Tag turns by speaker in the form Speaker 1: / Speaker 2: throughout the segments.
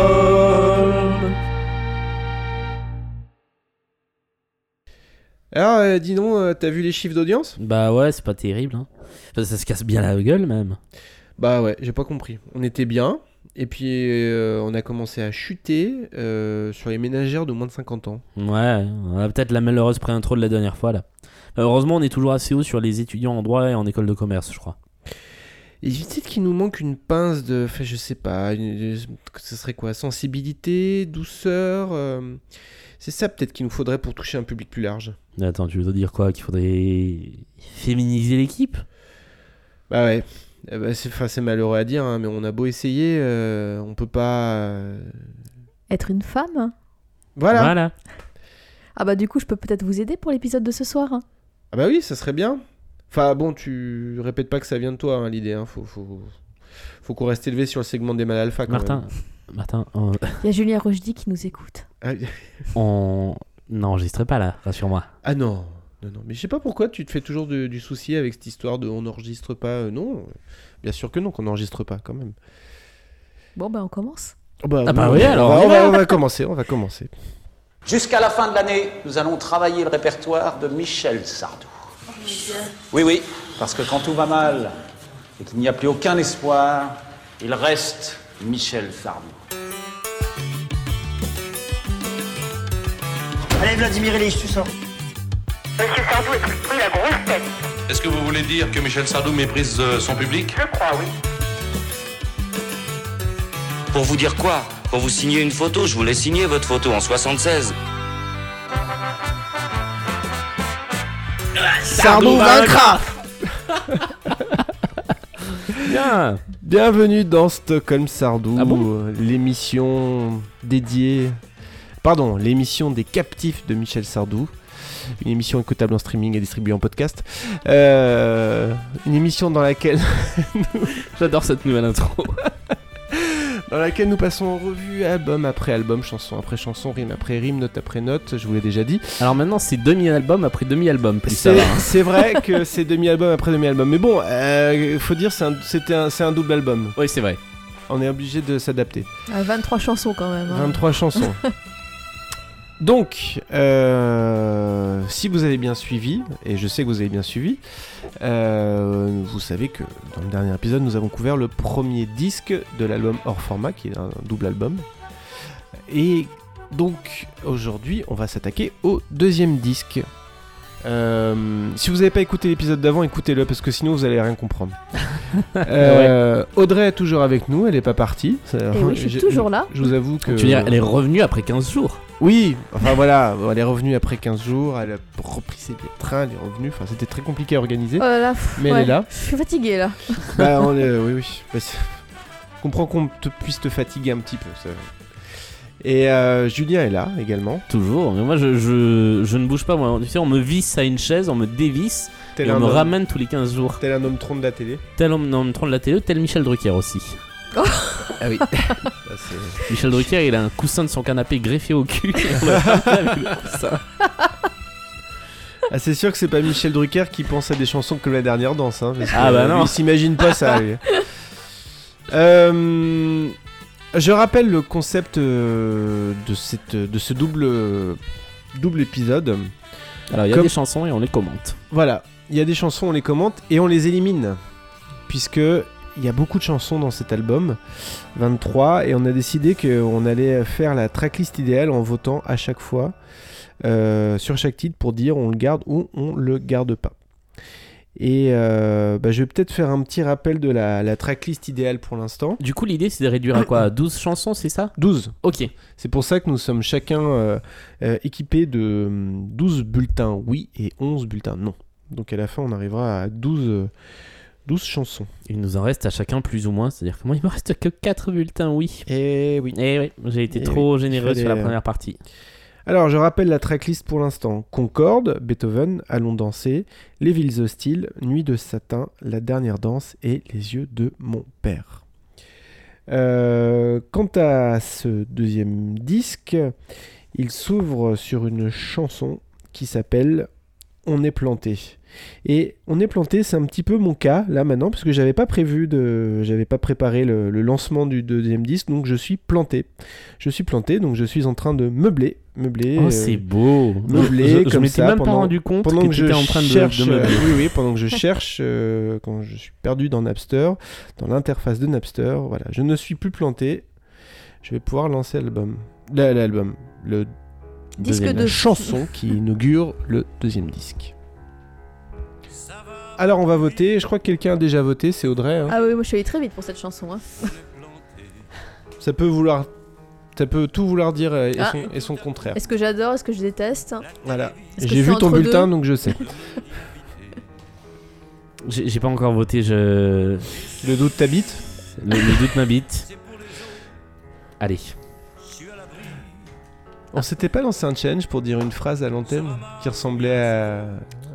Speaker 1: Microstodome.
Speaker 2: Alors, euh, dis donc, euh, t'as vu les chiffres d'audience
Speaker 3: Bah ouais, c'est pas terrible. Hein. Enfin, ça se casse bien la gueule même.
Speaker 2: Bah ouais, j'ai pas compris. On était bien, et puis euh, on a commencé à chuter euh, sur les ménagères de moins de 50 ans.
Speaker 3: Ouais, on a peut-être la malheureuse pré-intro de la dernière fois là. Heureusement, on est toujours assez haut sur les étudiants en droit et en école de commerce, je crois.
Speaker 2: Et peut-être qu'il nous manque une pince de, enfin, je sais pas, une- ce serait quoi Sensibilité, douceur euh, C'est ça peut-être qu'il nous faudrait pour toucher un public plus large.
Speaker 3: Mais Attends, tu veux dire quoi Qu'il faudrait féminiser l'équipe
Speaker 2: Bah ouais. Eh ben, c'est enfin, c'est malheureux à dire, hein, mais on a beau essayer, euh, on peut pas. euh,
Speaker 4: Être une femme
Speaker 2: Voilà.
Speaker 4: Ah bah du coup, je peux peut-être vous aider pour l'épisode de ce soir. hein.
Speaker 2: Ah bah oui, ça serait bien. Enfin bon, tu répètes pas que ça vient de toi hein, l'idée. Hein. Faut, faut... faut qu'on reste élevé sur le segment des mal alpha. Quand
Speaker 3: Martin,
Speaker 2: même.
Speaker 3: Martin, on,
Speaker 4: Il y a Julien Rochdy qui nous écoute.
Speaker 2: Ah,
Speaker 3: on n'enregistrait pas là, rassure-moi.
Speaker 2: ah non. Non, non, mais je sais pas pourquoi tu te fais toujours de- du souci avec cette histoire de on n'enregistre pas. euh, non, bien sûr que non, qu'on n'enregistre pas quand même.
Speaker 4: Bon bah on commence.
Speaker 3: Ah bah oui, alors,
Speaker 2: On
Speaker 3: on
Speaker 2: va,
Speaker 3: y
Speaker 2: on va-
Speaker 3: va.
Speaker 2: on va commencer, on va commencer.
Speaker 5: Jusqu'à la fin de l'année, nous allons travailler le répertoire de Michel Sardou. Oui, oui, parce que quand tout va mal et qu'il n'y a plus aucun espoir, il reste Michel Sardou.
Speaker 6: Allez Vladimir Ilyich, tu sors.
Speaker 7: Monsieur Sardou est pris la grosse tête,
Speaker 8: Est-ce que vous voulez dire que Michel Sardou méprise euh, son public
Speaker 7: je crois, oui.
Speaker 9: Pour vous dire quoi Pour vous signer une photo, je voulais signer votre photo en 76.
Speaker 2: Sardou vaincra
Speaker 3: Bien
Speaker 2: Bienvenue dans Stockholm Sardou,
Speaker 3: Ah bon
Speaker 2: euh, l'émission dédiée. Pardon, l'émission des captifs de Michel Sardou. Une émission écoutable en streaming et distribuée en podcast. Euh, une émission dans laquelle,
Speaker 3: J'adore cette nouvelle intro.
Speaker 2: dans laquelle nous passons en revue album après album, chanson après chanson, rime après rime, note après note, je vous l'ai déjà dit.
Speaker 3: Alors maintenant, c'est demi-album après demi-album, plus ça
Speaker 2: C'est
Speaker 3: va. hein.
Speaker 2: c'est vrai que c'est demi-album après demi-album. Mais bon, euh, faut dire, c'est un, c'était un- c'est un double album.
Speaker 3: Oui, c'est vrai.
Speaker 2: On est obligé de s'adapter.
Speaker 4: Ah, 23 chansons quand même. hein.
Speaker 2: 23 chansons. Donc, euh, si vous avez bien suivi, et je sais que vous avez bien suivi, euh, vous savez que dans le dernier épisode, nous avons couvert le premier disque de l'album hors format, qui est un double album. Et donc, aujourd'hui, on va s'attaquer au deuxième disque. Euh, si vous n'avez pas écouté l'épisode d'avant, écoutez-le parce que sinon vous allez rien comprendre. Euh, Audrey est toujours avec nous, elle n'est pas partie.
Speaker 4: Et Eh oui, je suis toujours là.
Speaker 2: Je vous avoue
Speaker 3: Tu
Speaker 2: que.
Speaker 3: veux dire, elle est revenue après 15 jours
Speaker 2: Oui, enfin voilà, elle est revenue après 15 jours, elle a repris ses billets de train, elle est revenue, enfin c'était très compliqué à organiser.
Speaker 4: Oh là là, pff,
Speaker 2: Mais elle
Speaker 4: ouais.
Speaker 2: est là.
Speaker 4: Je suis fatiguée là.
Speaker 2: Bah, on est- oui, oui. Bah, c'est- je comprends qu'on te, puisse te fatiguer un petit peu. ça. Et euh, Julien est là également.
Speaker 3: Toujours. Mais moi, je, je, je ne bouge pas. Moi. Tu sais, on me visse à une chaise, on me dévisse
Speaker 2: Tel
Speaker 3: et on
Speaker 2: un,
Speaker 3: me
Speaker 2: homme,
Speaker 3: ramène tous les 15 jours.
Speaker 2: tel un homme tronc de la télé.
Speaker 3: Tel homme dans le tronc de la télé, tel Michel Drucker aussi.
Speaker 2: Ah oui. Bah, c'est-
Speaker 3: Michel Drucker, il a un coussin de son canapé greffé au cul. Et on le ramène avec le coussin.
Speaker 2: ah, c'est sûr que c'est pas Michel Drucker qui pense à des chansons comme la dernière danse. hein, parce que,
Speaker 3: Ah, bah
Speaker 2: euh, lui,
Speaker 3: non.
Speaker 2: il s'imagine pas ça. lui. Euh, je rappelle le concept euh, de, cette, de ce double, double épisode.
Speaker 3: Alors, il y a
Speaker 2: Comme-
Speaker 3: des chansons et on les commente.
Speaker 2: Voilà, il y a des chansons, on les commente et on les élimine. Puisque il y a beaucoup de chansons dans cet album, 23, et on a décidé qu'on allait faire la tracklist idéale en votant à chaque fois euh, sur chaque titre pour dire on le garde ou on le garde pas. Et euh, bah, je vais peut-être faire un petit rappel de la, la tracklist idéale pour l'instant.
Speaker 3: Du coup, l'idée, c'est de réduire à quoi 12 chansons, c'est ça
Speaker 2: 12.
Speaker 3: Ok.
Speaker 2: C'est pour ça que nous sommes chacun euh, euh, équipés de hum, 12 bulletins oui et 11 bulletins non. Donc à la fin, on arrivera à 12, euh, 12 chansons.
Speaker 3: Il nous en reste à chacun plus ou moins. C'est-à-dire que moi, il me reste que 4 bulletins, oui.
Speaker 2: Et oui.
Speaker 3: Eh oui, j'ai été
Speaker 2: Eh
Speaker 3: trop généreux
Speaker 2: fallait,
Speaker 3: sur la
Speaker 2: euh,
Speaker 3: première partie.
Speaker 2: Alors, je rappelle la tracklist pour l'instant. Concorde, Beethoven, Allons danser, Les villes hostiles, Nuit de satin, La dernière danse et Les yeux de mon père. Euh, quant à ce deuxième disque, il s'ouvre sur une chanson qui s'appelle On est planté. Et on est planté, c'est un petit peu mon cas là maintenant, parce que j'avais pas prévu de, j'avais pas préparé le, le lancement du deuxième disque, donc je suis planté. Je suis planté, donc je suis en train de meubler, meubler.
Speaker 3: Oh,
Speaker 2: euh,
Speaker 3: c'est beau.
Speaker 2: meublé
Speaker 3: je, je
Speaker 2: comme
Speaker 3: m'étais
Speaker 2: ça
Speaker 3: même pas
Speaker 2: pendant-
Speaker 3: rendu compte
Speaker 2: pendant
Speaker 3: que,
Speaker 2: que,
Speaker 3: tu
Speaker 2: je
Speaker 3: étais en train de-
Speaker 2: cherche,
Speaker 3: de, meubler.
Speaker 2: euh, oui, oui, pendant que je cherche, euh, quand je suis perdu dans Napster, dans l'interface de Napster, voilà, je ne suis plus planté. Je vais pouvoir lancer l'album, La- l'album, le
Speaker 4: Disque
Speaker 3: Deuxième.
Speaker 2: la
Speaker 4: de-
Speaker 2: chanson qui inaugure le deuxième disque. Alors on va voter. Je crois que quelqu'un a déjà voté. C'est Audrey. hein.
Speaker 4: Ah oui, moi je suis allée très vite pour cette chanson. hein.
Speaker 2: Ça peut vouloir, ça peut tout vouloir dire euh, et,
Speaker 4: Ah.
Speaker 2: son, et son contraire.
Speaker 4: Est-ce que j'adore Est-ce que je déteste Ah,
Speaker 2: Voilà.
Speaker 4: Est-ce que
Speaker 2: J'ai vu
Speaker 4: c'est
Speaker 2: ton
Speaker 4: entre deux
Speaker 2: bulletin, donc je sais.
Speaker 3: J'ai j'ai pas encore voté, je...
Speaker 2: Le doute t'habite.
Speaker 3: le, le doute m'habite. Allez.
Speaker 2: On s'était pas lancé un challenge pour dire une phrase à l'antenne qui ressemblait à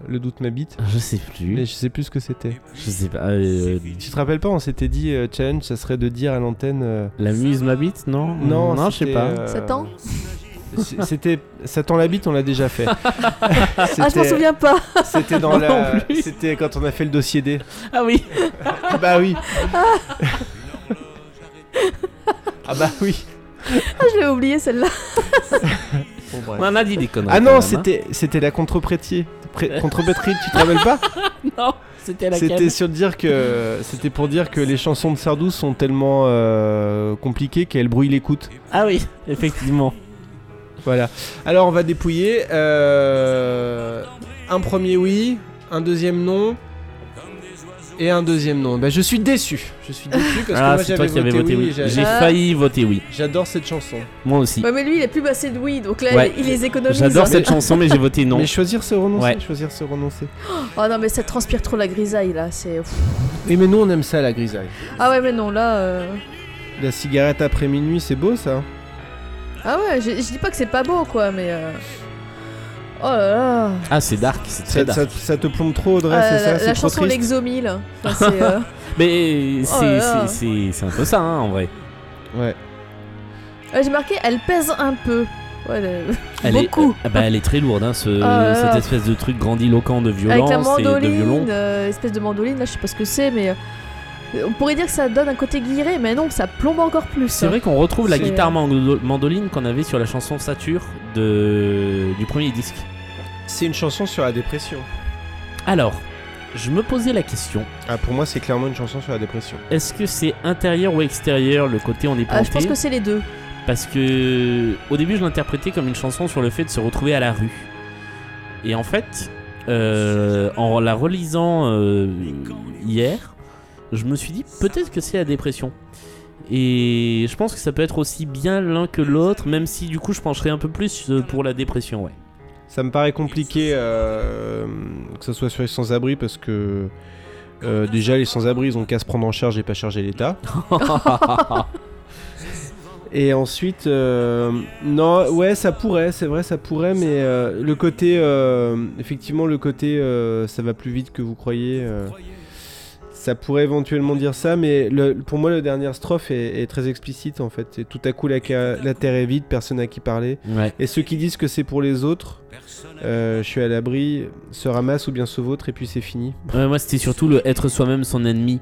Speaker 2: Le doute m'habite,
Speaker 3: Je sais plus.
Speaker 2: mais je sais plus ce que c'était.
Speaker 3: Je sais pas. euh,
Speaker 2: Tu te rappelles pas, on s'était dit euh, challenge, ça serait de dire à l'antenne. euh,
Speaker 3: la muse m'habite, non non, je sais
Speaker 2: c'était,
Speaker 3: pas.
Speaker 2: euh,
Speaker 4: Satan
Speaker 2: c- C'était Satan l'habite, on l'a déjà fait.
Speaker 4: Ah, je m'en
Speaker 2: C'était-
Speaker 4: souviens pas
Speaker 2: C'était dans
Speaker 3: Non
Speaker 2: la.
Speaker 3: plus.
Speaker 2: C'était quand on a fait le dossier D.
Speaker 3: Ah oui
Speaker 2: Ah bah oui. ah bah oui.
Speaker 4: Ah, Je l'ai oublié celle-là
Speaker 2: Bon, bref.
Speaker 3: On en a dit des conneries.
Speaker 2: Ah
Speaker 3: quand même,
Speaker 2: non,
Speaker 3: hein.
Speaker 2: c'était c'était la contre-prêtier. Pré- Contre-prêtrie, tu te rappelles pas
Speaker 3: Non, c'était la
Speaker 2: C'était sur dire que c'était pour dire que les chansons de Sardou sont tellement euh, compliquées qu'elles brouillent l'écoute.
Speaker 3: Ah oui, effectivement.
Speaker 2: Voilà. Alors on va dépouiller. euh, un premier oui, un deuxième non. Et un deuxième non. Bah, je suis déçu. Je suis déçu parce
Speaker 3: ah,
Speaker 2: que
Speaker 3: c'est toi
Speaker 2: moi j'avais
Speaker 3: qui avais
Speaker 2: voté,
Speaker 3: voté oui.
Speaker 2: oui. et j'a-
Speaker 3: J'ai
Speaker 4: Ah.
Speaker 3: failli voter oui.
Speaker 2: J'adore cette chanson.
Speaker 3: Moi aussi.
Speaker 4: Ouais, mais lui il est plus bassé de oui, donc là
Speaker 3: Ouais.
Speaker 4: il les économise.
Speaker 3: J'adore
Speaker 4: hein.
Speaker 3: cette chanson, mais j'ai voté non.
Speaker 2: Mais choisir se renoncer.
Speaker 3: Ouais.
Speaker 2: Choisir se renoncer.
Speaker 4: Oh non, mais ça transpire trop la grisaille là, c'est. Pff.
Speaker 2: Oui, mais nous on aime ça la grisaille.
Speaker 4: Ah ouais, mais non, là. euh,
Speaker 2: La cigarette après minuit, c'est beau ça.
Speaker 4: Ah ouais, je, je dis pas que c'est pas beau quoi, mais. euh, Oh là là
Speaker 3: Ah, c'est dark, c'est très
Speaker 2: Ça,
Speaker 3: dark.
Speaker 2: ça- ça te plombe trop, Audrey,
Speaker 4: Ah,
Speaker 2: c'est ça
Speaker 4: La,
Speaker 2: c'est
Speaker 4: la
Speaker 2: trop
Speaker 4: chanson
Speaker 2: triste.
Speaker 4: L'Exomile. Enfin, c'est, euh,
Speaker 3: Mais
Speaker 4: Oh là
Speaker 3: c'est-
Speaker 4: là.
Speaker 3: c'est c'est- c'est un peu ça, hein, en vrai.
Speaker 2: Ouais.
Speaker 4: ouais, J'ai marqué, elle pèse un peu. Ouais, elle-
Speaker 3: Elle
Speaker 4: Beaucoup.
Speaker 3: Est, ah bah, elle est très lourde, hein, ce-
Speaker 4: Ah,
Speaker 3: cette
Speaker 4: alors.
Speaker 3: espèce de truc grandiloquent de
Speaker 4: Avec
Speaker 3: violence
Speaker 4: la
Speaker 3: et de violon.
Speaker 4: mandoline, euh, espèce de mandoline, là je sais pas ce que c'est, mais. euh, On pourrait dire que ça donne un côté guiré, mais non, ça plombe encore plus.
Speaker 3: C'est vrai qu'on retrouve la
Speaker 4: C'est-
Speaker 3: guitare mando- mandoline qu'on avait sur la chanson Sature de... du premier disque.
Speaker 2: C'est une chanson sur la dépression.
Speaker 3: Alors, je me posais la question
Speaker 2: Ah, pour moi, c'est clairement une chanson sur la dépression.
Speaker 3: est-ce que c'est intérieur ou extérieur le côté on est
Speaker 4: Ah,
Speaker 3: planté
Speaker 4: je pense que c'est les deux.
Speaker 3: Parce que au début, je l'interprétais comme une chanson sur le fait de se retrouver à la rue. Et en fait, euh, en la relisant euh, hier, je me suis dit peut-être que c'est la dépression. Et je pense que ça peut être aussi bien l'un que l'autre, même si du coup je pencherais un peu plus euh, pour la dépression, ouais.
Speaker 2: Ça me paraît compliqué euh, que ce soit sur les sans-abri parce que euh, déjà, les sans-abri, ils ont qu'à se prendre en charge et pas charger l'État. Et ensuite, euh, non, ouais, ça pourrait, c'est vrai, ça pourrait, mais euh, le côté, euh, effectivement, le côté, euh, ça va plus vite que vous croyez. euh, ça pourrait éventuellement dire ça, mais le- pour moi, la dernière strophe est, est très explicite en fait. Et tout à coup, la, ca- la terre est vide, personne à qui parler.
Speaker 3: ouais.
Speaker 2: Et ceux qui disent que c'est pour les autres, euh, je suis à l'abri, se ramassent ou bien se vautre, et puis c'est fini.
Speaker 3: Ouais, moi c'était surtout le être soi-même son ennemi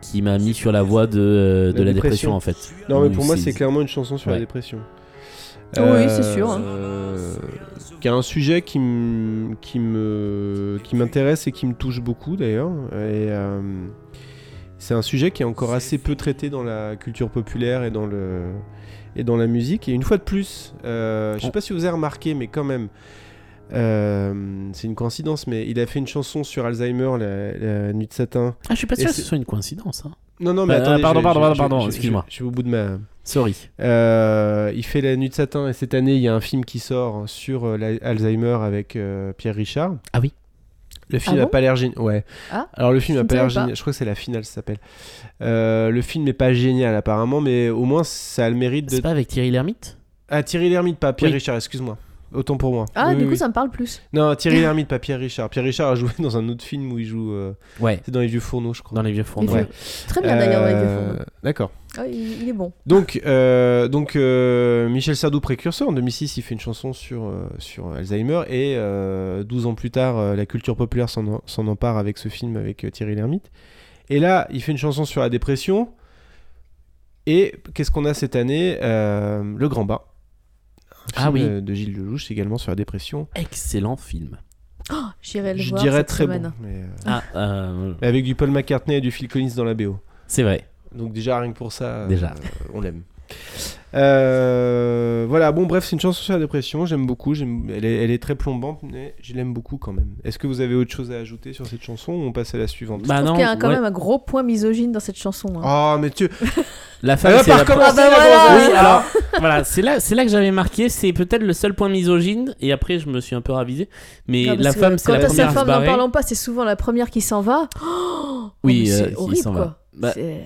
Speaker 3: qui m'a mis sur la voie de, euh, de
Speaker 2: La
Speaker 3: la, dépression.
Speaker 2: dépression.
Speaker 3: en fait.
Speaker 2: Non, mais
Speaker 3: Oui,
Speaker 2: pour moi, c'est clairement une chanson sur la
Speaker 3: Euh, Ouais.
Speaker 2: dépression.
Speaker 4: Oui, c'est sûr, hein.
Speaker 2: euh, Qui a un sujet qui m- qui me qui m'intéresse et qui me touche beaucoup d'ailleurs. Et euh, c'est un sujet qui est encore assez peu traité dans la culture populaire et dans le et dans la musique. Et une fois de plus, euh,
Speaker 3: Oh.
Speaker 2: je sais pas si vous avez remarqué, mais quand même. euh, c'est une coïncidence, mais il a fait une chanson sur Alzheimer, la, la nuit de satin.
Speaker 3: Ah, je suis pas
Speaker 2: Et
Speaker 3: sûr que
Speaker 2: c'est-
Speaker 3: ce soit une coïncidence. Hein.
Speaker 2: Non, non, mais
Speaker 3: Euh,
Speaker 2: attendez,
Speaker 3: pardon,
Speaker 2: je-
Speaker 3: pardon,
Speaker 2: je-
Speaker 3: pardon,
Speaker 2: je-
Speaker 3: pardon,
Speaker 2: je- je-
Speaker 3: excuse-moi.
Speaker 2: Je suis au bout de ma,
Speaker 3: Sorry.
Speaker 2: euh, il fait La Nuit de Satin et cette année il y a un film qui sort sur euh, la- Alzheimer avec euh, Pierre Richard.
Speaker 3: Ah oui.
Speaker 2: Le film
Speaker 4: Ah
Speaker 2: n'a
Speaker 4: bon
Speaker 2: pas l'air génial. Ouais.
Speaker 4: Ah,
Speaker 2: Alors le film
Speaker 4: je
Speaker 2: n'a
Speaker 4: ne
Speaker 2: pas l'air
Speaker 4: savais pas.
Speaker 2: génial. Je crois que c'est la finale, ça s'appelle. Euh, le film n'est pas génial apparemment, mais au moins ça a le mérite de.
Speaker 3: C'est pas avec Thierry Lhermitte
Speaker 2: Ah Thierry Lhermitte, pas Pierre
Speaker 3: Oui.
Speaker 2: Richard. Excuse-moi. Autant pour moi.
Speaker 4: Ah,
Speaker 2: Oui,
Speaker 4: du
Speaker 2: oui,
Speaker 4: coup,
Speaker 2: oui.
Speaker 4: ça me parle plus.
Speaker 2: Non, Thierry Lhermitte, pas Pierre Richard. Pierre Richard a joué dans un autre film où il joue. euh,
Speaker 3: Ouais,
Speaker 2: C'est dans Les Vieux Fourneaux, je crois.
Speaker 3: dans les vieux
Speaker 4: Les
Speaker 3: fourneaux.
Speaker 4: vieux- Très bien Ah, d'ailleurs, les vieux
Speaker 2: Euh,
Speaker 4: fourneaux.
Speaker 2: D'accord.
Speaker 4: Ah, il, il est bon.
Speaker 2: Donc, euh, donc euh, Michel Sardou précurseur, en 2006, il fait une chanson sur, euh, sur Alzheimer et euh, 12 ans plus tard, euh, la culture populaire s'en s'en empare avec ce film avec euh, Thierry Lhermitte. Et là, il fait une chanson sur la dépression. Et qu'est-ce qu'on a cette année Euh, Le Grand Bas. Un
Speaker 3: Ah
Speaker 2: film,
Speaker 3: oui.
Speaker 2: euh, De Gilles Lelouch, également sur la dépression.
Speaker 3: Excellent film.
Speaker 4: Ah, J'irai le
Speaker 2: Je
Speaker 4: voir.
Speaker 2: dirais
Speaker 4: cette
Speaker 2: très
Speaker 4: semaine.
Speaker 2: bon. mais, euh,
Speaker 3: Ah, euh,
Speaker 2: mais avec du Paul McCartney et du Phil Collins dans la BO.
Speaker 3: c'est vrai.
Speaker 2: Donc déjà rien que pour ça, euh,
Speaker 3: Déjà.
Speaker 2: on l'aime. Euh, voilà, bon bref, c'est une chanson sur la dépression, j'aime beaucoup, j'aime- elle, est, elle est très plombante, mais je l'aime beaucoup quand même. Est-ce que vous avez autre chose à ajouter sur cette chanson ou on passe à la suivante
Speaker 3: Bah
Speaker 4: Je
Speaker 3: non,
Speaker 4: trouve qu'il y a quand
Speaker 3: ouais. Ah,
Speaker 4: même un gros point misogyne dans cette chanson. hein.
Speaker 2: Oh mais tu...
Speaker 3: la
Speaker 2: Elle
Speaker 3: femme
Speaker 2: va
Speaker 3: c'est
Speaker 2: pas
Speaker 3: la-
Speaker 2: recommencer
Speaker 4: Ah bah
Speaker 2: la
Speaker 4: voilà.
Speaker 2: grosse-
Speaker 3: Oui, alors voilà, c'est là, c'est là que j'avais marqué, c'est peut-être le seul point misogyne. Et après, je me suis un peu ravisé. Mais
Speaker 4: Ah,
Speaker 3: la
Speaker 4: parce que
Speaker 3: femme, c'est
Speaker 4: quand
Speaker 3: la
Speaker 4: à sa
Speaker 3: première à se
Speaker 4: femme, n'en
Speaker 3: barrer.
Speaker 4: parlons pas, c'est souvent la première qui s'en va. Oh,
Speaker 3: Oui,
Speaker 4: mais
Speaker 3: euh,
Speaker 4: c'est
Speaker 3: qui
Speaker 4: horrible
Speaker 3: s'en va.
Speaker 4: quoi.
Speaker 3: Bah,
Speaker 4: C'est-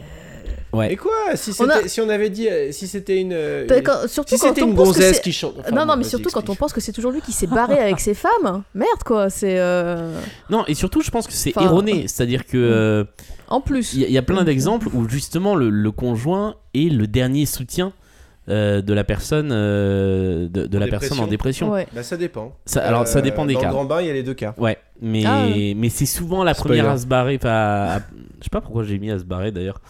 Speaker 2: Et quoi si,
Speaker 4: On a-
Speaker 2: c'était- si on avait dit, euh, si c'était une... euh,
Speaker 4: Bah,
Speaker 2: une-
Speaker 4: quand- surtout
Speaker 2: Si
Speaker 4: quand
Speaker 2: c'était
Speaker 4: on
Speaker 2: une
Speaker 4: pense que
Speaker 2: gonzesse
Speaker 4: c'est-
Speaker 2: qui chante... enfin,
Speaker 4: non,
Speaker 2: bon,
Speaker 4: non, mais
Speaker 2: vas-y,
Speaker 4: surtout quand on
Speaker 2: explique.
Speaker 4: pense que c'est toujours lui qui s'est barré avec ses femmes. Merde, quoi. C'est euh,
Speaker 3: Non, et surtout, je pense que c'est
Speaker 4: Enfin,
Speaker 3: erroné. C'est-à-dire que euh,
Speaker 4: en plus.
Speaker 3: il y, a- il y a plein d'exemples où justement le, le conjoint est le dernier soutien euh, de la personne, euh, de, de la personne en dépression.
Speaker 4: Ouais.
Speaker 2: Bah ça dépend. Euh,
Speaker 3: Ça- alors, ça dépend des
Speaker 2: dans
Speaker 3: cas.
Speaker 2: le grand bain, il y a les deux cas.
Speaker 3: Ouais, mais,
Speaker 4: Ah,
Speaker 3: mais c'est souvent la
Speaker 2: Spoiler.
Speaker 3: première à se barrer. Pas, à- je sais pas pourquoi j'ai mis à se barrer d'ailleurs,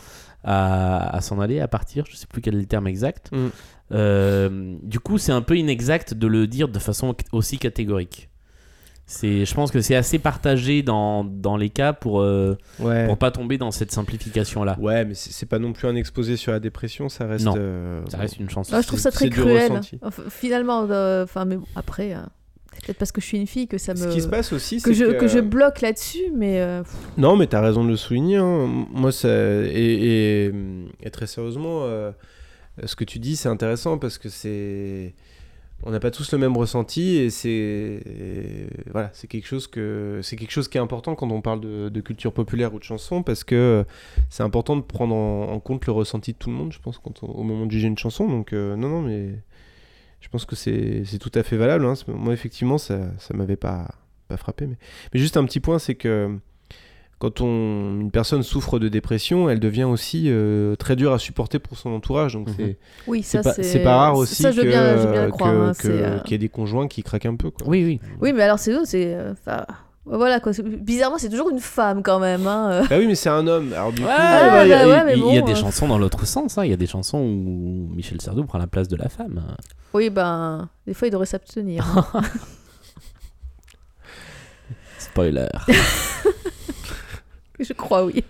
Speaker 3: à, à s'en aller, à partir, je sais plus quel est le terme exact.
Speaker 2: Mm.
Speaker 3: Euh, du coup, c'est un peu inexact de le dire de façon aussi catégorique. C'est, je pense que c'est assez partagé dans, dans les cas pour, euh,
Speaker 2: Ouais.
Speaker 3: pour pas tomber dans cette simplification là.
Speaker 2: Ouais, mais c'est c'est pas non plus un exposé sur la dépression, ça reste...
Speaker 3: Non.
Speaker 2: euh,
Speaker 3: Ça
Speaker 2: bon.
Speaker 3: reste une chanson.
Speaker 4: Non, je trouve ça très
Speaker 2: c'est du
Speaker 4: cruel.
Speaker 2: ressenti.
Speaker 4: Enfin, finalement, euh, enfin, mais bon, après, euh, c'est peut-être parce que je suis une fille que ça me.
Speaker 2: Ce qui se passe aussi, c'est euh,
Speaker 4: que, je, que je bloque là-dessus, mais. euh, pff,
Speaker 2: Non, mais t'as raison de le souligner. hein. Moi, ça... et, et- et très sérieusement, euh, ce que tu dis, c'est intéressant parce que c'est. On n'a pas tous le même ressenti et c'est et voilà, c'est quelque chose que c'est quelque chose qui est important quand on parle de, de culture populaire ou de chanson parce que c'est important de prendre en, en compte le ressenti de tout le monde, je pense, quand on- au moment de juger une chanson. Donc euh, non, non, mais je pense que c'est c'est tout à fait valable. hein. C'est- Moi, effectivement, ça ça m'avait pas pas frappé, mais mais juste un petit point, c'est que quand on, une personne souffre de dépression, elle devient aussi euh, très dure à supporter pour son entourage. Donc
Speaker 3: Mhm.
Speaker 2: c'est-
Speaker 4: Oui,
Speaker 2: c'est
Speaker 4: ça,
Speaker 2: pas,
Speaker 4: c'est.
Speaker 2: c'est pas rare aussi
Speaker 4: Ça, je veux
Speaker 2: que-
Speaker 4: bien, je veux bien le
Speaker 2: que-
Speaker 4: croire. hein,
Speaker 2: que-
Speaker 4: c'est, euh,
Speaker 2: qu'il y ait des conjoints qui craquent un peu. Quoi.
Speaker 3: Ah, Oui, oui.
Speaker 4: Oui, mais alors, c'est. c'est euh, enfin, Voilà, quoi. C'est- Bizarrement, c'est toujours une femme quand même. hein, euh.
Speaker 2: Bah oui, mais c'est un homme. Alors du
Speaker 3: Ouais,
Speaker 2: coup,
Speaker 4: bah,
Speaker 3: bah, il y a-
Speaker 4: bah, ouais, mais
Speaker 3: il y a
Speaker 4: bon,
Speaker 3: des
Speaker 4: euh.
Speaker 3: chansons dans l'autre sens. hein. Il y a des chansons où Michel Sardou prend la place de la femme.
Speaker 4: Oui, ben. Des fois, il devrait s'abstenir. hein.
Speaker 3: Spoiler.
Speaker 4: je crois, oui.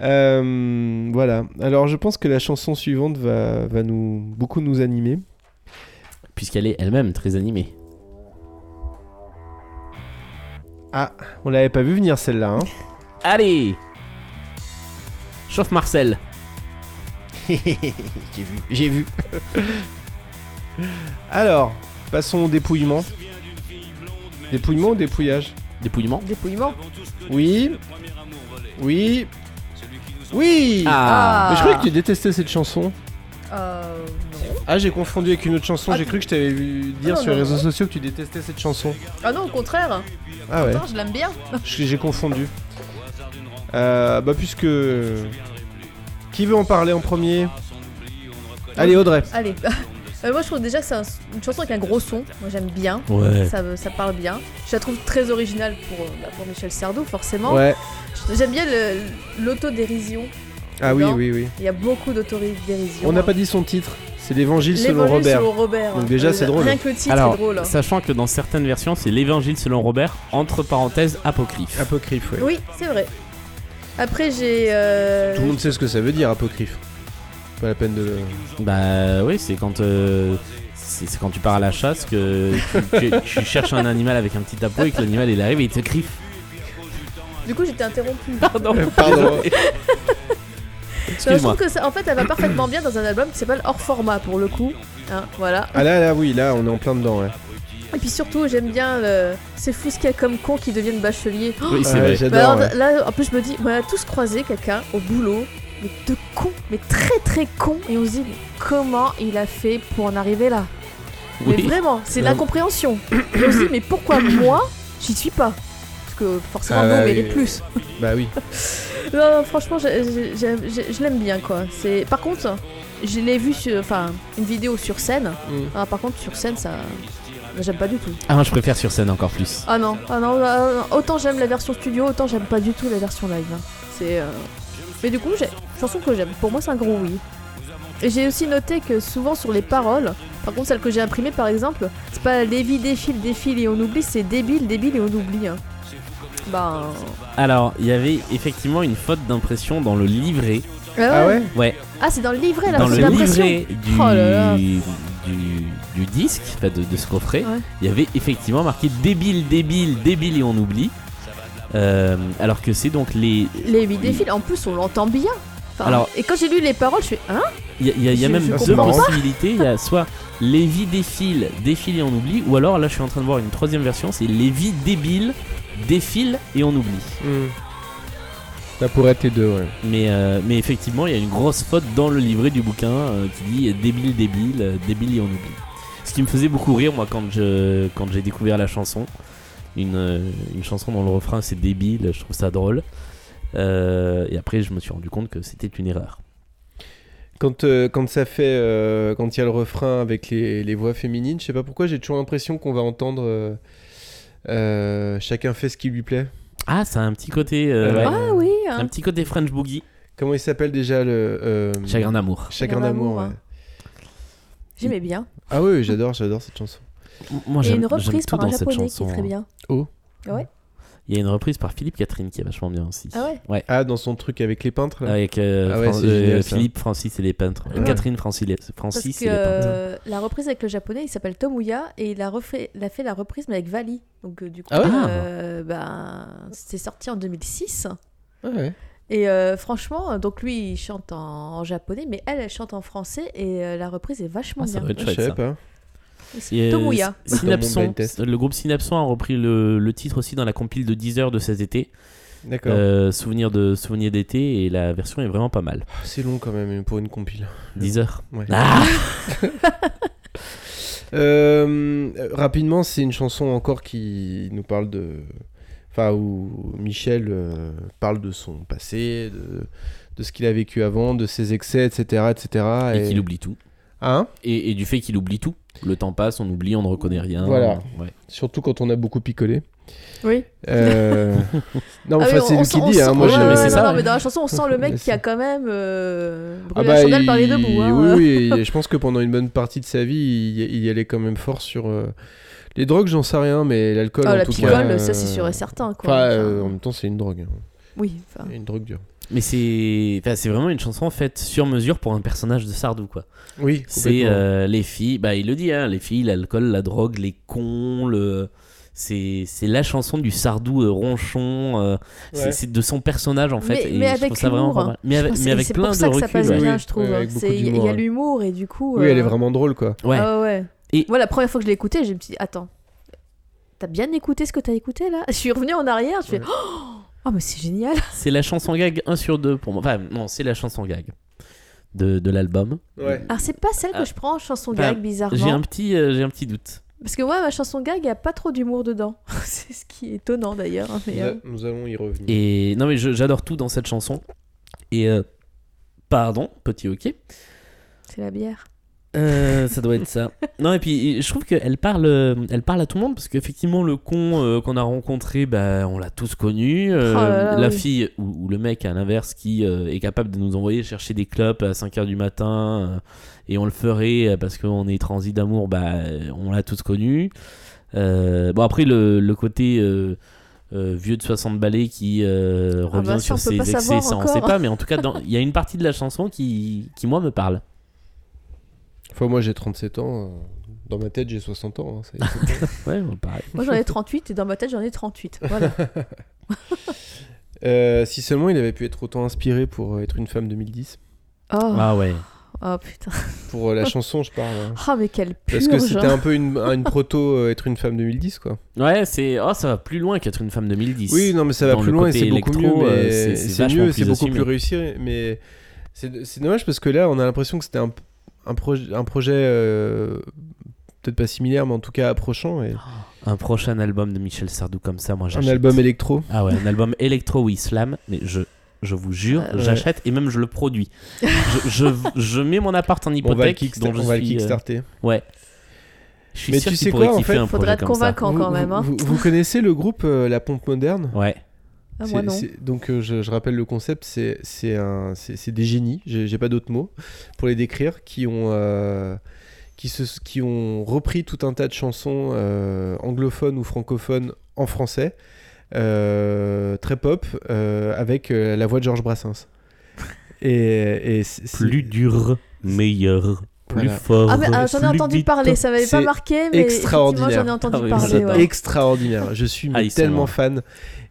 Speaker 2: euh, voilà. Alors je pense que la chanson suivante va, va nous beaucoup nous animer.
Speaker 3: Puisqu'elle est elle-même très animée.
Speaker 2: Ah, on l'avait pas vu venir celle-là. hein.
Speaker 3: Allez Chauffe Marcel
Speaker 2: J'ai vu. Alors, passons au dépouillement. Dépouillement ou dépouillage
Speaker 3: Dépouillement
Speaker 4: Dépouillement.
Speaker 2: Oui. Oui. Oui
Speaker 3: Ah,
Speaker 2: Mais je croyais que tu détestais cette chanson.
Speaker 4: Euh, non.
Speaker 2: Ah, j'ai confondu avec une autre chanson.
Speaker 4: Ah,
Speaker 2: j'ai cru que je t'avais vu dire
Speaker 4: Ah, non,
Speaker 2: sur les
Speaker 4: non,
Speaker 2: réseaux
Speaker 4: non.
Speaker 2: sociaux que tu détestais cette chanson.
Speaker 4: Ah non, au contraire.
Speaker 2: Ah ouais,
Speaker 4: Attends, je l'aime bien.
Speaker 2: j'ai j'ai confondu. Euh, bah, puisque. Qui veut en parler en premier Allez, Audrey.
Speaker 4: Allez. Euh, moi, je trouve déjà que c'est un- une chanson avec un gros son. Moi, j'aime bien.
Speaker 3: Ouais.
Speaker 4: Ça, me- ça parle bien. Je la trouve très originale pour, euh, bah, pour Michel Sardou, forcément.
Speaker 2: Ouais.
Speaker 4: J'aime bien le- l'autodérision.
Speaker 2: Ah oui,
Speaker 4: Non.
Speaker 2: oui, oui.
Speaker 4: Il y a beaucoup d'autodérision.
Speaker 2: On n'a pas dit son titre. C'est l'évangile selon
Speaker 4: L'évangile
Speaker 2: Robert.
Speaker 4: selon Robert.
Speaker 2: Donc déjà, c'est drôle.
Speaker 4: Rien que le titre
Speaker 3: Alors,
Speaker 4: est drôle.
Speaker 3: sachant que dans certaines versions, c'est l'évangile selon Robert, entre parenthèses, apocryphe.
Speaker 2: Apocryphe, ouais.
Speaker 4: Oui, c'est vrai. Après, j'ai. euh,
Speaker 2: Tout le monde sait ce que ça veut dire, apocryphe. Pas la peine de. le-
Speaker 3: Bah oui, c'est quand... euh, C'est c'est quand tu pars à la chasse que tu, tu- tu cherches un animal avec un petit tapot et que l'animal il arrive et il te griffe.
Speaker 4: Du coup, j'étais interrompue.
Speaker 2: Ah,
Speaker 3: Pardon.
Speaker 2: Pardon.
Speaker 4: Non, je
Speaker 3: Excuse-moi.
Speaker 4: trouve que ça, en fait, elle va parfaitement bien dans un album qui s'appelle Hors Format pour le coup. Hein, voilà.
Speaker 2: Ah là, là, oui, là, on est en plein dedans, ouais.
Speaker 4: Et puis surtout, j'aime bien le... ces fous qu'il y a comme cons qui deviennent bacheliers.
Speaker 3: Oui, c'est vrai.
Speaker 2: Ouais, Oh,
Speaker 4: Bah
Speaker 2: Ah, J'adore.
Speaker 4: alors,
Speaker 2: ouais.
Speaker 4: là, en plus, je me dis, on a tous croisé quelqu'un au boulot, mais de con, mais très très con, et on se dit, mais comment il a fait pour en arriver là Mais vraiment, c'est
Speaker 2: Là-
Speaker 4: l'incompréhension. Et on se dit, mais pourquoi moi, j'y suis pas Parce que forcément,
Speaker 2: Ah,
Speaker 4: non,
Speaker 2: bah,
Speaker 4: mais les
Speaker 2: oui.
Speaker 4: plus.
Speaker 2: Bah oui.
Speaker 4: Non, non, franchement, j'ai- j'ai- j'ai- j'ai- je l'aime bien, quoi. C'est Par contre, je l'ai vu sur. Enfin, une vidéo sur scène.
Speaker 2: Mm.
Speaker 4: Ah, par contre, sur scène, ça. J'aime pas du tout.
Speaker 3: Ah, je préfère sur scène encore plus.
Speaker 4: Ah non, ah non, ah non, autant j'aime la version studio, autant j'aime pas du tout la version live. hein. C'est. euh, Mais du coup, j'ai chanson que j'aime. Pour moi, c'est un gros oui. Et j'ai aussi noté que souvent sur les paroles, par contre, celle que j'ai imprimée par exemple, c'est pas Lévi défile, défile et on oublie, c'est débile, débile et on oublie. hein. Ben.
Speaker 3: Alors, il y avait effectivement une faute d'impression dans le livret.
Speaker 2: Ah ouais
Speaker 3: Ouais,
Speaker 4: Ah, c'est dans le livret là,
Speaker 3: dans
Speaker 4: c'est
Speaker 3: le
Speaker 4: l'impression.
Speaker 3: livret du,
Speaker 4: Oh là là.
Speaker 3: du, du disque, enfin, de, de ce coffret,
Speaker 4: Ouais.
Speaker 3: il y avait effectivement marqué débile, débile, débile et on oublie. Euh, alors que c'est donc les.
Speaker 4: Lévi défile, en plus, on l'entend bien. Enfin,
Speaker 3: Alors-
Speaker 4: Et quand j'ai lu les paroles, je fais Hein
Speaker 3: Il y a, il y a- il y a
Speaker 4: Je-
Speaker 3: même
Speaker 4: je
Speaker 3: deux
Speaker 2: comprends pas.
Speaker 3: possibilités. Il y a soit Lévi défile, défile et on oublie, ou alors là je suis en train de voir une troisième version, c'est Lévi débile, défile et on oublie.
Speaker 2: Hmm. Ça pourrait être les deux, ouais.
Speaker 3: Mais, euh, mais effectivement, il y a une grosse faute dans le livret du bouquin euh, qui dit débile, débile, euh, débile et on oublie. Ce qui me faisait beaucoup rire, moi, quand je quand j'ai découvert la chanson. Une, euh, une chanson dont le refrain c'est débile, je trouve ça drôle. Euh, et après, je me suis rendu compte que c'était une erreur.
Speaker 2: Quand, euh, quand ça fait. euh, quand il y a le refrain avec les, les voix féminines, je sais pas pourquoi, j'ai toujours l'impression qu'on va entendre. euh, euh, chacun fait ce qui lui plaît.
Speaker 3: Ah, ça a un petit côté. euh,
Speaker 2: Ouais.
Speaker 3: ouais,
Speaker 4: Ah oui hein.
Speaker 3: Un petit côté French Boogie.
Speaker 2: Comment il s'appelle déjà le. euh,
Speaker 3: Chagrin d'amour.
Speaker 2: Chagrin
Speaker 4: Chagrin
Speaker 2: d'amour,
Speaker 4: d'amour,
Speaker 2: ouais.
Speaker 4: J'aimais bien.
Speaker 2: Ah oui, j'adore, j'adore cette chanson.
Speaker 3: M- Moi,
Speaker 4: Et
Speaker 3: j'aime-
Speaker 4: une
Speaker 3: j'aime
Speaker 4: reprise
Speaker 3: tout
Speaker 4: par un
Speaker 3: dans cette
Speaker 4: japonais qui
Speaker 3: chanson,
Speaker 4: est
Speaker 3: hein.
Speaker 4: très bien.
Speaker 3: Il y a une reprise par Philippe Catherine qui est vachement bien aussi.
Speaker 4: Ah ouais
Speaker 2: Ah, dans son truc avec les peintres là.
Speaker 3: Avec euh,
Speaker 2: Ah ouais,
Speaker 3: Fran-
Speaker 2: c'est génial,
Speaker 3: euh,
Speaker 2: ça.
Speaker 3: Philippe, Francis et les peintres. Euh,
Speaker 4: Ouais.
Speaker 3: Catherine, Francis, les-
Speaker 4: Parce
Speaker 3: Francis
Speaker 4: que
Speaker 3: et les peintres.
Speaker 4: euh, la reprise avec le japonais, il s'appelle Tomuya et il a, refait, il a fait la reprise mais avec Vali. Donc euh, du coup,
Speaker 2: Ah ouais
Speaker 4: euh, ben, c'est sorti en 2006.
Speaker 2: Ah ouais.
Speaker 4: Et euh, franchement, donc lui, il chante en, en japonais, mais elle, elle chante en français et euh, la reprise est vachement
Speaker 3: Ah, ça
Speaker 4: bien.
Speaker 3: doit être
Speaker 2: Je
Speaker 3: chouette.
Speaker 2: savais
Speaker 3: ça.
Speaker 2: pas.
Speaker 3: Et, euh,
Speaker 4: Tomuya.
Speaker 3: S- Synapson,
Speaker 2: Dans mon blind test.
Speaker 3: le groupe Synapson a repris le, le titre aussi dans la compile de 10 heures de cet été.
Speaker 2: D'accord.
Speaker 3: Euh, souvenir de souvenir d'été et la version est vraiment pas mal.
Speaker 2: Ah, C'est long quand même pour une compile.
Speaker 3: 10 heures.
Speaker 2: Ouais.
Speaker 3: Ah
Speaker 2: Euh, euh, rapidement, c'est une chanson encore qui nous parle de. Enfin, où Michel euh, parle de son passé, de, de ce qu'il a vécu avant, de ses excès, etc. etc.
Speaker 3: et qu'il oublie tout.
Speaker 2: Hein
Speaker 3: Et, et du fait qu'il oublie tout. Le temps passe, on oublie, on ne reconnaît rien.
Speaker 2: Voilà.
Speaker 3: Ouais.
Speaker 2: Surtout quand on a beaucoup picolé.
Speaker 4: Oui.
Speaker 2: Euh, non, mais enfin,
Speaker 4: Ah oui,
Speaker 2: c'est
Speaker 4: Ah, on
Speaker 2: lui
Speaker 4: sent-
Speaker 2: qui
Speaker 4: on
Speaker 2: dit. hein,
Speaker 4: sent-
Speaker 2: moi,
Speaker 4: ouais,
Speaker 2: j'ai-
Speaker 3: mais
Speaker 4: ouais,
Speaker 3: c'est
Speaker 4: non,
Speaker 3: ça,
Speaker 4: non,
Speaker 3: ouais.
Speaker 4: mais dans la chanson, on sent le mec
Speaker 2: Mais
Speaker 4: qui a
Speaker 2: c'est-
Speaker 4: quand même euh, brûlé
Speaker 2: Ah
Speaker 4: la
Speaker 2: bah,
Speaker 4: chandelle par les deux
Speaker 2: il-
Speaker 4: bouts. hein.
Speaker 2: Oui, oui, et je pense que pendant une bonne partie de sa vie, il, y- il y allait quand même fort sur euh, les drogues, j'en sais rien, mais l'alcool
Speaker 4: Ah,
Speaker 2: en
Speaker 4: la
Speaker 2: tout
Speaker 4: picole,
Speaker 2: cas. euh,
Speaker 4: ça c'est sûr et certain. Quoi. hein, Ah.
Speaker 2: Enfin,
Speaker 4: Enfin,
Speaker 2: euh, en même temps, c'est une drogue, hein.
Speaker 4: Oui, enfin.
Speaker 2: une drogue dure.
Speaker 3: Mais c'est enfin, c'est vraiment une chanson faite sur mesure pour un personnage de Sardou. quoi.
Speaker 2: Oui,
Speaker 3: C'est
Speaker 2: complètement.
Speaker 3: euh, les filles, bah il le dit, hein, les filles, l'alcool, la drogue, les cons, le... c'est c'est la chanson du Sardou euh, ronchon, euh, c'est-
Speaker 2: Ouais.
Speaker 3: c'est de son personnage en fait.
Speaker 4: Mais,
Speaker 3: et
Speaker 4: mais
Speaker 3: je
Speaker 4: avec
Speaker 3: trouve ça vraiment pas
Speaker 4: l'humour. hein.
Speaker 3: mal. Mais
Speaker 4: Je
Speaker 3: avec,
Speaker 4: pense
Speaker 3: mais
Speaker 4: que
Speaker 3: avec
Speaker 4: Oh, c'est
Speaker 3: plein
Speaker 4: pour
Speaker 3: de
Speaker 4: ça
Speaker 3: recul.
Speaker 4: que ça passe
Speaker 3: ouais.
Speaker 4: bien,
Speaker 2: Oui,
Speaker 4: je trouve. hein.
Speaker 2: ouais, avec
Speaker 4: C'est-
Speaker 2: beaucoup
Speaker 4: Il y,
Speaker 2: d'humour,
Speaker 4: a
Speaker 2: ouais.
Speaker 4: l'humour et du coup.
Speaker 2: Oui, elle est
Speaker 4: euh,
Speaker 2: vraiment drôle, quoi.
Speaker 3: Ouais.
Speaker 4: Ah ouais.
Speaker 3: Et-
Speaker 4: Moi, la première fois que je l'ai écouté, je me suis dit, attends, t'as bien écouté ce que t'as écouté là Je suis revenue en arrière, je fais,
Speaker 2: Ouais.
Speaker 4: oh, oh, mais c'est génial
Speaker 3: C'est la chanson gag 1 sur 2 pour moi. Enfin, non, c'est la chanson gag de, de l'album.
Speaker 2: Ouais.
Speaker 4: Alors, c'est pas celle
Speaker 3: Ah.
Speaker 4: que je prends en chanson
Speaker 3: Enfin,
Speaker 4: gag,
Speaker 3: J'ai
Speaker 4: bizarrement.
Speaker 3: un, petit, euh, j'ai un petit doute.
Speaker 4: Parce que, ouais, ma chanson gag, y a pas trop d'humour dedans. c'est ce qui est étonnant d'ailleurs. hein, mais,
Speaker 2: Nous,
Speaker 4: euh,
Speaker 2: a- nous allons y revenir.
Speaker 3: Et non, mais je- j'adore tout dans cette chanson. Et euh, pardon, petit ok.
Speaker 4: C'est la bière.
Speaker 3: Euh, ça doit être ça. non, et puis je trouve qu'elle parle, euh, elle parle à tout le monde parce qu'effectivement, le con euh, qu'on a rencontré, bah, on l'a tous connu. Euh,
Speaker 4: Oh là là,
Speaker 3: la
Speaker 4: oui.
Speaker 3: fille ou, ou le mec à l'inverse qui euh, est capable de nous envoyer chercher des clopes à 5h du matin euh, et on le ferait euh, parce qu'on est transi d'amour, bah, euh, on l'a tous connu. Euh, bon, après, le, le côté. euh, euh, vieux de 60 balais qui euh,
Speaker 4: Ah bah
Speaker 3: revient
Speaker 4: ça, on
Speaker 3: sur
Speaker 4: peut
Speaker 3: ses
Speaker 4: pas
Speaker 3: excès,
Speaker 4: savoir
Speaker 3: ça on
Speaker 4: encore.
Speaker 3: sait pas, mais en tout cas, dans- il y a une partie de la chanson qui, qui moi, me parle.
Speaker 2: Enfin, moi, j'ai 37 ans. euh, Dans ma tête, j'ai 60 ans. hein, ça y est, c'est bon.
Speaker 3: Ouais, pareil.
Speaker 4: Moi, j'en ai 38 et dans ma tête, j'en ai 38. Voilà.
Speaker 2: Euh, si seulement il avait pu être autant inspiré pour euh, être une femme 2010.
Speaker 4: Oh,
Speaker 3: Ah ouais.
Speaker 4: oh, putain.
Speaker 2: Pour euh, la chanson, je parle. hein.
Speaker 4: Ah, mais quelle
Speaker 2: Parce que
Speaker 4: purge hein.
Speaker 2: c'était un peu une, une proto euh, être une femme 2010, quoi.
Speaker 3: Ouais, c'est. Oh, ça va plus loin qu'être une femme 2010.
Speaker 2: Oui, non, mais ça va
Speaker 3: Dans
Speaker 2: plus
Speaker 3: le
Speaker 2: loin et
Speaker 3: côté
Speaker 2: c'est beaucoup
Speaker 3: électro,
Speaker 2: mieux.
Speaker 3: euh,
Speaker 2: mais
Speaker 3: c'est- c'est
Speaker 2: C'est
Speaker 3: vachement
Speaker 2: mieux, c'est
Speaker 3: plus
Speaker 2: beaucoup
Speaker 3: assumé.
Speaker 2: plus réussi. Mais c'est c'est dommage parce que là, on a l'impression que c'était un, un, proj- un projet euh, peut-être pas similaire, mais en tout cas approchant. Et
Speaker 3: Un prochain album de Michel Sardou comme ça, moi
Speaker 2: un
Speaker 3: j'achète.
Speaker 2: album électro.
Speaker 3: Ah ouais, un album électro ou islam, mais je, je vous jure,
Speaker 2: Ah ouais.
Speaker 3: j'achète et même je le produis. je, je, je mets mon appart en
Speaker 2: On va le,
Speaker 3: hypothèque
Speaker 2: kicksta-
Speaker 3: dont je
Speaker 2: on va le
Speaker 3: suis, euh,
Speaker 2: kickstarter.
Speaker 3: ouais. Je suis
Speaker 2: Mais
Speaker 3: sûr
Speaker 2: tu
Speaker 3: qu'il
Speaker 2: sais
Speaker 3: pourrait
Speaker 2: quoi, en
Speaker 3: kiffer
Speaker 2: fait
Speaker 3: un
Speaker 4: Faudrait
Speaker 3: projet
Speaker 4: être
Speaker 3: comme ça.
Speaker 4: convaincant quand même. hein.
Speaker 2: vous, vous connaissez le groupe euh, La Pompe Moderne
Speaker 3: Ouais.
Speaker 4: Ah, moi
Speaker 2: C'est-
Speaker 4: non.
Speaker 2: c'est- Donc euh, je, je rappelle le concept, c'est c'est un- c'est- c'est des génies, j'ai j'ai pas d'autres mots pour les décrire, qui ont, euh, qui, se, qui ont repris tout un tas de chansons euh, anglophones ou francophones en français, euh, très pop, euh, avec euh, la voix de Georges Brassens. Et, et c'est- c'est-
Speaker 3: Plus dur, meilleur, plus
Speaker 2: Voilà.
Speaker 3: fort.
Speaker 4: Ah, mais ah, j'en ai
Speaker 3: plus
Speaker 4: entendu
Speaker 3: vite.
Speaker 4: parler, ça m'avait pas
Speaker 2: C'est
Speaker 4: marqué, mais
Speaker 2: extraordinaire.
Speaker 4: effectivement, j'en ai entendu
Speaker 3: Ah oui,
Speaker 4: parler.
Speaker 2: C'est
Speaker 3: j'adore.
Speaker 4: ouais.
Speaker 2: extraordinaire. Je suis mais
Speaker 3: Ah, ils sont
Speaker 2: tellement
Speaker 3: là.
Speaker 2: fan.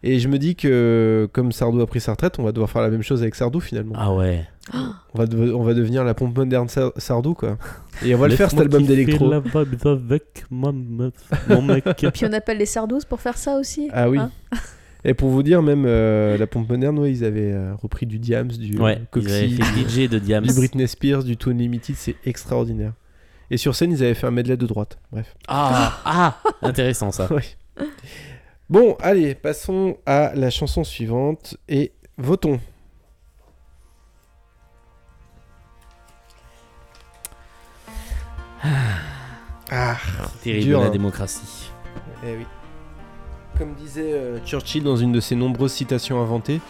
Speaker 2: Et je me dis que comme Sardou a pris sa retraite, on va devoir faire la même chose avec Sardou finalement.
Speaker 3: Ah ouais.
Speaker 2: On va, de- on va devenir la pompe moderne Sa- Sardou, quoi. Et on va le faire, cet
Speaker 3: Laisse-moi
Speaker 2: album
Speaker 3: kiffer
Speaker 2: d'électro.
Speaker 3: la vibe avec ma meuf, mon mec.
Speaker 4: Puis on appelle les sardous pour faire ça aussi.
Speaker 2: Ah oui.
Speaker 4: hein.
Speaker 2: Et pour vous dire, même euh, la pompe moderne, ouais, ils avaient euh, repris du Diams, du euh,
Speaker 3: ouais, ils avaient
Speaker 2: Coxy, du-
Speaker 3: fait DJ de Diams.
Speaker 2: du Britney Spears, du Too Unlimited, c'est extraordinaire. Et sur scène, ils avaient fait un medley de droite. Bref.
Speaker 3: Ah, ah, intéressant ça.
Speaker 2: Ouais. Bon, allez, passons à la chanson suivante et votons. Ah.
Speaker 3: Terrible
Speaker 2: Dur,
Speaker 3: la
Speaker 2: hein.
Speaker 3: démocratie.
Speaker 2: Eh oui. Comme disait euh, Churchill dans une de ses nombreuses citations inventées,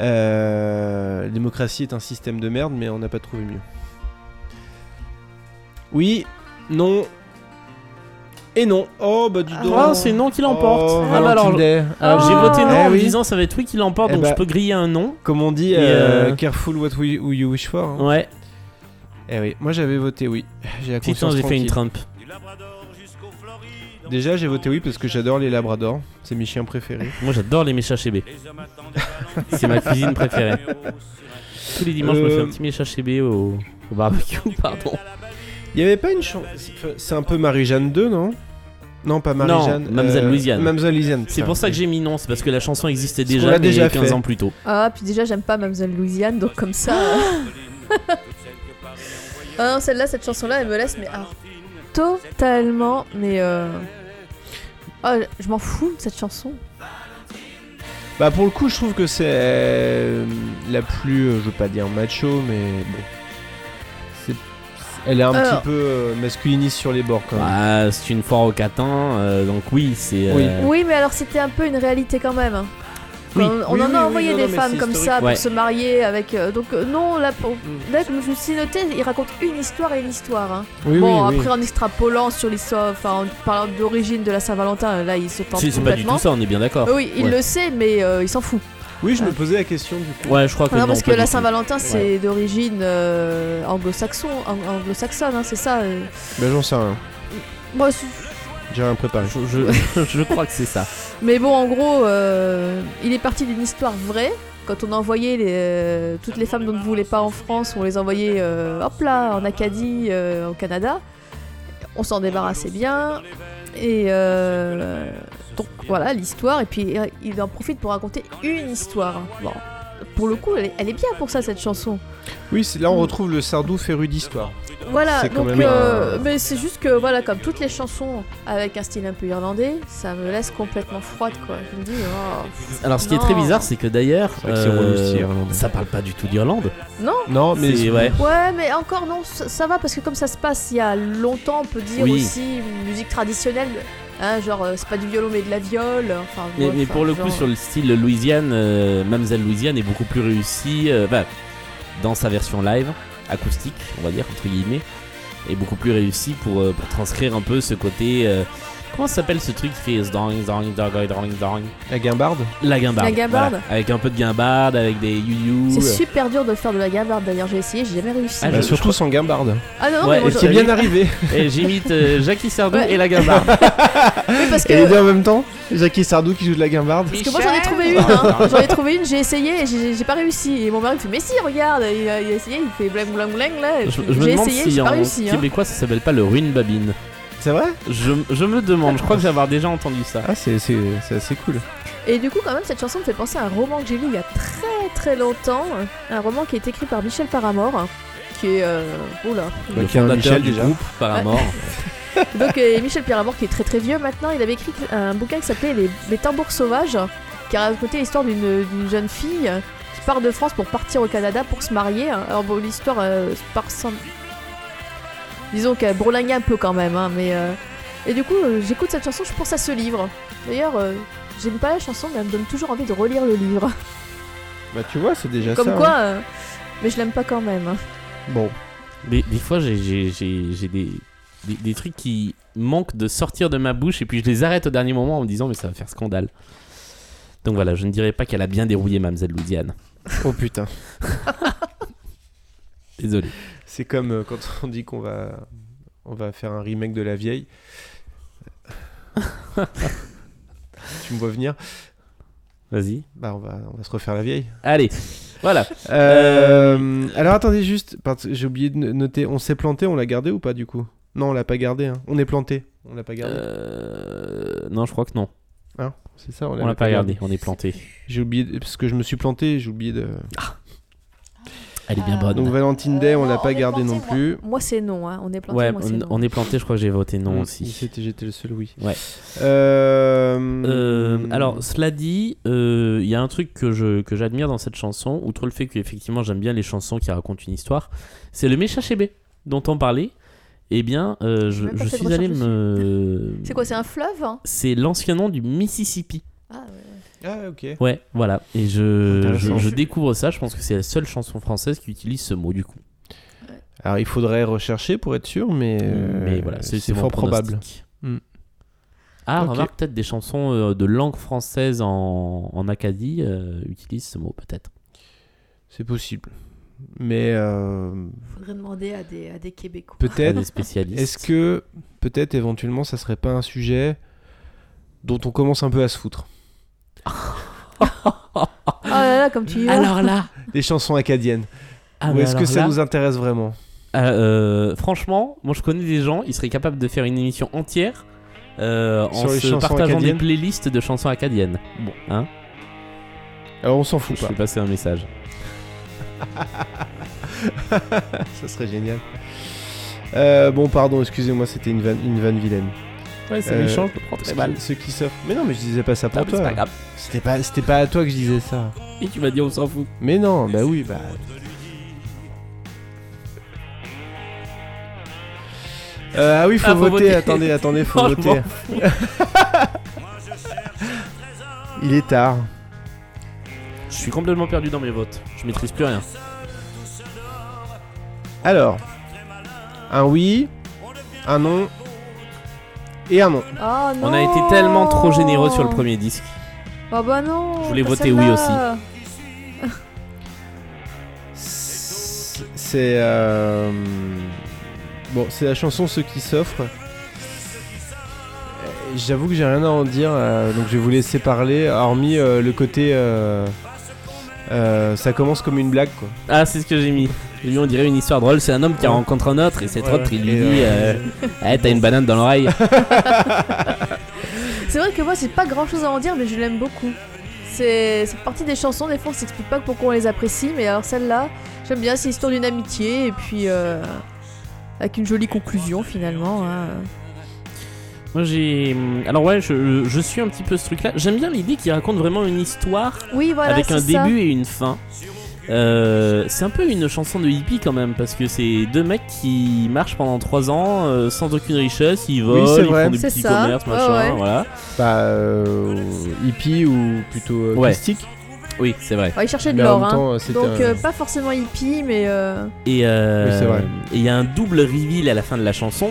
Speaker 2: euh, la démocratie est un système de merde, mais on n'a pas trouvé mieux. Oui, non, et non. Oh bah du donc.
Speaker 3: Ah, c'est non qui l'emporte.
Speaker 2: Oh,
Speaker 3: ah, bah alors,
Speaker 2: Valentine Day.
Speaker 3: alors, j'ai voté non
Speaker 2: Eh
Speaker 3: en me
Speaker 2: oui.
Speaker 3: disant ça va être oui qui l'emporte,
Speaker 2: Eh
Speaker 3: donc
Speaker 2: bah.
Speaker 3: je peux griller un non.
Speaker 2: Comme on dit,
Speaker 3: Et,
Speaker 2: euh,
Speaker 3: euh,
Speaker 2: careful what we- who you wish for. hein.
Speaker 3: Ouais,
Speaker 2: Eh oui, moi j'avais voté oui. J'ai la
Speaker 3: putain,
Speaker 2: conscience
Speaker 3: j'ai fait une
Speaker 2: tranquille.
Speaker 3: Trump.
Speaker 2: Déjà, j'ai voté oui parce que j'adore les Labradors. C'est mes chiens préférés.
Speaker 3: Moi j'adore les méchas chez B. C'est ma cuisine préférée. Tous les dimanches, je me fais un
Speaker 2: Euh.
Speaker 3: petit mécha chez B au, au barbecue, pardon.
Speaker 2: Il y avait pas une chanson. C'est un peu Marie-Jeanne 2, non Non, pas Marie-Jeanne. euh,
Speaker 3: Non, Mamselle Louisiane.
Speaker 2: Mamselle Louisiane.
Speaker 3: C'est pour ça que j'ai mis non, c'est parce que la chanson existait
Speaker 2: Parce qu'on
Speaker 3: déjà,
Speaker 2: l'a
Speaker 3: mais
Speaker 2: déjà
Speaker 3: 15
Speaker 2: fait.
Speaker 3: ans plus tôt.
Speaker 4: Ah, puis déjà, j'aime pas Mademoiselle Louisiane, donc comme ça. ah non, celle-là, cette chanson-là, elle me laisse, mais ah, totalement, mais. Euh... Ah, je m'en fous de cette chanson.
Speaker 2: Bah, pour le coup, je trouve que c'est euh, la plus. euh, Je veux pas dire macho, mais bon. C'est- Elle est un
Speaker 4: Alors.
Speaker 2: petit peu euh, masculiniste sur les bords quand même.
Speaker 3: Ah, c'est une foire au catin, euh, donc oui, c'est. euh,
Speaker 2: Oui.
Speaker 4: Oui, mais alors c'était un peu une réalité quand même. hein.
Speaker 3: Oui.
Speaker 4: On, on
Speaker 2: Oui,
Speaker 4: en a
Speaker 2: oui, oui,
Speaker 4: envoyé
Speaker 2: non,
Speaker 4: des
Speaker 2: non, mais
Speaker 4: femmes
Speaker 2: c'est
Speaker 4: comme
Speaker 2: historique. Mm.
Speaker 4: ça pour
Speaker 3: Ouais.
Speaker 4: se marier avec. euh, donc euh, non, là, pour- là, je me suis noté, il raconte une histoire et une histoire. hein.
Speaker 2: Oui,
Speaker 4: bon,
Speaker 2: oui, oui.
Speaker 4: après en extrapolant sur l'histoire, enfin en parlant d'origine de la Saint-Valentin, euh, là, il se tente
Speaker 3: C'est c'est pas du
Speaker 4: complètement.
Speaker 3: tout ça, on est bien d'accord.
Speaker 4: Oui, il
Speaker 3: Ouais.
Speaker 4: le sait, mais euh, il s'en fout.
Speaker 2: Oui, je me posais la question du coup.
Speaker 3: Ouais, je crois que
Speaker 4: Ah,
Speaker 3: non.
Speaker 4: parce
Speaker 3: pas
Speaker 4: que la
Speaker 3: du tout.
Speaker 4: Saint-Valentin, c'est d'origine euh, anglo-saxon, ang- anglo-saxonne, hein, c'est ça. euh.
Speaker 2: Bah, j'en sais rien.
Speaker 4: Bon, c'est-
Speaker 2: J'ai rien préparé.
Speaker 3: Je, je- je crois que c'est ça.
Speaker 4: mais bon, en gros, euh, il est parti d'une histoire vraie. Quand on envoyait les, euh, toutes les femmes dont on ne voulait pas en France, on les envoyait euh, hop là, en Acadie, euh, au Canada. On s'en débarrassait bien. Et euh, donc voilà l'histoire. Et puis euh, il en profite pour raconter une histoire. Bon, pour le coup, elle est- elle est bien pour ça cette chanson.
Speaker 2: Oui, c'est- là on retrouve le Sardou féru d'histoire.
Speaker 4: Voilà,
Speaker 2: C'est quand
Speaker 4: donc
Speaker 2: même
Speaker 4: euh,
Speaker 2: un-
Speaker 4: mais c'est juste que voilà, comme toutes les chansons avec un style un peu irlandais, ça me laisse complètement froide quoi. Je me dis oh, pff,
Speaker 3: Alors, ce qui est très
Speaker 4: non.
Speaker 3: bizarre, c'est que d'ailleurs,
Speaker 2: vrai que c'est
Speaker 3: euh,
Speaker 2: relou, c'est irlandais.
Speaker 3: ça parle pas du tout d'Irlande.
Speaker 2: Non, mais
Speaker 3: C'est- ouais.
Speaker 4: Ouais, mais encore non, ça, ça va parce que comme ça se passe il y a longtemps, on peut dire
Speaker 3: Oui.
Speaker 4: aussi musique traditionnelle, hein, genre euh, c'est pas du violon mais de la viole. Enfin,
Speaker 3: Mais,
Speaker 4: ouais,
Speaker 3: mais
Speaker 4: enfin,
Speaker 3: pour le coup,
Speaker 4: genre-
Speaker 3: sur le style Louisiane, euh, Mamselle Louisiane est beaucoup plus réussie, euh, bah, dans sa version live, acoustique, on va dire, entre guillemets, est beaucoup plus réussie pour, euh, pour transcrire un peu ce côté. euh, comment ça s'appelle ce truc qui fait zdang, zdang, zdang, zdang, zdang
Speaker 2: la guimbarde.
Speaker 3: La guimbarde.
Speaker 4: La guimbarde.
Speaker 3: voilà. Avec un peu de guimbarde, avec des you-you.
Speaker 4: c'est
Speaker 3: euh,
Speaker 4: super dur de faire de la gavarde d'ailleurs, j'ai essayé, j'ai jamais réussi.
Speaker 3: Ah,
Speaker 2: Bah,
Speaker 3: je-
Speaker 2: surtout sans guimbarde.
Speaker 4: Ah non, non,
Speaker 3: Ouais,
Speaker 4: mais moi,
Speaker 2: Et
Speaker 4: je-
Speaker 2: c'est bien arrivé.
Speaker 3: Et j'imite euh, Jackie Sardou
Speaker 4: Ouais.
Speaker 3: et la guimbarde.
Speaker 4: oui, parce que
Speaker 2: Et les deux en même temps Jackie Sardou qui joue de la guimbarde.
Speaker 4: Parce que moi j'en ai trouvé une, hein. j'en ai trouvé une, j'ai essayé et j'ai j'ai pas réussi. Et mon mari me fait mais si regarde, il a, il a essayé, il fait bling bling bling là. et
Speaker 3: Je,
Speaker 4: puis
Speaker 3: je me
Speaker 4: J'ai
Speaker 3: demande
Speaker 4: essayé,
Speaker 3: si
Speaker 4: j'ai
Speaker 3: en
Speaker 4: pas réussi. Hein.
Speaker 3: québécois ça s'appelle pas le ruine babine.
Speaker 2: C'est vrai
Speaker 3: Je, je me demande, je crois que j'ai avoir déjà entendu ça.
Speaker 2: Ah, c'est c'est- c'est assez cool.
Speaker 4: Et du coup quand même cette chanson me fait penser à un roman que j'ai lu il y a très très longtemps, un roman qui est écrit par Michel Paramore, qui est euh... oula,
Speaker 2: Bah,
Speaker 3: le
Speaker 2: qui est un
Speaker 3: fondateur
Speaker 2: Michel
Speaker 3: du
Speaker 2: déjà.
Speaker 3: groupe Paramore.
Speaker 4: Donc euh, Michel Pierre-Amor, qui est très très vieux maintenant, il avait écrit un bouquin qui s'appelait Les, Les tambours sauvages, qui racontait l'histoire d'une d'une jeune fille qui part de France pour partir au Canada pour se marier. Alors bon, l'histoire euh, se part sans... Disons qu'elle bourlingue un peu quand même, hein, mais... euh, Et du coup, euh, j'écoute cette chanson, je pense à ce livre. D'ailleurs, euh, j'aime pas la chanson, mais elle me donne toujours envie de relire le livre.
Speaker 2: Bah tu vois, c'est déjà
Speaker 4: Comme
Speaker 2: ça.
Speaker 4: quoi...
Speaker 2: hein.
Speaker 4: euh, Mais je l'aime pas quand même. hein.
Speaker 2: Bon,
Speaker 3: Des, des fois, j'ai- j'ai j'ai- j'ai des, des, des trucs qui manquent de sortir de ma bouche et puis je les arrête au dernier moment en me disant, mais ça va faire scandale. Donc voilà, je ne dirais pas qu'elle a bien dérouillé Mademoiselle Loudiane.
Speaker 2: oh putain.
Speaker 3: Désolé.
Speaker 2: C'est comme euh, quand on dit qu'on va on va faire un remake de La Vieille. tu me vois venir
Speaker 3: Vas-y.
Speaker 2: Bah on va on va se refaire La Vieille.
Speaker 3: Allez, voilà.
Speaker 2: Euh, alors attendez juste, parce que j'ai oublié de noter, on s'est planté, on l'a gardé ou pas du coup Non, on l'a pas gardé. hein. On est planté, on l'a pas gardé.
Speaker 3: Euh, non, je crois que non.
Speaker 2: Hein, c'est ça,
Speaker 3: On l'a pas regardé, on est planté.
Speaker 2: J'ai oublié de- parce que je me suis planté, j'ai oublié de.
Speaker 3: Elle est bien
Speaker 1: Ah.
Speaker 3: bonne.
Speaker 2: Donc Valentine Day, on
Speaker 1: Euh,
Speaker 2: l'a
Speaker 1: non,
Speaker 2: pas
Speaker 1: on est
Speaker 2: gardé
Speaker 1: planté,
Speaker 2: non
Speaker 1: moi.
Speaker 2: plus.
Speaker 4: Moi c'est non, hein. on est planté,
Speaker 3: ouais,
Speaker 4: moi c'est
Speaker 3: on,
Speaker 4: non.
Speaker 3: on est planté, je crois que j'ai voté non
Speaker 2: Mm,
Speaker 3: aussi.
Speaker 2: c'était- J'étais le seul oui.
Speaker 3: Ouais.
Speaker 2: Euh,
Speaker 4: Hmm.
Speaker 3: Euh, alors, cela dit, euh, il y a un truc que je que j'admire dans cette chanson, outre le fait que effectivement j'aime bien les chansons qui racontent une histoire, c'est le mécha chébé dont on parlait. Eh bien, euh, je,
Speaker 4: même pas
Speaker 3: je
Speaker 4: fait de
Speaker 3: suis allé
Speaker 4: recherche
Speaker 3: me.
Speaker 4: C'est quoi, c'est un fleuve hein
Speaker 3: C'est l'ancien nom du Mississippi.
Speaker 4: Ah, ouais.
Speaker 2: Ah ok.
Speaker 3: Ouais, voilà. Et je, je,
Speaker 2: Intéressant.
Speaker 3: je découvre ça. Je pense que c'est la seule chanson française qui utilise ce mot du coup.
Speaker 2: Alors il faudrait rechercher pour être sûr, mais euh,
Speaker 3: Mm, Mais voilà, c'est
Speaker 2: c'est
Speaker 3: mon
Speaker 2: fort probable.
Speaker 3: pronostic.
Speaker 4: Hmm.
Speaker 2: Mm.
Speaker 3: Ah,
Speaker 2: Ok.
Speaker 3: remarque, peut-être des chansons euh, de langue française en, en Acadie euh, utilisent ce mot, peut-être.
Speaker 2: C'est possible. Mais euh,
Speaker 1: Faudrait demander à des, à des Québécois.
Speaker 2: peut-être.
Speaker 3: Des spécialistes.
Speaker 2: Est-ce que peut-être éventuellement ça serait pas un sujet dont on commence un peu à se foutre
Speaker 4: Oh là là, comme tu y vas.
Speaker 3: Alors là
Speaker 2: Des chansons acadiennes.
Speaker 3: Ah,
Speaker 2: Ou
Speaker 3: mais
Speaker 2: est-ce que
Speaker 3: alors
Speaker 2: ça
Speaker 3: là,
Speaker 2: nous intéresse vraiment
Speaker 3: euh, euh, Franchement, moi je connais des gens, ils seraient capables de faire une émission entière euh, en
Speaker 2: Sur les
Speaker 3: se
Speaker 2: chansons
Speaker 3: partageant des
Speaker 2: acadiennes
Speaker 3: playlists de chansons acadiennes. Bon, hein
Speaker 2: Alors on s'en fout
Speaker 3: Je
Speaker 2: pas.
Speaker 3: fais passer un message.
Speaker 2: ça serait génial. Euh, bon, pardon, excusez-moi, c'était une vanne, une vanne vilaine.
Speaker 3: Ouais,
Speaker 2: c'est méchant,
Speaker 3: Euh, je le prends Ah,
Speaker 2: Ce qui- Ceux qui s'offrent. Mais non, mais je disais pas ça pour
Speaker 3: C'est pas
Speaker 2: toi.
Speaker 3: grave.
Speaker 2: C'était pas, c'était pas à toi que je disais ça.
Speaker 3: Et tu m'as dit on s'en fout.
Speaker 2: Mais non, bah oui, bah. Euh, ah oui, faut,
Speaker 3: Ah, faut
Speaker 2: voter.
Speaker 3: voter.
Speaker 2: Attendez, attendez, faut
Speaker 3: Oh, je
Speaker 2: voter.
Speaker 3: m'en
Speaker 2: Il est tard.
Speaker 3: Je suis complètement perdu dans mes votes. Je maîtrise plus rien.
Speaker 2: Alors, un oui, un non et un non.
Speaker 4: Oh non
Speaker 3: On a été tellement trop généreux sur le premier disque.
Speaker 4: Oh bah non
Speaker 3: Je voulais
Speaker 4: pas
Speaker 3: voter oui
Speaker 4: celle-là.
Speaker 2: C'est euh, bon, c'est la chanson Ceux qui s'offrent. Euh, J'avoue que j'ai rien à en dire, euh, donc je vais vous laisser parler, hormis euh, le côté. euh, euh, ça commence comme une blague, quoi.
Speaker 3: Ah, c'est ce que j'ai mis. J'ai mis, on dirait une histoire drôle. C'est un homme qui
Speaker 2: Ouais.
Speaker 3: rencontre un autre et cet
Speaker 2: Ouais,
Speaker 3: autre il lui
Speaker 2: et,
Speaker 3: dit
Speaker 2: euh,
Speaker 3: euh, Eh, t'as une banane dans l'oreille.
Speaker 4: C'est vrai que moi, j'ai pas grand chose à en dire, mais je l'aime beaucoup. C'est c'est partie des chansons, des fois, on s'explique pas pourquoi on les apprécie, mais alors celle-là, j'aime bien, c'est l'histoire d'une amitié, et puis. euh, Avec une jolie conclusion finalement. hein.
Speaker 3: Moi j'ai. hmm, Alors, ouais, je, je suis un petit peu ce truc-là. J'aime bien l'idée qu'il raconte vraiment une histoire
Speaker 4: Oui voilà.
Speaker 3: avec un
Speaker 4: c'est ça.
Speaker 3: début et une fin. Euh, c'est un peu une chanson de hippie quand même parce que c'est deux mecs qui marchent pendant trois ans euh, sans aucune richesse, ils volent,
Speaker 2: c'est
Speaker 3: ils
Speaker 2: vrai.
Speaker 3: font des
Speaker 4: C'est
Speaker 3: petits
Speaker 4: ça.
Speaker 3: commerces,
Speaker 4: Ouais,
Speaker 3: machin,
Speaker 4: ouais.
Speaker 3: voilà.
Speaker 2: Bah, euh, hippie ou plutôt euh,
Speaker 3: Ouais.
Speaker 2: mystique.
Speaker 3: Oui, c'est vrai.
Speaker 4: Ouais, il cherchait de
Speaker 2: Mais en
Speaker 4: l'or.
Speaker 2: même
Speaker 4: hein.
Speaker 2: temps, euh, c'était
Speaker 4: Donc
Speaker 2: un-
Speaker 4: euh, pas forcément hippie, mais euh,
Speaker 3: Et euh,
Speaker 2: Oui, c'est vrai.
Speaker 3: et il y a un double reveal à la fin de la chanson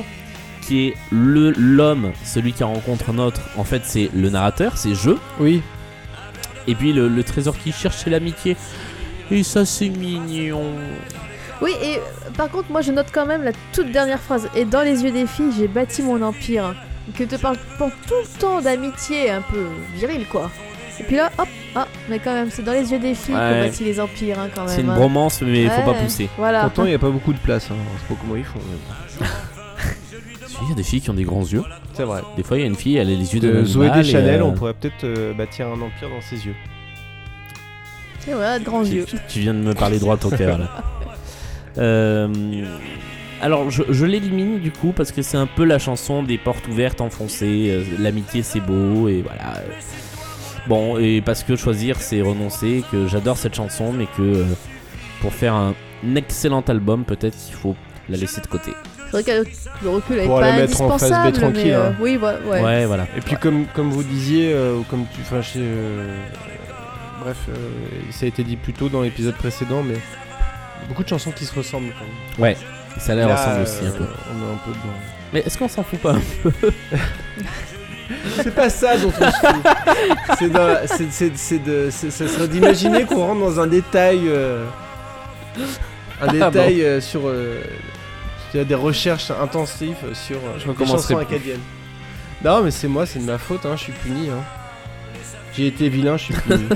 Speaker 3: qui est le l'homme, celui qui rencontre un autre. En fait, c'est le narrateur, c'est je.
Speaker 2: Oui.
Speaker 3: Et puis le, le trésor qu'il cherche, c'est l'amitié. Et ça, c'est mignon.
Speaker 4: Oui, et euh, par contre, moi je note quand même la toute dernière phrase. Et dans les yeux des filles, j'ai bâti mon empire. Que te parle pour tout le temps d'amitié un peu virile, quoi. Et puis là, hop, ah, mais quand même, c'est dans les yeux des filles qu'on
Speaker 3: Ouais.
Speaker 4: bâtit les empires, hein, quand même.
Speaker 3: C'est une
Speaker 4: hein.
Speaker 3: bromance, mais faut pas
Speaker 4: Ouais,
Speaker 3: pousser.
Speaker 4: Voilà.
Speaker 2: Pourtant, il n'y a pas beaucoup de place. Hein. Je sais pas comment ils font. mais-
Speaker 3: Il y a des filles qui ont des grands yeux.
Speaker 2: C'est vrai.
Speaker 3: Des fois, il y a une fille, elle a les yeux de
Speaker 2: De Euh, Zoé Deschanel, on pourrait peut-être euh, bâtir un empire dans ses yeux.
Speaker 4: Et voilà, de grands
Speaker 3: Tu,
Speaker 4: yeux.
Speaker 3: tu- tu viens de me parler droit au cœur là. Euh, alors je, je l'élimine du coup parce que c'est un peu la chanson des portes ouvertes enfoncées, euh, l'amitié c'est beau et voilà. euh. Bon et parce que choisir c'est renoncer, que j'adore cette chanson mais que euh, pour faire un excellent album peut-être qu'il faut la laisser de côté.
Speaker 4: C'est vrai que le recul est
Speaker 2: Pour
Speaker 4: pas
Speaker 2: la mettre en face B
Speaker 4: indispensable,
Speaker 2: tranquille,
Speaker 4: mais euh,
Speaker 2: hein.
Speaker 4: oui, voilà, ouais.
Speaker 3: ouais voilà.
Speaker 2: Et puis comme, comme vous disiez, euh, ou comme tu... Enfin, je sais, euh, bref, euh, ça a été dit plus tôt dans l'épisode précédent, mais beaucoup de chansons qui se ressemblent quand même.
Speaker 3: Ouais, ça la
Speaker 2: Là,
Speaker 3: ressemble aussi un
Speaker 2: euh,
Speaker 3: peu.
Speaker 2: On est un peu dedans.
Speaker 3: Mais est-ce qu'on s'en fout pas
Speaker 2: C'est pas ça dont on se fout. c'est dans- c'est- c'est- c'est de- c'est- ça serait d'imaginer qu'on rentre dans un détail... euh,
Speaker 3: Ah
Speaker 2: un
Speaker 3: bon.
Speaker 2: détail euh, sur... euh, il y a des recherches intensives sur euh,
Speaker 3: Je
Speaker 2: les
Speaker 3: recommencerai
Speaker 2: chansons
Speaker 3: plus.
Speaker 2: acadiennes. Non, mais c'est moi, c'est de ma faute, hein, je suis puni. Hein. J'ai été vilain, je suis puni.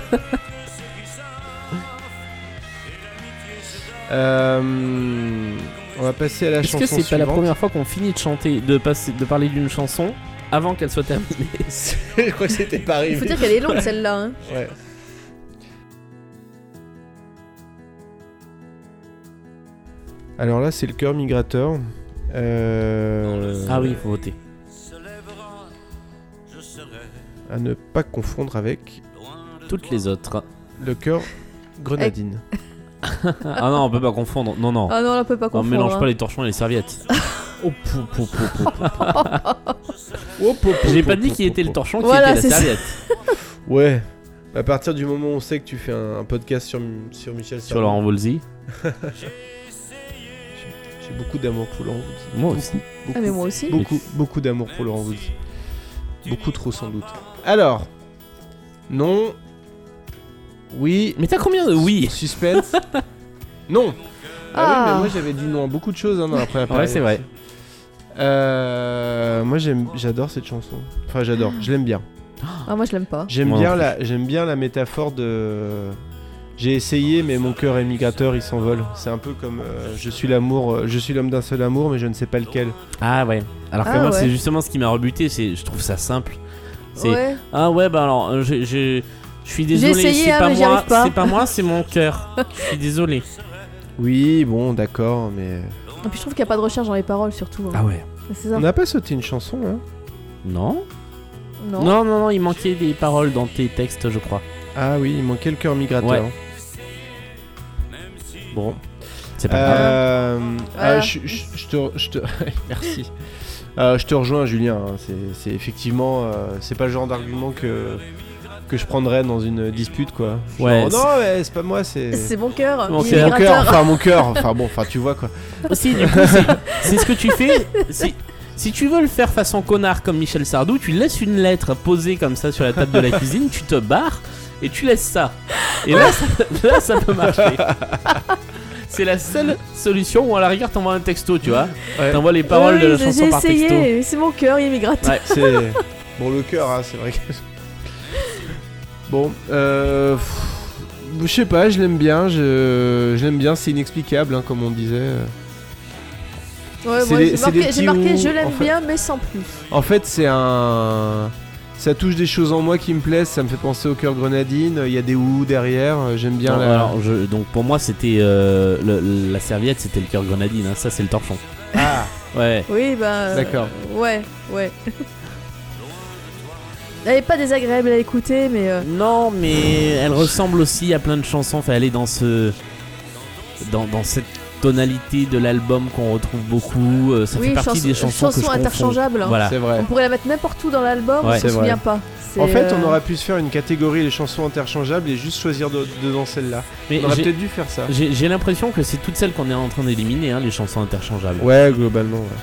Speaker 2: Euh, on va passer à la
Speaker 3: Est-ce
Speaker 2: chanson
Speaker 3: que c'est pas la
Speaker 2: suivante.
Speaker 3: première fois qu'on finit de chanter, de, passer, de parler d'une chanson avant qu'elle soit terminée
Speaker 2: je crois que c'était pas
Speaker 4: Il faut
Speaker 2: arrivé.
Speaker 4: dire qu'elle est longue celle-là. hein.
Speaker 2: Ouais. Alors là, c'est le cœur migrateur. Euh,
Speaker 3: Ah oui, faut voter.
Speaker 2: À ne pas confondre avec
Speaker 3: Toutes les autres.
Speaker 2: le cœur grenadine.
Speaker 3: Ah non, on peut pas confondre. Non, non.
Speaker 4: Ah non, là, on peut pas
Speaker 3: on
Speaker 4: confondre.
Speaker 3: mélange
Speaker 4: hein.
Speaker 3: pas les torchons et les serviettes. oh, pou, pou, pou, pou, pou.
Speaker 2: Oh, po, po,
Speaker 3: J'ai
Speaker 2: po,
Speaker 3: pas
Speaker 2: po,
Speaker 3: dit
Speaker 2: po,
Speaker 3: qui était
Speaker 2: po.
Speaker 3: le torchon, qui
Speaker 4: Voilà,
Speaker 3: était
Speaker 4: c'est
Speaker 3: la
Speaker 4: ça.
Speaker 3: serviette.
Speaker 2: Ouais. À partir du moment où on sait que tu fais un, un podcast sur, sur Michel
Speaker 3: Sur Laurent Wolsey.
Speaker 2: Sardou, j'ai beaucoup d'amour pour Laurent Wood.
Speaker 3: Moi aussi.
Speaker 4: Ah, mais moi aussi.
Speaker 2: Beaucoup, beaucoup d'amour pour Laurent Wood. Beaucoup trop sans doute. Alors, non, oui,
Speaker 3: Mais t'as combien de oui
Speaker 2: suspense, non. Ah, oui, mais
Speaker 4: Ah.
Speaker 2: moi j'avais dit non à beaucoup de choses hein, dans la première
Speaker 3: Ouais,
Speaker 2: période.
Speaker 3: c'est vrai.
Speaker 2: Euh, moi j'aime, j'adore cette chanson. Enfin, j'adore, je l'aime bien.
Speaker 4: Ah, moi, je l'aime pas.
Speaker 2: J'aime
Speaker 3: Moi
Speaker 2: bien
Speaker 3: non plus.
Speaker 2: la, j'aime bien la métaphore de. J'ai essayé, mais mon cœur est migrateur, il s'envole. C'est un peu comme euh, je suis l'amour, euh, je suis l'homme d'un seul amour, mais je ne sais pas lequel.
Speaker 3: Ah ouais. Alors que
Speaker 4: Ah
Speaker 3: moi,
Speaker 4: ouais.
Speaker 3: c'est justement ce qui m'a rebuté. c'est- Je trouve ça simple. C'est
Speaker 4: Ouais.
Speaker 3: Ah ouais, bah alors, euh, j'ai- j'ai- je suis désolé,
Speaker 4: J'ai essayé,
Speaker 3: c'est
Speaker 4: hein,
Speaker 3: pas,
Speaker 4: mais j'y
Speaker 3: moi,
Speaker 4: arrive pas.
Speaker 3: c'est pas moi, c'est mon cœur. Je suis désolé.
Speaker 2: Oui, bon, d'accord, mais
Speaker 4: Et puis, je trouve qu'il n'y a pas de recherche dans les paroles, surtout. hein.
Speaker 3: Ah ouais.
Speaker 4: C'est ça.
Speaker 2: on n'a pas sauté une chanson, hein
Speaker 3: Non
Speaker 4: Non.
Speaker 3: non, non, non, il manquait des paroles dans tes textes, je crois.
Speaker 2: Ah oui, il manquait le cœur migrateur.
Speaker 3: Ouais. Bon, c'est pas grave.
Speaker 2: Euh,
Speaker 4: Voilà.
Speaker 2: ah, je- je je te, je te- merci. Euh, je te rejoins, Julien. hein. C'est- C'est effectivement, euh, c'est pas le genre d'argument que que je prendrais dans une dispute, quoi. Genre,
Speaker 3: Ouais,
Speaker 2: non, ouais, c'est pas moi, c'est
Speaker 4: C'est mon cœur.
Speaker 3: Mon
Speaker 4: il est
Speaker 3: cœur.
Speaker 2: mon cœur,
Speaker 4: gratteur.
Speaker 2: enfin mon cœur, enfin bon, enfin tu vois quoi.
Speaker 3: Si, du coup, c'est- c'est ce que tu fais. Si, si tu veux le faire façon connard comme Michel Sardou, tu laisses une lettre posée comme ça sur la table de la cuisine, tu te barres et tu laisses ça. Et là, ça, là, ça peut marcher. C'est la seule solution où à la rigueur t'envoies un texto, tu vois.
Speaker 2: Ouais.
Speaker 3: T'envoies les paroles
Speaker 4: Oui,
Speaker 3: de la
Speaker 4: j'ai-
Speaker 3: chanson par
Speaker 4: J'ai
Speaker 3: texto.
Speaker 4: essayé, mais c'est mon cœur, il est migrateur.
Speaker 2: C'est bon le cœur, hein, c'est vrai. que... Bon, euh, pff, je sais pas, je l'aime bien, je, je l'aime bien, c'est inexplicable, hein, comme on disait.
Speaker 4: Ouais,
Speaker 2: C'est
Speaker 4: moi,
Speaker 2: les- c'est les
Speaker 4: j'ai marqué, j'ai
Speaker 2: petits
Speaker 4: marqué,
Speaker 2: ou-
Speaker 4: je l'aime
Speaker 2: en fait.
Speaker 4: bien, mais sans plus.
Speaker 2: En fait, c'est un. Ça touche des choses en moi qui me plaisent, ça me fait penser au cœur grenadine, il y a des ou derrière, euh, j'aime bien
Speaker 3: Non,
Speaker 2: la.
Speaker 3: alors, je- donc pour moi c'était euh, le- la serviette c'était le cœur grenadine hein. ça c'est le torchon
Speaker 2: Ah,
Speaker 3: ouais
Speaker 4: Oui, bah. euh,
Speaker 2: D'accord.
Speaker 4: Ouais, ouais. Elle est pas désagréable à écouter, mais. euh,
Speaker 3: non mais elle ressemble aussi à plein de chansons enfin elle est dans ce dans, dans cette tonalité de l'album qu'on retrouve beaucoup euh, ça
Speaker 4: oui,
Speaker 3: fait partie
Speaker 4: chanson-
Speaker 3: des chansons que je
Speaker 4: chanson
Speaker 3: confonds.
Speaker 4: interchangeable. hein.
Speaker 3: voilà
Speaker 2: c'est vrai.
Speaker 4: On pourrait la mettre n'importe où dans l'album,
Speaker 3: Ouais.
Speaker 4: on se
Speaker 2: C'est vrai.
Speaker 4: souvient pas. C'est,
Speaker 2: En fait, on
Speaker 4: euh,
Speaker 2: aurait pu se faire une catégorie les chansons interchangeables et juste choisir de- dedans celle-là.
Speaker 3: mais
Speaker 2: On aurait
Speaker 3: j'ai-
Speaker 2: peut-être dû faire ça.
Speaker 3: j'ai j'ai l'impression que c'est toutes celles qu'on est en train d'éliminer hein, les chansons interchangeables
Speaker 2: Ouais, globalement, ouais.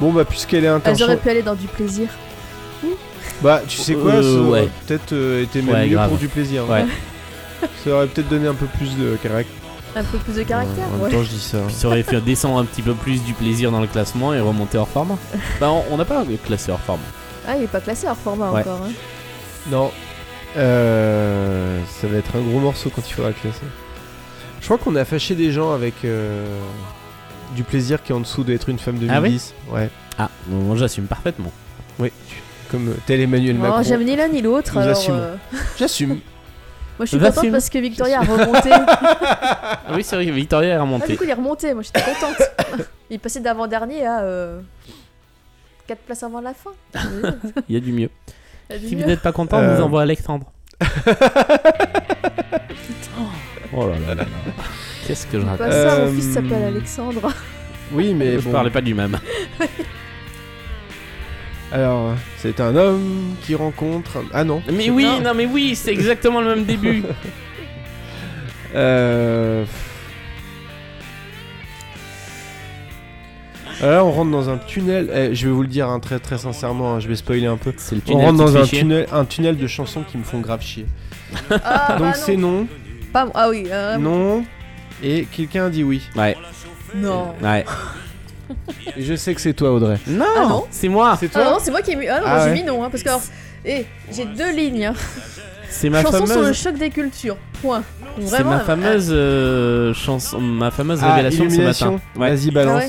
Speaker 2: Bon, bah, puisqu'elle est
Speaker 4: Elles auraient
Speaker 2: interchangeable.
Speaker 4: pu aller dans du plaisir.
Speaker 2: Bah, tu sais quoi,
Speaker 3: Euh,
Speaker 2: ça aurait
Speaker 3: ouais.
Speaker 2: peut-être euh, été même
Speaker 3: Ouais,
Speaker 2: mieux
Speaker 3: grave.
Speaker 2: pour du plaisir. hein.
Speaker 3: Ouais.
Speaker 2: ça aurait peut-être donné un peu plus de caractère.
Speaker 4: Un peu plus de caractère,
Speaker 2: en
Speaker 4: ouais.
Speaker 2: même temps, je dis ça. hein.
Speaker 3: Puis ça aurait fait descendre un petit peu plus du plaisir dans le classement et remonter hors format bah on- on n'a pas classé hors format
Speaker 4: Ah, il est pas classé hors format
Speaker 3: Ouais.
Speaker 4: encore. hein.
Speaker 2: Non. Euh, ça va être un gros morceau quand il faudra le classer. Je crois qu'on a fâché des gens avec euh, du plaisir qui est en dessous d'être une femme de
Speaker 3: Ah oui
Speaker 2: 2010. ouais.
Speaker 3: ah moi j'assume parfaitement
Speaker 2: Oui. Comme euh, tel Emmanuel
Speaker 4: Alors,
Speaker 2: Macron.
Speaker 4: Oh, j'aime ni l'un ni l'autre.
Speaker 2: Nous
Speaker 4: Alors,
Speaker 2: assumons.
Speaker 4: euh,
Speaker 2: J'assume.
Speaker 4: moi, je suis
Speaker 3: Vas-y.
Speaker 4: contente parce que Victoria a remonté.
Speaker 3: Ah oui, c'est vrai, Victoria est
Speaker 4: Ah, du
Speaker 3: remontée.
Speaker 4: coup, il est remonté. Moi, j'étais contente. Il passait d'avant-dernier à 4 places avant la fin.
Speaker 2: Ah.
Speaker 3: Il y a du mieux.
Speaker 4: Elle dit
Speaker 3: Si vous
Speaker 4: mieux.
Speaker 3: n'êtes pas content, on
Speaker 2: Euh.
Speaker 3: vous envoie Alexandre. oh là là là là. Qu'est-ce que je
Speaker 4: Pas
Speaker 3: raconte
Speaker 4: ça,
Speaker 2: Euh,
Speaker 4: mon fils s'appelle Alexandre.
Speaker 2: Oui, mais
Speaker 3: Je
Speaker 2: bon.
Speaker 3: parlais pas du même.
Speaker 2: Alors, c'est un homme qui rencontre. Ah non.
Speaker 3: Mais
Speaker 2: c'est-
Speaker 3: oui, non, mais oui, c'est exactement le même début.
Speaker 2: Euh... Là, Euh, on rentre dans un tunnel. Eh, je vais vous le dire hein, très très sincèrement, hein, je vais spoiler un peu.
Speaker 3: C'est le
Speaker 2: On
Speaker 3: tunnel
Speaker 2: rentre
Speaker 3: qui te
Speaker 2: dans
Speaker 3: fait
Speaker 2: un
Speaker 3: chier.
Speaker 2: tunnel, un tunnel de chansons qui me font grave chier.
Speaker 4: Ah,
Speaker 2: Donc
Speaker 4: bah
Speaker 2: c'est
Speaker 4: non.
Speaker 2: non,
Speaker 4: Pas- Ah oui, euh,
Speaker 2: non, et quelqu'un a dit oui.
Speaker 3: Ouais,
Speaker 4: non.
Speaker 3: ouais.
Speaker 2: Et je sais que c'est toi, Audrey.
Speaker 3: Non,
Speaker 4: Ah non
Speaker 3: c'est moi.
Speaker 2: C'est
Speaker 4: Ah non,
Speaker 2: toi
Speaker 4: c'est moi qui ai mis. Ah non,
Speaker 2: Ah
Speaker 4: j'ai
Speaker 2: ouais.
Speaker 4: mis non, hein, parce que alors, eh, j'ai deux lignes. hein.
Speaker 3: C'est ma
Speaker 4: Chanson sur le
Speaker 3: fameuse.
Speaker 4: choc des cultures. Point.
Speaker 3: C'est
Speaker 4: Vraiment.
Speaker 3: ma
Speaker 4: euh,
Speaker 3: fameuse euh, chanson, ma fameuse
Speaker 2: Ah,
Speaker 3: révélation de ce
Speaker 2: Illumination.
Speaker 3: matin. Ouais.
Speaker 2: Vas-y,
Speaker 4: ah ouais.
Speaker 2: balance.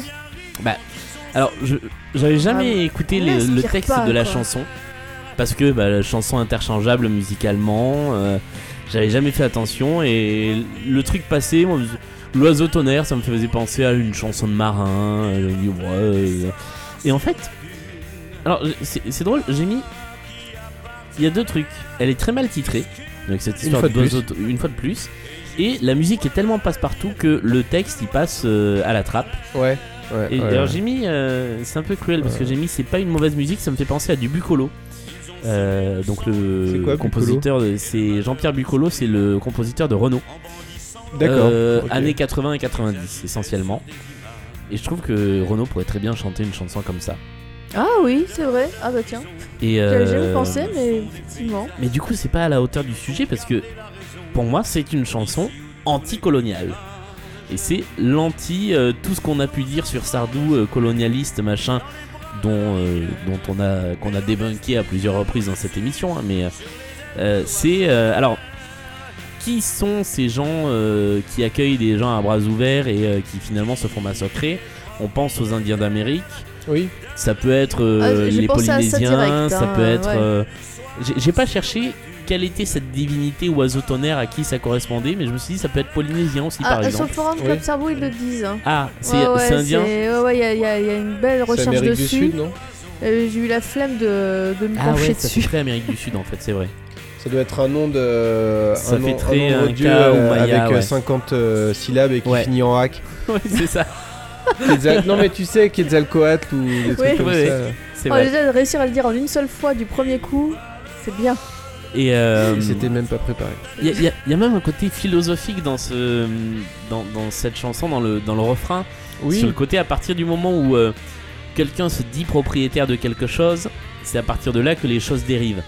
Speaker 3: Alors, je j'avais jamais écouté le,
Speaker 4: N'inspire
Speaker 3: le texte
Speaker 4: Ah, pas,
Speaker 3: de la
Speaker 4: quoi.
Speaker 3: chanson parce que bah, la chanson interchangeable musicalement, euh, j'avais jamais fait attention et le truc passé, moi, l'oiseau tonnerre, ça me faisait penser à une chanson de marin. euh, j'ai dit, ouais, euh, et en fait, alors c'est c'est drôle, j'ai mis. Il y a deux trucs. Elle est très mal titrée, donc cette
Speaker 2: Une
Speaker 3: histoire
Speaker 2: fois de
Speaker 3: d'oiseau to- une fois de plus. Et la musique est tellement passe-partout que le texte il passe euh, à la trappe.
Speaker 4: Ah
Speaker 2: Ouais. ouais,
Speaker 3: Et
Speaker 2: ouais,
Speaker 3: alors
Speaker 2: ouais.
Speaker 3: j'ai mis, euh, c'est un peu cruel parce que
Speaker 2: Ouais.
Speaker 3: j'ai mis c'est pas une mauvaise musique, ça me fait penser à du Bucolo. Euh, donc
Speaker 2: C'est
Speaker 3: le
Speaker 2: quoi, Bucolo
Speaker 3: compositeur, de- c'est Jean-Pierre Bucolo, c'est le compositeur de Renault.
Speaker 2: D'accord.
Speaker 3: Euh,
Speaker 2: ok.
Speaker 3: Années 80 et 90 essentiellement. Et je trouve que Renault pourrait très bien chanter une chanson comme ça.
Speaker 4: Ah oui, c'est vrai. Ah bah tiens.
Speaker 3: Et euh,
Speaker 4: J'avais jamais pensé, mais effectivement.
Speaker 3: Mais du coup c'est pas à la hauteur du sujet parce que pour moi c'est une chanson anticoloniale. Et c'est l'anti euh, tout ce qu'on a pu dire sur Sardou, euh, colonialiste, machin, dont, euh, dont on a qu'on a débunké à plusieurs reprises dans cette émission. hein, mais euh, euh, c'est euh, alors qui sont ces gens euh, qui accueillent des gens à bras ouverts et euh, qui finalement se font massacrer On pense aux Indiens d'Amérique.
Speaker 2: Oui.
Speaker 3: Ça peut être euh,
Speaker 4: Ah, j'ai
Speaker 3: les
Speaker 4: pensé à ça
Speaker 3: Polynésiens.
Speaker 4: direct,
Speaker 3: ça
Speaker 4: hein,
Speaker 3: peut être.
Speaker 4: ouais.
Speaker 3: euh, j'ai- J'ai pas cherché. Quelle était cette divinité oiseau tonnerre à qui ça correspondait, mais je me suis dit ça peut être polynésien aussi par
Speaker 4: Ah, sur
Speaker 3: exemple.
Speaker 4: le forum
Speaker 2: Oui.
Speaker 4: Club Cerveau, ils le disent. hein.
Speaker 3: Ah, c'est
Speaker 4: Ouais, ouais,
Speaker 3: c'est indien
Speaker 4: c'est- Ouais, ouais, il y, a- il y a il y a une belle
Speaker 2: C'est
Speaker 4: recherche
Speaker 2: Amérique
Speaker 4: dessus.
Speaker 2: du Sud, non
Speaker 4: Euh, J'ai eu la flemme de, de me
Speaker 3: Ah
Speaker 4: pencher
Speaker 3: ouais, ça fait
Speaker 4: dessus.
Speaker 3: très Amérique du Sud en fait, c'est vrai.
Speaker 2: Ça doit être un nom de.
Speaker 3: Ça
Speaker 2: un
Speaker 3: fait
Speaker 2: nom,
Speaker 3: très
Speaker 2: un nom
Speaker 3: un
Speaker 2: odieux,
Speaker 3: K ou
Speaker 2: euh,
Speaker 3: Maya,
Speaker 2: avec euh,
Speaker 3: ouais.
Speaker 2: 50 euh, syllabes et qui
Speaker 3: Ouais.
Speaker 2: finit en hack.
Speaker 3: ouais, c'est ça.
Speaker 2: Quetzal- Non mais tu sais Quetzalcoatl ou des trucs
Speaker 4: Oui.
Speaker 2: comme
Speaker 3: Oui,
Speaker 2: ça. euh,
Speaker 3: C'est
Speaker 4: Oh,
Speaker 3: vrai.
Speaker 4: déjà, de réussir à le dire en une seule fois du premier coup, c'est bien.
Speaker 3: Et euh,
Speaker 2: Et C'était même pas préparé.
Speaker 3: Il y, a- il y a- il y a même un côté philosophique dans, ce, dans, dans cette chanson, dans le, dans le refrain. Sur le côté, à partir du moment où euh, quelqu'un se dit propriétaire de quelque chose, c'est à partir de là que les choses dérivent.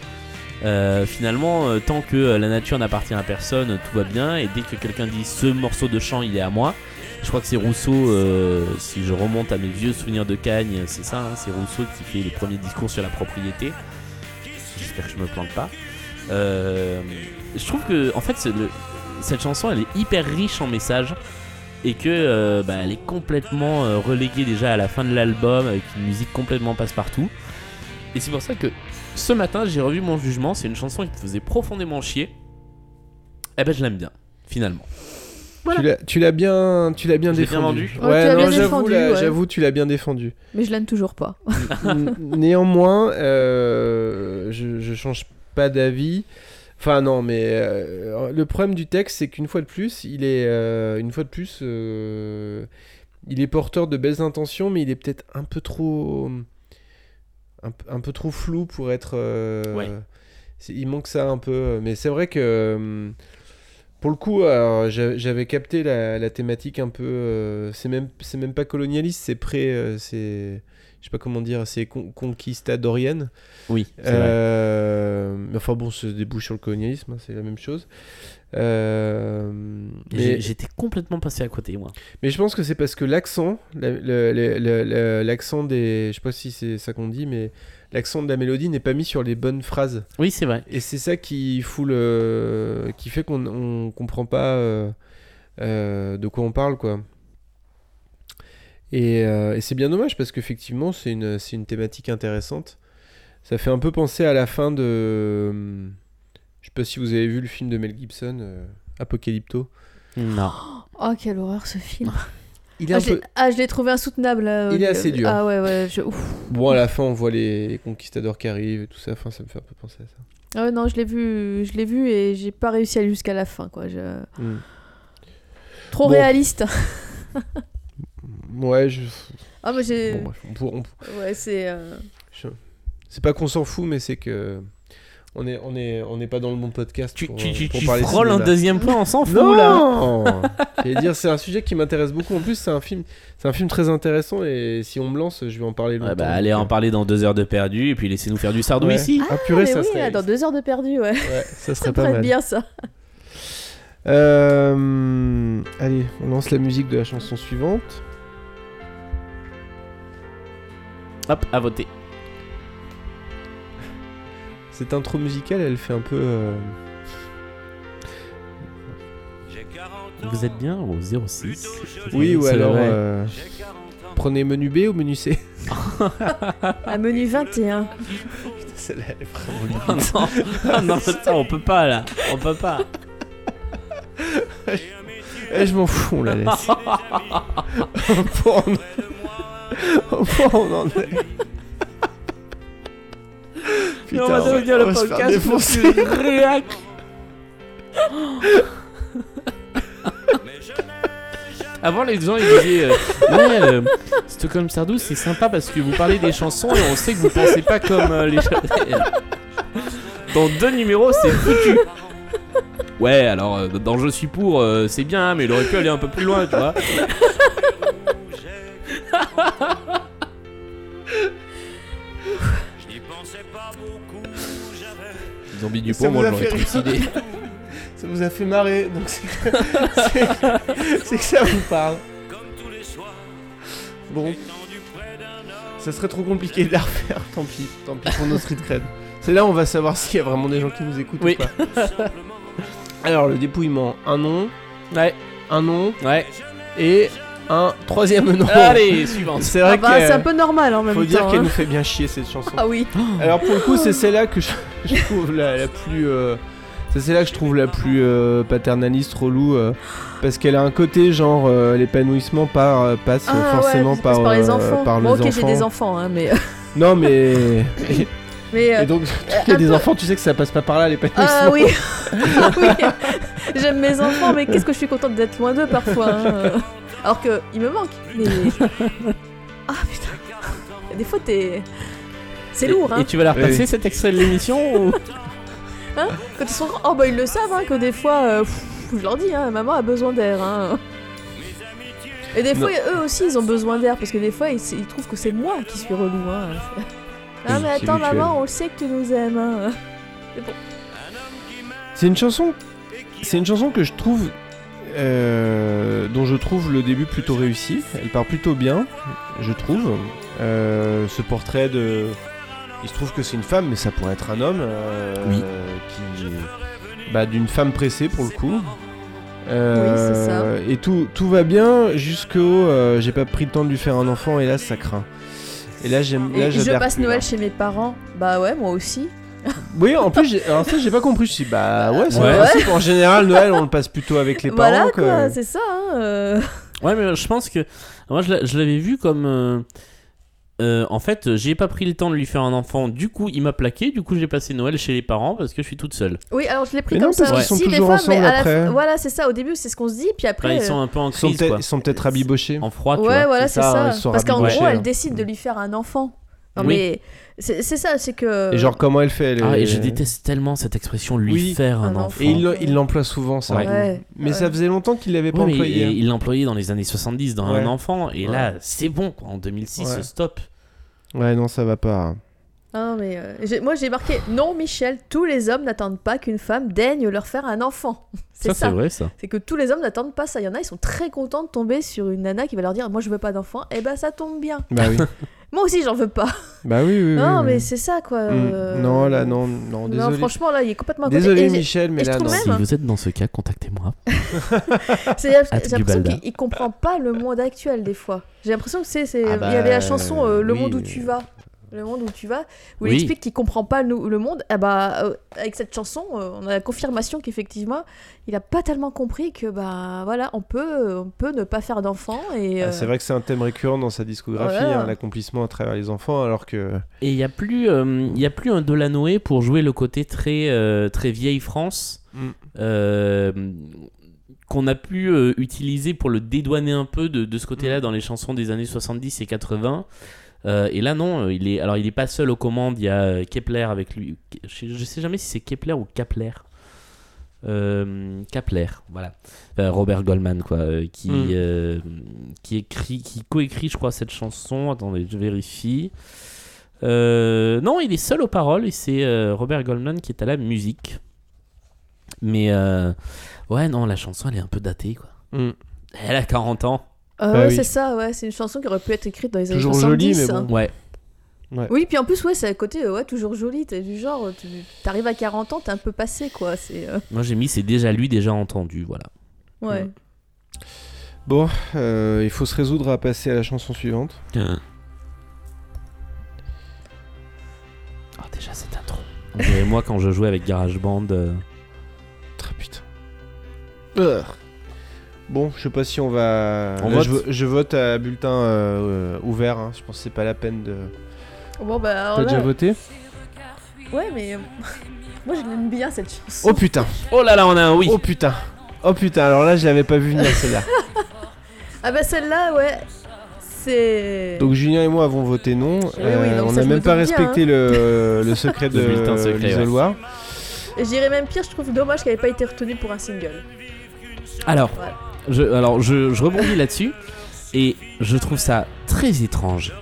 Speaker 3: Euh, finalement, euh, tant que euh, la nature n'appartient à personne, tout va bien. Et dès que quelqu'un dit ce morceau de chant, il est à moi. Je crois que c'est Rousseau, euh, si je remonte à mes vieux souvenirs de Cagnes, c'est ça, hein, c'est Rousseau qui fait les premiers discours sur la propriété. J'espère que je me plante pas. Euh, je trouve que, en fait, c'est le- cette chanson, elle est hyper riche en messages et que euh, bah, elle est complètement euh, reléguée déjà à la fin de l'album avec une musique complètement passe-partout. Et c'est pour ça que ce matin j'ai revu mon jugement, c'est une chanson qui me faisait profondément chier. Eh ben je l'aime bien, finalement.
Speaker 2: Tu l'as- Tu l'as bien, tu l'as bien
Speaker 3: Je l'ai bien
Speaker 2: défendu.
Speaker 4: vendu. Ouais, tu l'as bien
Speaker 2: non, j'avoue,
Speaker 4: défendu,
Speaker 2: là,
Speaker 4: ouais.
Speaker 2: j'avoue, tu l'as bien défendu.
Speaker 4: Mais je l'aime toujours pas.
Speaker 2: N- Néanmoins, euh, je, je change pas d'avis. Enfin non, mais euh, le problème du texte, c'est qu'une fois de plus, il est euh, une fois de plus, euh, il est porteur de belles intentions, mais il est peut-être un peu trop, un, p- un peu trop flou pour être. euh,
Speaker 3: Ouais.
Speaker 2: c'est- Il manque ça un peu, mais c'est vrai que. euh, Pour le coup, alors, j'a- j'avais capté la, la thématique un peu. euh, c'est même, c'est même pas colonialiste, c'est pré, euh, c'est, je sais pas comment dire, c'est con- conquistadorienne.
Speaker 3: Oui,
Speaker 2: Euh, mais enfin bon, se débouche sur le colonialisme, hein, c'est la même chose. Euh, mais,
Speaker 3: J'étais complètement passé à côté, moi.
Speaker 2: mais je pense que c'est parce que l'accent, la- le- le- le- le- l'accent des, je sais pas si c'est ça qu'on dit, mais l'accent de la mélodie n'est pas mis sur les bonnes phrases.
Speaker 3: Oui, c'est vrai.
Speaker 2: Et c'est ça qui fout le, qui fait qu'on on comprend pas euh, euh, de quoi on parle, quoi. Et, euh, et c'est bien dommage parce qu'effectivement c'est une, c'est une thématique intéressante. Ça fait un peu penser à la fin de, je sais pas si vous avez vu le film de Mel Gibson, euh, Apocalypto.
Speaker 3: Non.
Speaker 4: Oh, quelle horreur ce film.
Speaker 10: Il est
Speaker 4: ah,
Speaker 10: un
Speaker 4: je l'ai-
Speaker 10: peu.
Speaker 4: ah, je l'ai trouvé insoutenable. là,
Speaker 2: Il est
Speaker 4: au-
Speaker 2: assez dur.
Speaker 4: Ah ouais, ouais. Je... ouf.
Speaker 2: Bon, à la fin, on voit les conquistadors qui arrivent et tout ça. Enfin, ça me fait un peu penser à ça.
Speaker 4: Ah ouais, non, je l'ai vu, je l'ai vu et j'ai pas réussi à aller jusqu'à la fin, quoi. Je-
Speaker 10: Ah.
Speaker 2: Hmm.
Speaker 4: Trop
Speaker 2: Bon.
Speaker 4: réaliste.
Speaker 2: Ouais, je...
Speaker 4: Ah, mais j'ai.
Speaker 10: Euh.
Speaker 2: bon, bref, on pour- on-
Speaker 4: Ouais, c'est. euh,
Speaker 2: je- c'est pas qu'on s'en fout, mais c'est que on est, on est, on n'est pas dans le bon podcast
Speaker 3: Tu,
Speaker 2: pour, euh,
Speaker 3: tu, tu,
Speaker 2: pour
Speaker 3: tu
Speaker 2: parler
Speaker 3: frôles un
Speaker 2: cinéma.
Speaker 3: deuxième point, on s'en fout là.
Speaker 2: Non J'allais dire, c'est un sujet qui m'intéresse beaucoup. En plus, c'est un film, c'est un film très intéressant et si on me lance, je vais en parler longtemps.
Speaker 3: Ouais,
Speaker 2: euh,
Speaker 3: bah, allez en parler dans deux heures de perdu et puis laissez-nous faire du sardou
Speaker 2: Ouais.
Speaker 3: ici.
Speaker 2: Ah, purée,
Speaker 4: mais
Speaker 2: ça
Speaker 4: oui,
Speaker 2: serait,
Speaker 4: là, dans deux heures de perdu, ouais.
Speaker 2: ouais, ça
Speaker 4: Ça
Speaker 2: serait pas
Speaker 4: prête
Speaker 2: mal.
Speaker 4: bien ça.
Speaker 2: Euh, allez, on lance la musique de la chanson suivante.
Speaker 3: Hop, à voter.
Speaker 2: Cette intro musicale, elle fait un peu. euh,
Speaker 3: Vous êtes bien au 06.
Speaker 2: Oui, ou
Speaker 3: C'est
Speaker 2: alors
Speaker 3: vrai.
Speaker 2: euh, prenez menu B ou menu C.
Speaker 4: À menu 21.
Speaker 2: Celle-là, elle est vraiment
Speaker 3: Oh non, oh non, putain, on peut pas là, on peut pas.
Speaker 2: Eh, je m'en fous, on la laisse. Au point, on- Au point, on en est.
Speaker 3: Mais on va devenir le
Speaker 2: on va se faire
Speaker 3: podcast le
Speaker 2: défoncer.
Speaker 3: plus réac. Avant, les gens ils disaient euh, Ouais, euh, Stockholm Sardou, c'est sympa parce que vous parlez des chansons et on sait que vous pensez pas comme euh, les. cha- Dans deux numéros, c'est foutu. Ouais, alors euh, dans Je suis pour, euh, c'est bien, hein, mais il aurait pu aller un peu plus loin, tu vois. Zombie du
Speaker 2: Ça
Speaker 3: pont,
Speaker 2: vous
Speaker 3: moi
Speaker 2: a
Speaker 3: j'aurais
Speaker 2: fait rire.
Speaker 3: trucidé.
Speaker 2: Ça vous a fait marrer, donc c'est que, c'est- c'est que ça vous parle. Bon. Ça serait trop compliqué de la refaire, tant pis, tant pis pour nos street cred. C'est là où on va savoir s'il y a vraiment des gens qui nous écoutent
Speaker 3: Oui.
Speaker 2: ou pas. Alors, le dépouillement, un nom,
Speaker 3: Ouais,
Speaker 2: un nom
Speaker 3: ouais.
Speaker 2: et un troisième nom.
Speaker 3: Allez, suivante.
Speaker 2: C'est vrai
Speaker 4: Ah bah,
Speaker 2: que,
Speaker 4: c'est un peu normal en même
Speaker 2: faut dire
Speaker 4: temps.
Speaker 2: qu'elle
Speaker 4: hein.
Speaker 2: nous fait bien chier cette chanson.
Speaker 4: Ah oui.
Speaker 2: Alors pour le coup, c'est celle-là que je, je trouve la, la plus. euh, c'est celle-là que je trouve la plus euh, paternaliste, relou, euh, parce qu'elle a un côté genre euh, l'épanouissement par, euh, passe euh,
Speaker 4: Ah
Speaker 2: forcément
Speaker 4: ouais,
Speaker 2: par,
Speaker 4: passe par les
Speaker 2: euh,
Speaker 4: enfants.
Speaker 2: par
Speaker 4: bon,
Speaker 2: les
Speaker 4: ok, j'ai
Speaker 2: enfants.
Speaker 4: des enfants, hein, mais.
Speaker 2: Non mais et,
Speaker 4: mais euh,
Speaker 2: donc il y
Speaker 4: un
Speaker 2: a des
Speaker 4: peu-
Speaker 2: enfants, tu sais que ça passe pas par là l'épanouissement.
Speaker 4: Ah oui. oui. J'aime mes enfants, mais qu'est-ce que je suis contente d'être loin d'eux parfois. hein, euh. Alors que ils me manquent. Mais... Ah putain. Des fois t'es. C'est lourd, hein.
Speaker 3: Et tu vas la
Speaker 2: Oui,
Speaker 3: repasser
Speaker 2: oui.
Speaker 3: cet extrait de l'émission ou...
Speaker 4: Quand ils sont grands, oh bah ils le savent, hein, que des fois, euh, pff, je leur dis, hein, maman a besoin d'air. Hein. Et des fois, eux aussi, ils ont besoin d'air, parce que des fois, ils, ils trouvent que c'est moi qui suis relou. Hein. Ah
Speaker 2: Oui,
Speaker 4: mais
Speaker 2: c'est
Speaker 4: attends,
Speaker 2: mutuel.
Speaker 4: maman, on le sait que tu nous aimes. Hein.
Speaker 2: C'est une chanson. C'est une chanson que je trouve. euh, dont je trouve le début plutôt réussi. Elle part plutôt bien, je trouve. Euh, ce portrait de. Il se trouve que c'est une femme, mais ça pourrait être un homme. euh,
Speaker 3: Oui.
Speaker 2: Qui. Bah, d'une femme pressée pour le coup. Euh,
Speaker 4: Oui, c'est ça.
Speaker 2: Et tout, tout va bien jusqu'au. euh, J'ai pas pris le temps de lui faire un enfant, et là, ça craint. Et là, j'aime.
Speaker 4: Et
Speaker 2: là,
Speaker 4: je
Speaker 2: j'adhère
Speaker 4: passe
Speaker 2: plus,
Speaker 4: Noël
Speaker 2: hein.
Speaker 4: chez mes parents. Bah ouais, moi aussi.
Speaker 2: Oui, en plus, j'ai- alors ça, j'ai pas compris. Je me suis dit, bah ouais, c'est
Speaker 3: Ouais.
Speaker 2: le principe. En général, Noël, on le passe plutôt avec les
Speaker 4: Voilà
Speaker 2: parents.
Speaker 4: quoi,
Speaker 2: que-
Speaker 4: c'est ça. Hein, euh.
Speaker 3: Ouais, mais je pense que. Moi, je l'a- je l'avais vu comme. euh, euh, en fait, j'ai pas pris le temps de lui faire un enfant. Du coup, il m'a plaqué. Du coup, j'ai passé Noël chez les parents parce que je suis toute seule.
Speaker 4: Oui, alors je l'ai pris
Speaker 2: Mais
Speaker 4: comme
Speaker 2: non,
Speaker 4: ça.
Speaker 2: parce qu'ils sont
Speaker 4: Si, des
Speaker 2: toujours
Speaker 4: fois, mais
Speaker 2: ensemble
Speaker 4: à la
Speaker 2: après.
Speaker 4: fin- Voilà, c'est ça. Au début, c'est ce qu'on se dit, puis
Speaker 3: Enfin,
Speaker 4: après. euh,
Speaker 3: ils sont un peu en
Speaker 2: Ils sont
Speaker 3: crise, quoi.
Speaker 2: peut-être- ils sont peut-être rabibochés.
Speaker 3: En froid, tu
Speaker 4: ouais,
Speaker 3: vois.
Speaker 4: voilà,
Speaker 2: c'est
Speaker 4: c'est
Speaker 2: ça,
Speaker 4: ça.
Speaker 2: ils sont
Speaker 4: Parce qu'en
Speaker 3: rabibochés,
Speaker 4: gros,
Speaker 2: hein.
Speaker 4: elle décide de lui faire un enfant. Non,
Speaker 3: Oui.
Speaker 4: mais c'est c'est ça, c'est que.
Speaker 2: Et genre, comment elle fait elle
Speaker 3: Ah,
Speaker 2: est-
Speaker 3: et je déteste tellement cette expression lui
Speaker 2: Euh. Oui.
Speaker 3: faire un
Speaker 4: Un
Speaker 3: enfant.
Speaker 4: enfant.
Speaker 2: Et il l'em- il l'emploie souvent, ça.
Speaker 3: Ouais.
Speaker 4: Ouais.
Speaker 2: Mais ça faisait longtemps qu'il l'avait pas
Speaker 3: Oui, mais
Speaker 2: employé. hein.
Speaker 3: il- il l'employait dans les années 70 dans
Speaker 2: Ouais.
Speaker 3: un enfant. Et
Speaker 2: Ouais.
Speaker 3: là, c'est bon, quoi. En 2006,
Speaker 2: Ouais.
Speaker 3: stop.
Speaker 2: Ouais, non, ça va pas.
Speaker 4: Ah, mais euh, j'ai- moi j'ai marqué non Michel, tous les hommes n'attendent pas qu'une femme daigne leur faire un enfant. C'est ça.
Speaker 3: vrai, ça.
Speaker 4: C'est que tous les hommes n'attendent pas ça. Il y en a, ils sont très contents de tomber sur une nana qui va leur dire moi je veux pas d'enfant. Et eh ben ça tombe bien.
Speaker 2: Bah oui.
Speaker 4: Moi aussi j'en veux pas.
Speaker 2: bah oui, oui, oui.
Speaker 4: non
Speaker 2: oui.
Speaker 4: mais c'est ça quoi.
Speaker 2: Mm.
Speaker 4: euh,
Speaker 2: Non, là, non, non,
Speaker 4: non,
Speaker 2: désolé.
Speaker 4: franchement là il est complètement à côté.
Speaker 2: désolé,
Speaker 4: Et j'ai-
Speaker 2: Michel, mais
Speaker 4: je
Speaker 2: là, non.
Speaker 4: trouve
Speaker 3: Si
Speaker 4: même. hein.
Speaker 3: vous êtes dans ce cas, contactez-moi.
Speaker 4: C'est j'ai
Speaker 3: Hâte du
Speaker 4: l'impression
Speaker 3: Balda.
Speaker 4: qu'il il comprend pas le monde actuel des fois. J'ai l'impression que c'est c'est-
Speaker 2: Ah
Speaker 4: il y avait
Speaker 2: bah,
Speaker 4: la chanson euh, Le
Speaker 2: oui,
Speaker 4: monde où
Speaker 2: mais-
Speaker 4: tu vas. le monde où tu vas, où il
Speaker 3: Oui.
Speaker 4: explique qu'il comprend pas nous- le monde, ah bah, euh, avec cette chanson, euh, on a la confirmation qu'effectivement, il a pas tellement compris que bah voilà, on peut, on peut ne pas faire d'enfant et
Speaker 2: Ah, c'est
Speaker 4: euh,
Speaker 2: vrai que c'est un thème récurrent dans sa discographie,
Speaker 4: voilà.
Speaker 2: hein, l'accomplissement à travers les enfants, alors que
Speaker 3: Et il n'y a, plus, euh, il y a plus un Delanoé pour jouer le côté très, euh, très vieille France
Speaker 2: Mm.
Speaker 3: euh, qu'on a pu euh, utiliser pour le dédouaner un peu de, de ce côté-là dans les chansons des années 70 et 80. Euh, et là, non, euh, il est, alors il n'est pas seul aux commandes, il y a euh, Kepler avec lui. Je ne sais jamais si c'est Kepler ou Kapler. Euh, Kapler, voilà. Euh, Robert Goldman, quoi, euh, qui,
Speaker 2: Mm.
Speaker 3: euh, qui écrit, qui coécrit, je crois, cette chanson. Attendez, je vérifie. Euh, non, il est seul aux paroles et c'est euh, Robert Goldman qui est à la musique. Mais euh, ouais, non, la chanson elle est un peu datée quoi.
Speaker 2: Mm.
Speaker 3: Elle a 40 ans.
Speaker 4: euh,
Speaker 2: Bah oui.
Speaker 4: c'est ça, ouais, c'est une chanson qui aurait pu être écrite dans les années
Speaker 2: Toujours
Speaker 4: 70.
Speaker 2: jolie, mais
Speaker 4: hein.
Speaker 2: bon.
Speaker 3: Ouais.
Speaker 4: Oui, puis en plus, ouais, c'est à côté, euh, ouais, toujours joli, t'es du genre, tu arrives à 40 ans, t'es un peu passé, quoi, c'est... euh,
Speaker 3: Moi j'ai mis c'est déjà lui, déjà entendu, voilà.
Speaker 4: ouais.
Speaker 2: bon, euh, il faut se résoudre à passer à la chanson suivante.
Speaker 3: Oh, déjà cette intro. On dirait moi quand je jouais avec GarageBand. euh,
Speaker 2: Ah, putain. Ugh. Bah. Bon, je sais pas si on va.
Speaker 3: On
Speaker 2: Là,
Speaker 3: vote
Speaker 2: je, vo- je vote à bulletin euh, euh, ouvert. hein. Je pense que c'est pas la peine de.
Speaker 4: Bon, bah, alors
Speaker 2: T'as
Speaker 4: là-
Speaker 2: déjà voté
Speaker 4: Ouais, mais... euh, Moi, je l'aime bien, cette chanson.
Speaker 2: Oh putain
Speaker 3: Oh là là, on a un oui.
Speaker 2: Oh putain Oh putain Alors là, je l'avais pas vu venir celle-là.
Speaker 4: Ah bah, celle-là, ouais, c'est...
Speaker 2: Donc Julien et moi avons voté non. Euh,
Speaker 4: donc
Speaker 2: on
Speaker 4: ça,
Speaker 2: n'a
Speaker 4: je
Speaker 2: même
Speaker 4: me
Speaker 2: pas
Speaker 4: doute bien,
Speaker 2: respecté le, le secret de
Speaker 3: Le bulletin secret, ouais.
Speaker 2: l'isoloir.
Speaker 4: Et je dirais même pire, je trouve dommage qu'elle ait pas été retenue pour un single.
Speaker 3: Alors,
Speaker 4: Ouais.
Speaker 3: je, alors je, je rebondis là-dessus et je trouve ça très étrange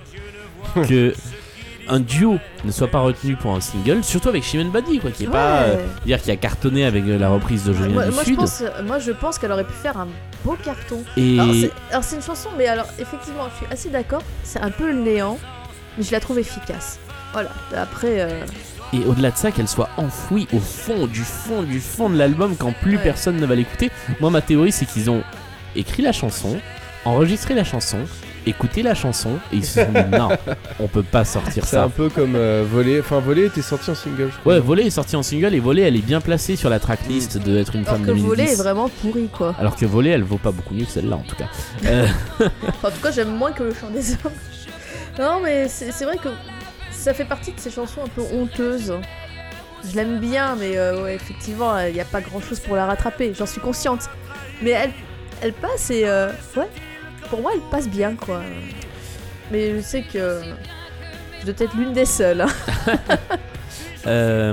Speaker 3: que un duo ne soit pas retenu pour un single, surtout avec Shimon Buddy, quoi, qui est pas
Speaker 4: Ouais.
Speaker 3: euh, dire qui a cartonné avec euh, la reprise de Julien
Speaker 4: moi,
Speaker 3: du
Speaker 4: moi, je
Speaker 3: Sud.
Speaker 4: pense, moi, je pense qu'elle aurait pu faire un beau carton.
Speaker 3: Et
Speaker 4: Alors, c'est- Alors, c'est une chanson, mais alors, effectivement, je suis assez d'accord, c'est un peu néant, mais je la trouve efficace. Voilà, après... euh,
Speaker 3: Et au-delà de ça, qu'elle soit enfouie au fond, du fond, du fond de l'album quand plus
Speaker 4: Ouais.
Speaker 3: personne ne va l'écouter. Moi, ma théorie, c'est qu'ils ont écrit la chanson, enregistré la chanson, écouté la chanson, et ils se sont dit non, on peut pas sortir
Speaker 2: C'est un
Speaker 3: ça.
Speaker 2: peu comme euh, Voler. Enfin, Voler était sorti en single, je crois.
Speaker 3: Ouais, Voler est sorti en single et Voler, elle est bien placée sur la tracklist de Être une
Speaker 4: Alors
Speaker 3: femme
Speaker 4: que
Speaker 3: de
Speaker 4: le volet est
Speaker 3: 2010.
Speaker 4: vraiment pourri, quoi.
Speaker 3: Alors que Voler, elle vaut pas beaucoup mieux que celle-là en tout cas.
Speaker 4: Enfin, en tout cas, j'aime moins que le chant des hommes. Non, mais c'est c'est vrai que ça fait partie de ces chansons un peu honteuses. Je l'aime bien, mais euh, ouais, effectivement, il n'y a pas grand chose pour la rattraper. J'en suis consciente. Mais elle, elle passe et. euh, ouais, pour moi, elle passe bien, quoi. Mais je sais que. Je dois être l'une des seules. hein.
Speaker 3: Euh,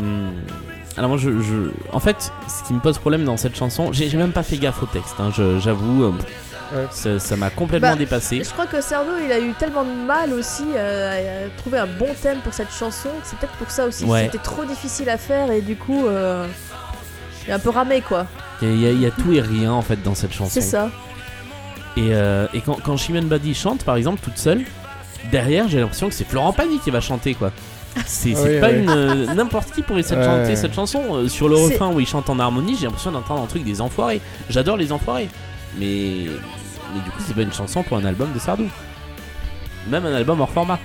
Speaker 3: alors moi, je, je- en fait, ce qui me pose problème dans cette chanson, j'ai j'ai même pas fait gaffe au texte. hein, je- J'avoue, euh,
Speaker 2: Ouais.
Speaker 3: ça ça m'a complètement
Speaker 4: Bah,
Speaker 3: dépassé.
Speaker 4: Je crois que Cerveau, il a eu tellement de mal aussi euh, à trouver un bon thème pour cette chanson. que C'est peut-être pour ça aussi. que
Speaker 3: Ouais.
Speaker 4: C'était trop difficile à faire et du coup. euh, il est un peu ramé, quoi.
Speaker 3: Il y, a- il y a tout et rien en fait dans cette chanson.
Speaker 4: C'est ça.
Speaker 3: Et, euh, et quand, quand Shimon Buddy chante par exemple toute seule, derrière j'ai l'impression que c'est Florent Pagny qui va chanter quoi. C'est
Speaker 2: Ah
Speaker 3: c'est
Speaker 2: oui,
Speaker 3: pas
Speaker 2: oui.
Speaker 3: une. euh, N'importe qui pourrait cette
Speaker 2: Ouais.
Speaker 3: chanter cette chanson. Euh, sur le
Speaker 4: C'est-
Speaker 3: refrain où il chante en harmonie, j'ai l'impression d'entendre un truc des enfoirés. J'adore les enfoirés. Mais. Mais du coup, c'est pas une chanson pour un album de Sardou. Même un album hors format.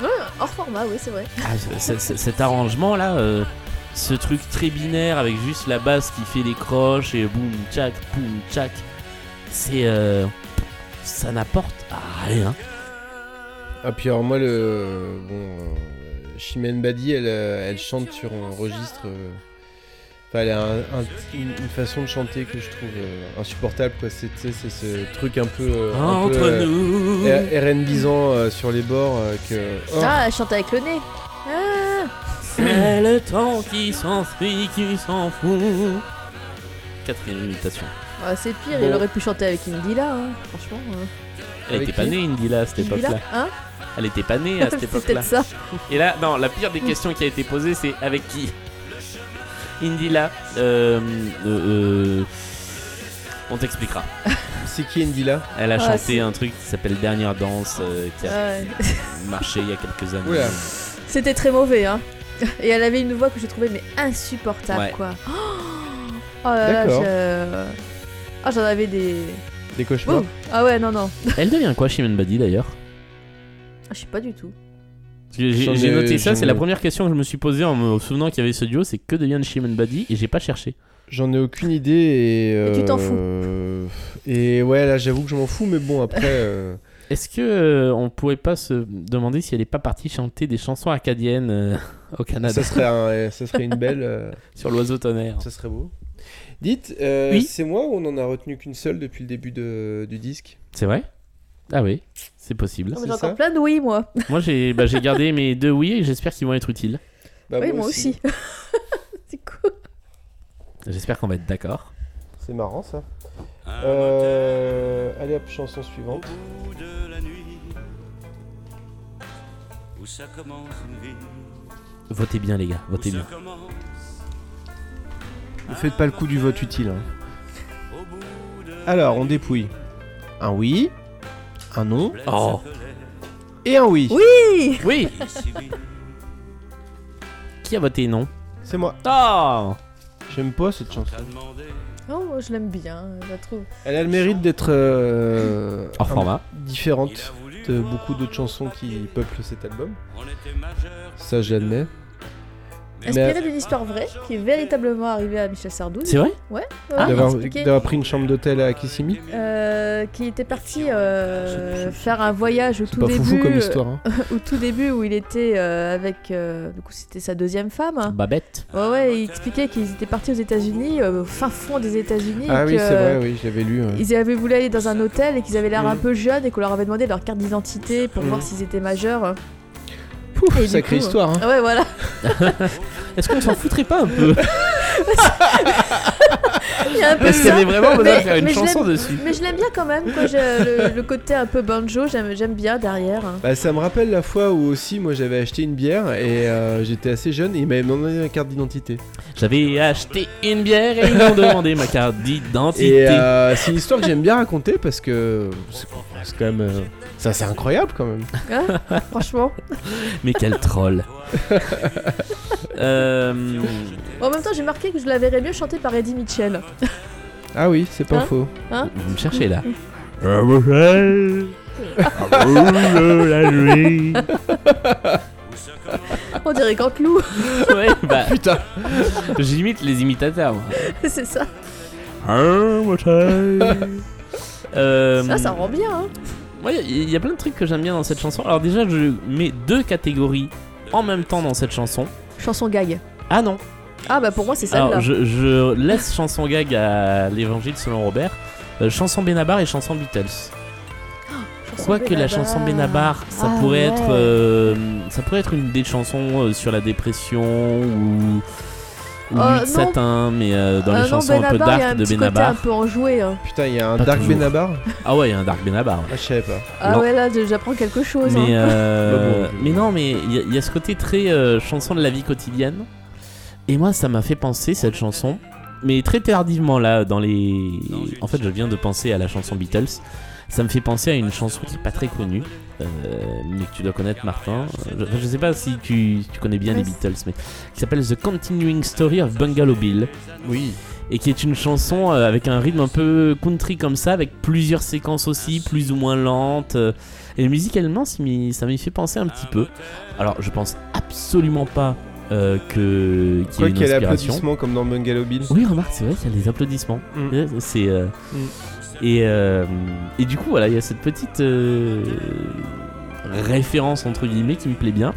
Speaker 4: Ouais, hors format, oui, c'est vrai.
Speaker 3: Ah, c- c- c- cet arrangement là, euh, ce truc très binaire avec juste la basse qui fait des croches et boum tchac, boum tchac, c'est. euh, ça n'apporte à rien.
Speaker 2: Ah, puis alors, moi, le. Bon. euh, Chimène Badi, elle, euh, elle chante sur un registre. euh, Enfin, elle a un- un- une une façon de chanter que je trouve euh, insupportable, quoi. C'est tu sais, c'est ce truc un peu. euh, un
Speaker 3: Ah, Entre
Speaker 2: peu, euh,
Speaker 3: nous.
Speaker 2: RN disant sur les bords euh, que. Oh.
Speaker 4: Ah, elle chante avec le nez. Ah,
Speaker 3: C'est le temps qui s'enfuit, qui s'en fout. Quatrième imitation.
Speaker 4: Ouais, ah, c'est pire,
Speaker 2: Bon.
Speaker 4: il aurait pu chanter avec Indila, hein, franchement. euh.
Speaker 3: Elle
Speaker 2: Avec
Speaker 3: était pas
Speaker 2: qui
Speaker 3: née, Indila, à cette
Speaker 4: Indila,
Speaker 3: époque-là.
Speaker 4: hein
Speaker 3: Elle était pas née à cette
Speaker 4: C'est
Speaker 3: époque-là.
Speaker 4: peut-être ça.
Speaker 3: Et là, non, la pire des questions qui a été posée, c'est avec qui Indila. Euh, euh, euh, on t'expliquera.
Speaker 2: C'est qui Ndila
Speaker 3: Elle a
Speaker 4: Ah,
Speaker 3: chanté
Speaker 4: c'est-
Speaker 3: un truc qui s'appelle Dernière Danse, euh, qui a
Speaker 4: Ouais.
Speaker 3: marché il y a quelques années.
Speaker 2: Oula.
Speaker 4: C'était très mauvais, hein. Et elle avait une voix que j'ai trouvée mais insupportable,
Speaker 3: Ouais.
Speaker 4: quoi. Oh, oh là là,
Speaker 2: D'accord.
Speaker 4: je- Ah, j'en avais des.
Speaker 2: Des cauchemars
Speaker 4: Ouh. Ah ouais, non, non.
Speaker 3: Elle devient quoi, Shimon Buddy d'ailleurs
Speaker 4: Ah, Je sais pas du tout.
Speaker 3: Parce que
Speaker 11: J'en
Speaker 3: J'ai j'ai
Speaker 11: ai-
Speaker 3: noté ça,
Speaker 11: j'en
Speaker 3: c'est la
Speaker 11: ai-
Speaker 3: première question que je me suis posée en me souvenant qu'il y avait ce duo, c'est que devient Shimon Buddy et j'ai pas cherché.
Speaker 11: J'en ai aucune idée et.
Speaker 4: tu t'en
Speaker 11: euh, Et ouais, là j'avoue que je m'en fous, mais bon, après. euh,
Speaker 3: Est-ce que euh, on pourrait pas se demander si elle est pas partie chanter des chansons acadiennes euh, au
Speaker 11: ça,
Speaker 3: Canada
Speaker 11: serait un- ça serait une belle. euh,
Speaker 3: sur l'oiseau
Speaker 4: Ah.
Speaker 3: tonnerre
Speaker 11: ça serait beau. Dites, euh,
Speaker 3: Oui.
Speaker 11: c'est moi ou on en a retenu qu'une seule depuis le début de- du disque
Speaker 3: C'est vrai Ah oui, c'est possible.
Speaker 4: Ah, mais
Speaker 11: c'est
Speaker 4: J'ai
Speaker 11: ça
Speaker 4: encore plein de oui, moi.
Speaker 3: moi j'ai bah, j'ai gardé mes deux oui et j'espère qu'ils vont être utiles.
Speaker 11: Bah,
Speaker 4: oui, moi aussi. c'est cool.
Speaker 3: J'espère qu'on va être d'accord.
Speaker 11: C'est marrant ça.
Speaker 9: Ah,
Speaker 11: Euh, allez hop, chanson suivante.
Speaker 9: bout de la nuit, où ça commence une vie,
Speaker 3: Votez bien les gars, votez bien.
Speaker 9: commence
Speaker 2: Ne faites pas le coup du vote utile. hein.
Speaker 9: au bout de
Speaker 2: Alors, on dépouille. Un oui, un non
Speaker 3: Oh
Speaker 2: et un oui.
Speaker 4: Oui.
Speaker 3: Oui Qui a voté non
Speaker 2: C'est moi.
Speaker 3: Oh
Speaker 2: J'aime pas cette chanson.
Speaker 4: Non, moi, je l'aime bien, je la trouve.
Speaker 2: Elle a le mérite d'être euh,
Speaker 3: En
Speaker 2: un-
Speaker 3: format.
Speaker 2: différente de beaucoup d'autres chansons qui peuplent cet album. Ça, j'admets.
Speaker 4: Inspirée d'une histoire vraie qui est véritablement arrivée à Michel Sardou.
Speaker 3: C'est vrai
Speaker 4: Ouais,
Speaker 3: Ah,
Speaker 4: il
Speaker 2: D'avoir
Speaker 4: expliquait,
Speaker 2: d'avoir pris une chambre d'hôtel à Kissimmee,
Speaker 4: euh, qui était parti euh, faire un voyage au
Speaker 2: c'est
Speaker 4: tout
Speaker 2: pas
Speaker 4: début.
Speaker 2: foufou comme
Speaker 4: euh,
Speaker 2: histoire. hein.
Speaker 4: au tout début où il était euh, avec euh, du coup c'était sa deuxième
Speaker 3: Ah.
Speaker 4: femme. hein.
Speaker 3: Babette
Speaker 2: Mm.
Speaker 4: Ouais ouais, il expliquait qu'ils étaient partis aux États-Unis, euh, au fin fond des États-Unis.
Speaker 2: Ah
Speaker 4: et
Speaker 2: oui,
Speaker 4: que,
Speaker 2: c'est vrai, oui, je l'avais lu. ouais.
Speaker 4: Ils avaient voulu aller dans un hôtel et qu'ils avaient l'air
Speaker 2: Mm.
Speaker 4: un peu jeunes et qu'on leur avait demandé leur carte d'identité pour
Speaker 2: Mm.
Speaker 4: voir s'ils étaient majeurs.
Speaker 2: Pouf,
Speaker 4: Et du
Speaker 2: sacrée
Speaker 4: coup,
Speaker 2: histoire. hein.
Speaker 4: Ah ouais voilà.
Speaker 3: Est-ce qu'on s'en foutrait pas un peu
Speaker 4: Il y a un peu
Speaker 3: Est-ce qu'il y
Speaker 4: ça.
Speaker 3: avait vraiment besoin de
Speaker 4: Mais-
Speaker 3: faire une
Speaker 4: mais je
Speaker 3: chanson
Speaker 4: l'aime-
Speaker 3: dessus
Speaker 4: Mais je l'aime bien quand même, quoi. j'ai- Le, le côté un peu banjo, j'aime j'aime bien derrière. hein.
Speaker 11: Bah, ça me rappelle la fois où aussi moi j'avais acheté une bière et euh, j'étais assez jeune et il m'avait demandé ma carte d'identité.
Speaker 3: J'avais acheté une bière et ils m'ont demandé ma carte d'identité.
Speaker 11: Et euh, c'est une histoire que j'aime bien raconter parce que c'est c'est quand même euh, ça c'est incroyable quand même.
Speaker 4: Franchement.
Speaker 3: Mais quel troll Euh,
Speaker 4: En même temps, j'ai marqué que je la verrais mieux chantée par Eddie Mitchell.
Speaker 11: Ah oui, c'est pas
Speaker 4: Hein
Speaker 11: faux.
Speaker 3: Vous me cherchez là.
Speaker 4: On dirait Canteloup,
Speaker 3: Ouais, bah,
Speaker 11: Putain.
Speaker 3: j'imite les imitateurs. moi.
Speaker 4: c'est ça.
Speaker 3: Euh,
Speaker 4: Ça, ça rend bien. Hein.
Speaker 3: Ouais, il y a plein de trucs que j'aime bien dans cette chanson. Alors déjà, je mets deux catégories en même temps dans cette chanson.
Speaker 4: Chanson gag.
Speaker 3: Ah non.
Speaker 4: Ah bah pour moi c'est
Speaker 3: Alors je,
Speaker 4: celle-là.
Speaker 3: je laisse chanson gag à l'évangile selon Robert. Euh, chanson Benabar et chanson Beatles.
Speaker 4: Chanson
Speaker 3: Quoique la
Speaker 4: Benabar.
Speaker 3: chanson Benabar, ça
Speaker 4: Ah
Speaker 3: pourrait être,
Speaker 4: ouais.
Speaker 3: euh, ça pourrait être une des chansons euh, sur la dépression ou, ou
Speaker 4: Euh,
Speaker 3: Huit
Speaker 4: non.
Speaker 3: Satin, mais euh, dans les
Speaker 4: Ah non,
Speaker 3: chansons un peu
Speaker 4: Benabar, il y a
Speaker 3: dark
Speaker 4: un
Speaker 3: de
Speaker 4: petit côté
Speaker 3: Benabar.
Speaker 4: un peu enjoué. Hein.
Speaker 11: Putain, il y a un
Speaker 3: Pas
Speaker 11: Dark
Speaker 3: toujours.
Speaker 11: Benabar
Speaker 3: Ah ouais, il y a un dark Benabar. ouais.
Speaker 11: Ah, je savais pas.
Speaker 4: Ah
Speaker 3: Non.
Speaker 4: ouais, là je- j'apprends quelque chose.
Speaker 3: Mais,
Speaker 4: hein.
Speaker 11: Bah
Speaker 3: euh,
Speaker 11: bon, je-
Speaker 3: mais non, mais il y a- il y, a ce côté très euh, chanson de la vie quotidienne. Et moi, ça m'a fait penser cette chanson, mais très tardivement là, dans les. En fait, je viens de penser à la chanson Beatles. Ça me fait penser à une chanson qui est pas très connue, euh, mais que tu dois connaître, Martin. Euh, Je, je sais pas si tu, tu connais bien les
Speaker 4: Ouais,
Speaker 3: Beatles, mais qui s'appelle The Continuing Story of Bungalow Bill.
Speaker 11: Oui.
Speaker 3: Et qui est une chanson euh, avec un rythme un peu country comme ça, avec plusieurs séquences aussi, plus ou moins lentes. euh, et musicalement, ça m'y ça m'y fait penser un petit peu. Alors, je pense absolument pas euh, que qu'il y
Speaker 11: Quoi
Speaker 3: ait une
Speaker 11: qu'il y ait
Speaker 3: inspiration.
Speaker 11: l'applaudissement comme dans Bungalow Bill.
Speaker 3: Oui, remarque, c'est vrai qu'il y a des applaudissements.
Speaker 11: Mm.
Speaker 3: Euh, C'est euh,
Speaker 11: Mm.
Speaker 3: et euh, et du coup, voilà, il y a cette petite euh, référence entre guillemets qui me plaît bien.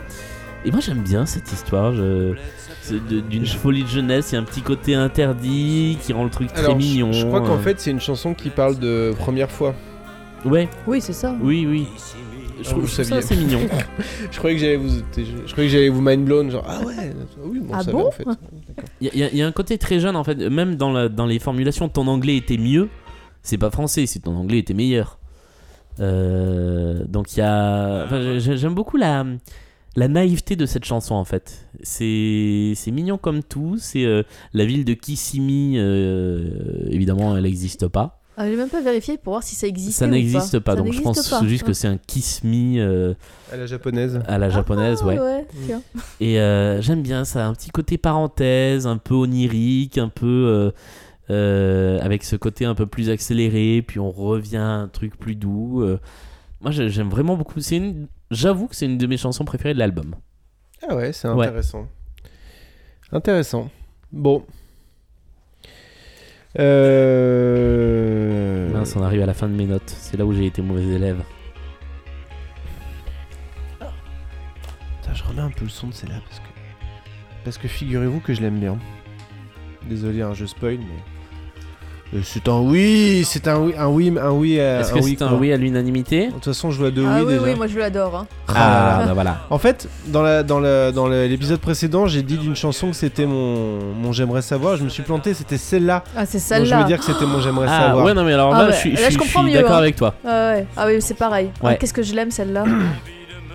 Speaker 3: Et moi, j'aime bien cette histoire. je- c'est de- D'une folie de jeunesse, il y a un petit côté interdit qui rend le truc très
Speaker 11: Alors, je-
Speaker 3: mignon.
Speaker 11: je crois qu'en
Speaker 3: euh.
Speaker 11: fait, c'est une chanson qui parle de première fois.
Speaker 3: Ouais,
Speaker 4: Oui, c'est ça.
Speaker 3: oui, oui. Je
Speaker 11: Ah, vous
Speaker 3: trouve je trouve ça
Speaker 11: saviez.
Speaker 3: assez mignon.
Speaker 11: Je croyais que j'allais vous, je, je croyais que j'allais vous mind blown, genre ah ouais, oui, bon,
Speaker 4: Ah
Speaker 11: ça
Speaker 4: bon
Speaker 11: va en fait.
Speaker 3: Il y, a- y a un côté très jeune en fait, même dans, la- dans les formulations, ton anglais était mieux, c'est pas français, c'est ton anglais était meilleur. Euh, donc il y a. enfin, j'ai- j'ai- J'aime beaucoup la, la naïveté de cette chanson en fait. C'est c'est mignon comme tout, c'est euh, la ville de Kissimmee, euh, évidemment elle n'existe pas.
Speaker 4: Ah, j'ai même pas vérifié pour voir si ça existe.
Speaker 3: Ça n'existe pas, donc je pense juste que
Speaker 4: c'est
Speaker 3: c'est un Kiss Me euh,
Speaker 11: À la japonaise.
Speaker 3: à la japonaise, ouais.
Speaker 4: Ah tiens.
Speaker 3: Et euh, j'aime bien ça, un petit côté parenthèse, un peu onirique, un peu euh, euh, avec ce côté un peu plus accéléré, puis on revient à un truc plus doux. euh. Moi, j'ai- j'aime vraiment beaucoup. C'est une... J'avoue que c'est une de mes chansons préférées de l'album.
Speaker 2: Ah ouais, c'est
Speaker 3: Ouais.
Speaker 2: intéressant. Intéressant. Bon. Euh...
Speaker 3: Mince, on arrive à la fin de mes notes. C'est là où j'ai été mauvais élève.
Speaker 2: Putain, je remets un peu le son de celle-là parce que. Parce que figurez-vous que je l'aime bien. Désolé, hein, je spoil, mais. Euh, C'est un oui, c'est un oui, un oui, un Euh, ah oui, à-
Speaker 3: Est-ce que c'est un
Speaker 2: quoi.
Speaker 3: oui à l'unanimité
Speaker 2: De toute façon, je vois deux
Speaker 4: Ah
Speaker 2: oui
Speaker 4: oui,
Speaker 2: déjà.
Speaker 4: oui, moi je l'adore. hein.
Speaker 3: Ah, bah voilà.
Speaker 2: En fait, dans la dans la- dans le- l'épisode précédent, j'ai dit d'une chanson que c'était mon mon j'aimerais savoir. Je me suis planté, c'était celle-là.
Speaker 4: Ah, c'est
Speaker 2: Donc, je veux
Speaker 4: celle-là.
Speaker 2: dire que c'était mon j'aimerais
Speaker 3: Ah,
Speaker 2: savoir.
Speaker 3: ouais, non, mais alors
Speaker 4: Ah
Speaker 3: là,
Speaker 4: ouais,
Speaker 3: je suis,
Speaker 4: là,
Speaker 3: je
Speaker 4: je
Speaker 3: suis- je
Speaker 4: comprends
Speaker 3: suis
Speaker 4: mieux,
Speaker 3: d'accord
Speaker 4: hein.
Speaker 3: avec toi.
Speaker 4: Ah, ouais. ah oui, c'est pareil. Ah,
Speaker 3: Ouais.
Speaker 4: Qu'est-ce que je l'aime celle-là.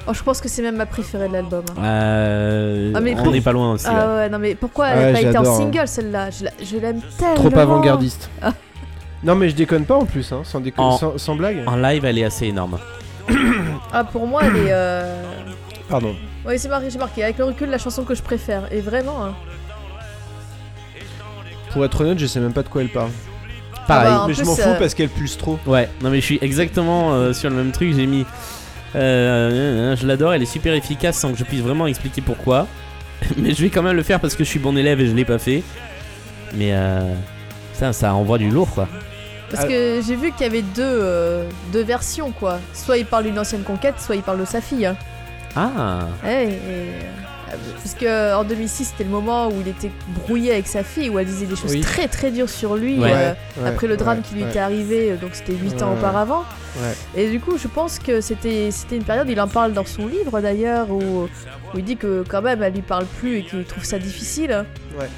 Speaker 4: oh, je pense que c'est même ma préférée de l'album.
Speaker 3: Ah,
Speaker 4: hein.
Speaker 3: Euh,
Speaker 4: Ah, mais
Speaker 3: on
Speaker 4: pour-
Speaker 3: n'est pas loin aussi. ouais.
Speaker 4: Ah ouais, non mais pourquoi
Speaker 2: Ouais,
Speaker 4: elle n'a pas été en
Speaker 2: j'adore, hein.
Speaker 4: single celle-là Je la- Je l'aime tellement.
Speaker 2: Trop avant-gardiste.
Speaker 4: Ah.
Speaker 2: Non mais je déconne pas en plus, hein, sans, déco-
Speaker 3: En-
Speaker 2: sans, sans blague.
Speaker 3: En live, elle est assez énorme.
Speaker 4: Ah pour moi elle est. euh,
Speaker 2: Pardon.
Speaker 4: Oui c'est marqué, j'ai marqué avec le recul la chanson que je préfère et vraiment. hein.
Speaker 2: Pour être honnête, je sais même pas de quoi elle parle.
Speaker 4: Pareil. Ah bah, en
Speaker 2: mais je
Speaker 4: plus,
Speaker 2: m'en fous
Speaker 4: euh,
Speaker 2: parce qu'elle pulse trop.
Speaker 3: Ouais, non, mais je suis exactement euh, sur le même truc. J'ai mis. euh, euh, je l'adore, elle est super efficace sans que je puisse vraiment expliquer pourquoi. mais je vais quand même le faire parce que je suis bon élève et je l'ai pas fait. Mais euh, ça, ça envoie du lourd quoi.
Speaker 4: Parce
Speaker 2: Ah.
Speaker 4: que j'ai vu qu'il y avait deux euh, deux versions quoi. Soit il parle d'une ancienne conquête, soit il parle de sa fille. hein.
Speaker 3: Ah,
Speaker 4: Ouais, et, euh, Parce que en 2006 c'était le moment où il était brouillé avec sa fille où elle disait des choses
Speaker 2: Oui.
Speaker 4: très très dures sur lui.
Speaker 3: Ouais.
Speaker 4: euh,
Speaker 2: Ouais,
Speaker 4: après le drame
Speaker 2: ouais,
Speaker 4: qui lui
Speaker 2: ouais.
Speaker 4: était arrivé, euh, donc c'était 8 ans
Speaker 2: Ouais.
Speaker 4: auparavant.
Speaker 2: Ouais.
Speaker 4: Et du coup, je pense que c'était c'était une période, il en parle dans son livre d'ailleurs, où, où il dit que quand même elle lui parle plus et qu'il trouve ça difficile. hein.
Speaker 2: Ouais.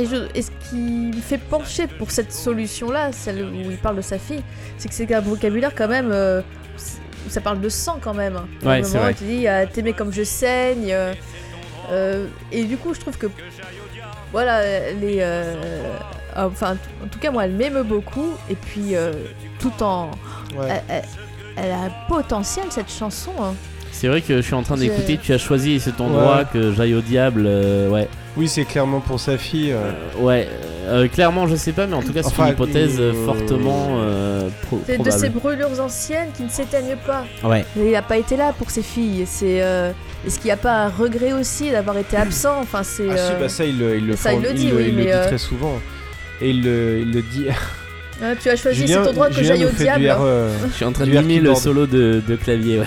Speaker 4: Et, je- et ce qui me fait pencher pour cette solution-là, celle où il parle de sa fille, c'est que c'est un vocabulaire quand même. euh, c- où ça parle de sang quand même.
Speaker 3: Ouais,
Speaker 4: À un
Speaker 3: c'est
Speaker 4: moment,
Speaker 3: vrai.
Speaker 4: Tu dis, ah, t'aimer comme je saigne. euh, euh, et du coup, je trouve que. Voilà, les. euh, enfin, en tout cas, moi, elle m'aime beaucoup. Et puis, euh, tout en.
Speaker 2: Ouais.
Speaker 4: Elle, elle- elle a un potentiel, cette chanson. hein.
Speaker 3: c'est vrai que je suis en train
Speaker 4: J'ai-
Speaker 3: d'écouter. Tu as choisi cet endroit
Speaker 2: Ouais.
Speaker 3: que j'aille au diable. euh, ouais,
Speaker 2: Oui, c'est clairement pour sa fille. euh,
Speaker 3: Euh, ouais. euh, clairement, je sais pas, mais en tout cas, c'est
Speaker 2: Enfin,
Speaker 3: une hypothèse euh,
Speaker 2: euh,
Speaker 3: fortement euh, pro-
Speaker 4: C'est de
Speaker 3: probable.
Speaker 4: ces brûlures anciennes qui ne s'éteignent pas.
Speaker 3: Ouais.
Speaker 4: Mais il n'a pas été là pour ses filles. C'est. euh, Est-ce qu'il n'y a pas un regret aussi d'avoir été absent Enfin, c'est.
Speaker 2: Ah si,
Speaker 4: euh,
Speaker 2: bah ça il, le- il le
Speaker 4: ça,
Speaker 2: prend-
Speaker 4: il le dit, oui,
Speaker 2: il le
Speaker 4: mais,
Speaker 2: dit
Speaker 4: euh,
Speaker 2: très souvent. Et il le, il le dit.
Speaker 4: hein, tu as choisi
Speaker 2: Julien,
Speaker 4: cet endroit que
Speaker 2: Julien
Speaker 4: j'aille
Speaker 2: nous
Speaker 4: au
Speaker 2: fait
Speaker 4: diable.
Speaker 2: du R, euh,
Speaker 3: Je suis en train de
Speaker 2: Du air
Speaker 3: mimer le
Speaker 2: keyboard.
Speaker 3: solo de, de clavier. Ouais.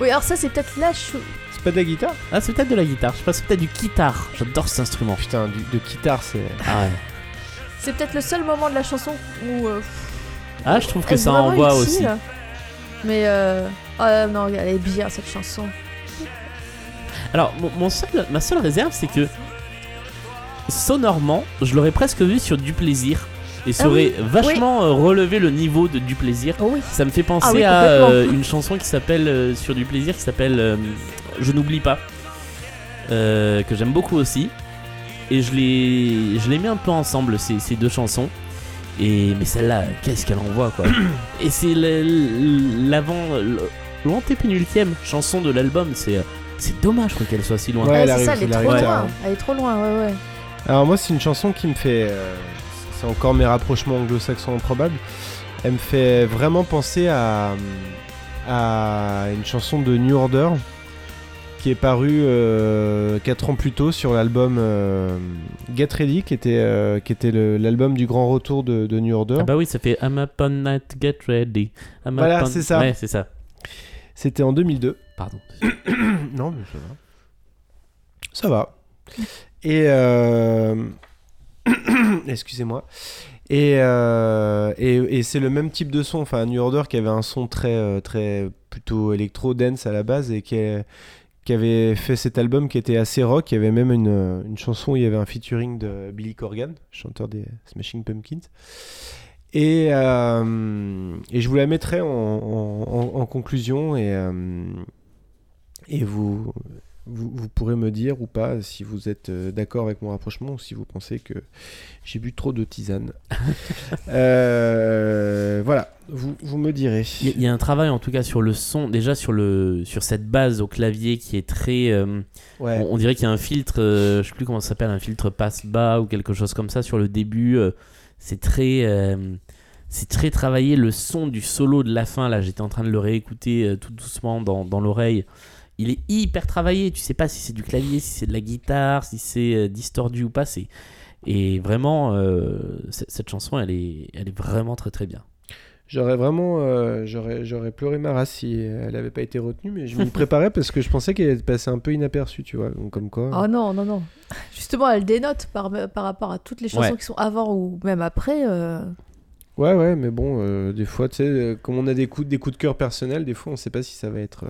Speaker 4: Oui, alors ça, c'est peut-être la chou.
Speaker 2: C'est pas de la guitare
Speaker 3: Ah, c'est peut-être de la guitare. Je sais pas, c'est peut-être du guitare. J'adore cet instrument.
Speaker 2: Oh, Putain, du- de guitare c'est...
Speaker 3: Ah, ouais.
Speaker 4: C'est peut-être le seul moment de la chanson où. euh,
Speaker 3: Ah, je trouve que
Speaker 4: est
Speaker 3: ça
Speaker 4: vraiment
Speaker 3: envoie aussi.
Speaker 4: utile. Mais euh... ah non, elle est bien cette chanson.
Speaker 3: Alors, mon, mon seul, ma seule réserve, c'est que sonorement, je l'aurais presque vu sur du plaisir. Et ça
Speaker 4: Ah
Speaker 3: aurait
Speaker 4: oui,
Speaker 3: vachement euh, relevé le niveau de du plaisir.
Speaker 4: Oh oui.
Speaker 3: Ça me fait penser
Speaker 4: Ah oui,
Speaker 3: à
Speaker 4: complètement.
Speaker 3: euh, une chanson qui s'appelle euh, sur du plaisir, qui s'appelle euh, Je n'oublie pas, euh, que j'aime beaucoup aussi. Et je les, je les mets un peu ensemble ces, ces deux chansons. Et mais celle-là, qu'est-ce qu'elle envoie quoi. Et c'est le- le- l'avant, l'antépénultième chanson de l'album. C'est, euh, c'est dommage quoi, qu'elle soit si loin.
Speaker 2: Ouais,
Speaker 4: Ah,
Speaker 2: elle
Speaker 4: c'est
Speaker 2: arrive,
Speaker 4: ça, elle est
Speaker 2: elle
Speaker 4: trop
Speaker 2: arrive.
Speaker 4: loin.
Speaker 2: Ouais.
Speaker 4: Elle est trop loin, ouais, ouais.
Speaker 2: Alors moi c'est une chanson qui me fait... euh, c'est encore mes rapprochements anglo-saxons improbables. Elle me fait vraiment penser à, à une chanson de New Order qui est parue 4 ans plus tôt sur l'album euh, Get Ready qui était, euh, qui était le- l'album du grand retour de, de New Order.
Speaker 3: Ah bah oui, ça fait I'm up all night, get ready. I'm
Speaker 2: Voilà,
Speaker 3: up all-
Speaker 2: c'est ça.
Speaker 3: Ouais, c'est ça.
Speaker 2: C'était en 2002.
Speaker 3: Pardon.
Speaker 2: Non, mais ça va. Ça va. Et. euh, Excusez-moi. Et, euh, et, et c'est le même type de son. Enfin, New Order qui avait un son très, euh, très plutôt électro-dance à la base et qui, est- qui avait fait cet album qui était assez rock. Il y avait même une, euh, une chanson où il y avait un featuring de Billy Corgan, chanteur des Smashing Pumpkins. Et, euh, et je vous la mettrai en, en- en- en conclusion et, euh, et vous, vous, vous pourrez me dire ou pas si vous êtes euh, d'accord avec mon rapprochement ou si vous pensez que j'ai bu trop de tisane. Euh, voilà, vous, vous me direz.
Speaker 3: Il y, a- il y a un travail en tout cas sur le son, déjà sur, le, sur cette base au clavier qui est très. euh,
Speaker 2: Ouais.
Speaker 3: on, on dirait qu'il y a un filtre, euh, je sais plus comment ça s'appelle, un filtre passe-bas ou quelque chose comme ça sur le début. euh, c'est très. euh, C'est très travaillé. Le son du solo de la fin, là, j'étais en train de le réécouter euh, tout doucement dans, dans l'oreille. Il est hyper travaillé. Tu sais pas si c'est du clavier, si c'est de la guitare, si c'est euh, distordu ou pas. C'est et vraiment euh, c- cette chanson, elle est, elle est vraiment très très bien.
Speaker 2: J'aurais vraiment, euh, j'aurais, j'aurais pleuré ma race si elle n'avait pas été retenue, mais je m'y préparais parce que je pensais qu'elle allait passer un peu inaperçue, tu vois, donc comme quoi.
Speaker 4: Oh non, non, non. Justement, elle dénote par, par rapport à toutes les chansons
Speaker 3: Ouais.
Speaker 4: qui sont avant ou même après. euh,
Speaker 3: Oh.
Speaker 2: Ouais, ouais, mais bon, euh, des fois, tu sais, euh, comme on a des coups, des coups de cœur personnels, des fois, on sait pas si ça va être. euh,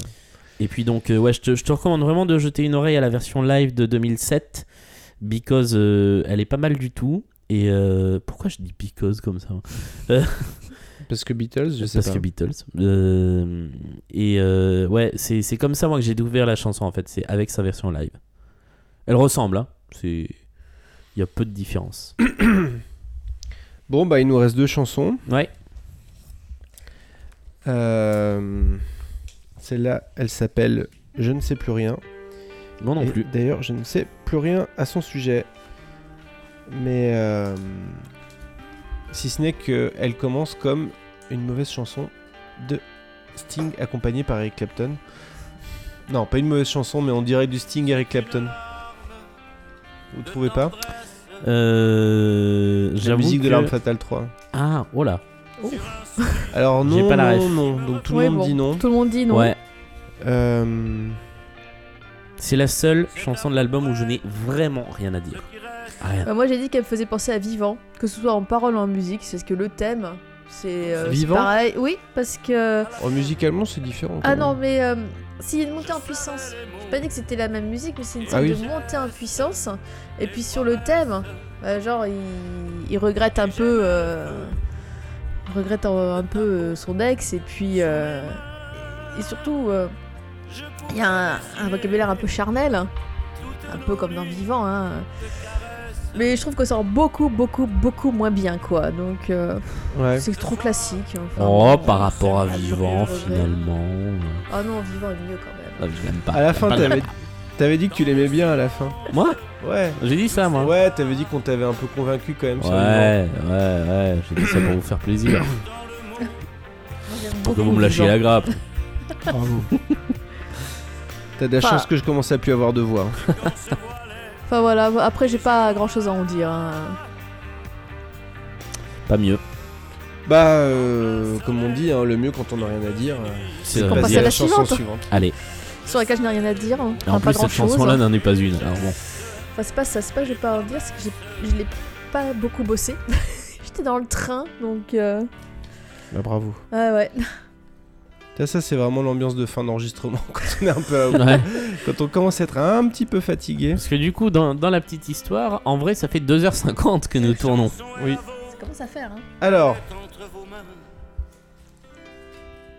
Speaker 3: Et puis donc, euh, ouais, je te, je te recommande vraiment de jeter une oreille à la version live de 2007, because euh, elle est pas mal du tout. Et euh, pourquoi je dis because comme ça hein
Speaker 2: Parce que Beatles, je sais
Speaker 3: Parce
Speaker 2: pas.
Speaker 3: que Beatles. Euh, et euh, ouais, c'est c'est comme ça, moi, que j'ai découvert la chanson, en fait. C'est avec sa version live. Elle ressemble, hein. C'est... Il y a peu de différence.
Speaker 2: Bon, bah, il nous reste deux chansons.
Speaker 3: Ouais.
Speaker 2: Euh, Celle-là, elle s'appelle Je ne sais plus rien.
Speaker 3: Moi non
Speaker 2: Et
Speaker 3: plus.
Speaker 2: D'ailleurs, je ne sais plus rien à son sujet. Mais euh, si ce n'est qu'elle commence comme une mauvaise chanson de Sting accompagnée par Eric Clapton. Non, pas une mauvaise chanson, mais on dirait du Sting Eric Clapton. Vous trouvez pas
Speaker 3: Euh,
Speaker 2: La
Speaker 3: j'avoue
Speaker 2: musique de
Speaker 3: que-
Speaker 2: l'arme fatale 3.
Speaker 3: Ah, oh là.
Speaker 2: Alors
Speaker 3: J'ai
Speaker 2: non,
Speaker 3: pas la
Speaker 2: non,
Speaker 3: ref.
Speaker 2: non. Donc tout le
Speaker 4: ouais,
Speaker 2: monde
Speaker 4: bon,
Speaker 2: dit non.
Speaker 4: Tout le monde dit non.
Speaker 3: Ouais.
Speaker 2: Euh,
Speaker 3: C'est la seule chanson de l'album où je n'ai vraiment rien à dire. Rien.
Speaker 4: Bah, moi, j'ai dit qu'elle me faisait penser à Vivant, que ce soit en parole ou en musique, c'est ce que le thème, c'est euh, c'est
Speaker 2: Vivant
Speaker 4: pareil. Oui, parce que.
Speaker 2: oh, musicalement, c'est différent.
Speaker 4: Ah
Speaker 2: quand
Speaker 4: non,
Speaker 2: même.
Speaker 4: mais euh, s'il y a une montée en puissance. J'ai pas dit que c'était la même musique, mais c'est une
Speaker 2: Ah
Speaker 4: sorte
Speaker 2: oui.
Speaker 4: de montée en puissance. Et puis sur le thème, euh, genre, il, il regrette un peu. euh, il regrette un, un peu euh, son ex, et puis. euh, et surtout, euh, il y a un, un vocabulaire un peu charnel, hein, un peu comme dans Vivant, hein. Mais je trouve que ça rend beaucoup, beaucoup, beaucoup moins bien, quoi. Donc, euh,
Speaker 2: Ouais.
Speaker 4: c'est trop classique. enfin,
Speaker 3: Oh,
Speaker 4: bon,
Speaker 3: par rapport à
Speaker 4: c'est
Speaker 3: Vivant,
Speaker 4: regret.
Speaker 3: finalement.
Speaker 4: Ah non, Vivant est mieux quand même.
Speaker 3: Ah, je l'aime
Speaker 2: À
Speaker 3: pas.
Speaker 2: la fin, t'avais t'avais dit que tu l'aimais bien à la fin.
Speaker 3: Moi
Speaker 2: Ouais.
Speaker 3: J'ai dit ça, moi.
Speaker 2: Ouais, t'avais dit qu'on t'avait un peu convaincu quand même.
Speaker 3: Ouais,
Speaker 2: sur le
Speaker 3: ouais, ouais, j'ai dit ça pour vous faire plaisir.
Speaker 4: Moi, j'aime
Speaker 3: pour que
Speaker 4: beaucoup
Speaker 3: vous me lâchiez
Speaker 4: Vivant.
Speaker 3: la grappe.
Speaker 2: vent. T'as de la
Speaker 4: Enfin-
Speaker 2: chance que je commence à plus avoir de voix. hein.
Speaker 4: Enfin voilà, après j'ai pas grand chose à en dire. hein.
Speaker 3: Pas mieux.
Speaker 2: Bah, euh, comme on dit, hein, le mieux quand on n'a rien à dire, euh,
Speaker 3: C'est
Speaker 4: qu'on passe
Speaker 3: vas-y.
Speaker 4: à la
Speaker 2: chanson
Speaker 4: suivante.
Speaker 2: suivante.
Speaker 3: Allez.
Speaker 4: Sur laquelle je n'ai rien à dire. hein.
Speaker 3: Et en
Speaker 4: Enfin, pas
Speaker 3: plus,
Speaker 4: grand
Speaker 3: cette
Speaker 4: chose.
Speaker 3: chanson-là n'en est pas une. Alors bon.
Speaker 4: Enfin, c'est pas ça, c'est pas que je vais pas en dire, c'est que j'ai- je l'ai pas beaucoup bossé. J'étais dans le train donc. euh,
Speaker 2: Bah, bravo.
Speaker 4: Ah ouais.
Speaker 2: Ça, ça c'est vraiment l'ambiance de fin d'enregistrement quand on est un peu à bout.
Speaker 3: Ouais.
Speaker 2: Quand on commence à être un petit peu fatigué.
Speaker 3: Parce que du coup, dans, dans la petite histoire, en vrai, ça fait 2h50 que nous tournons.
Speaker 4: Ça commence à faire. Hein.
Speaker 2: Alors.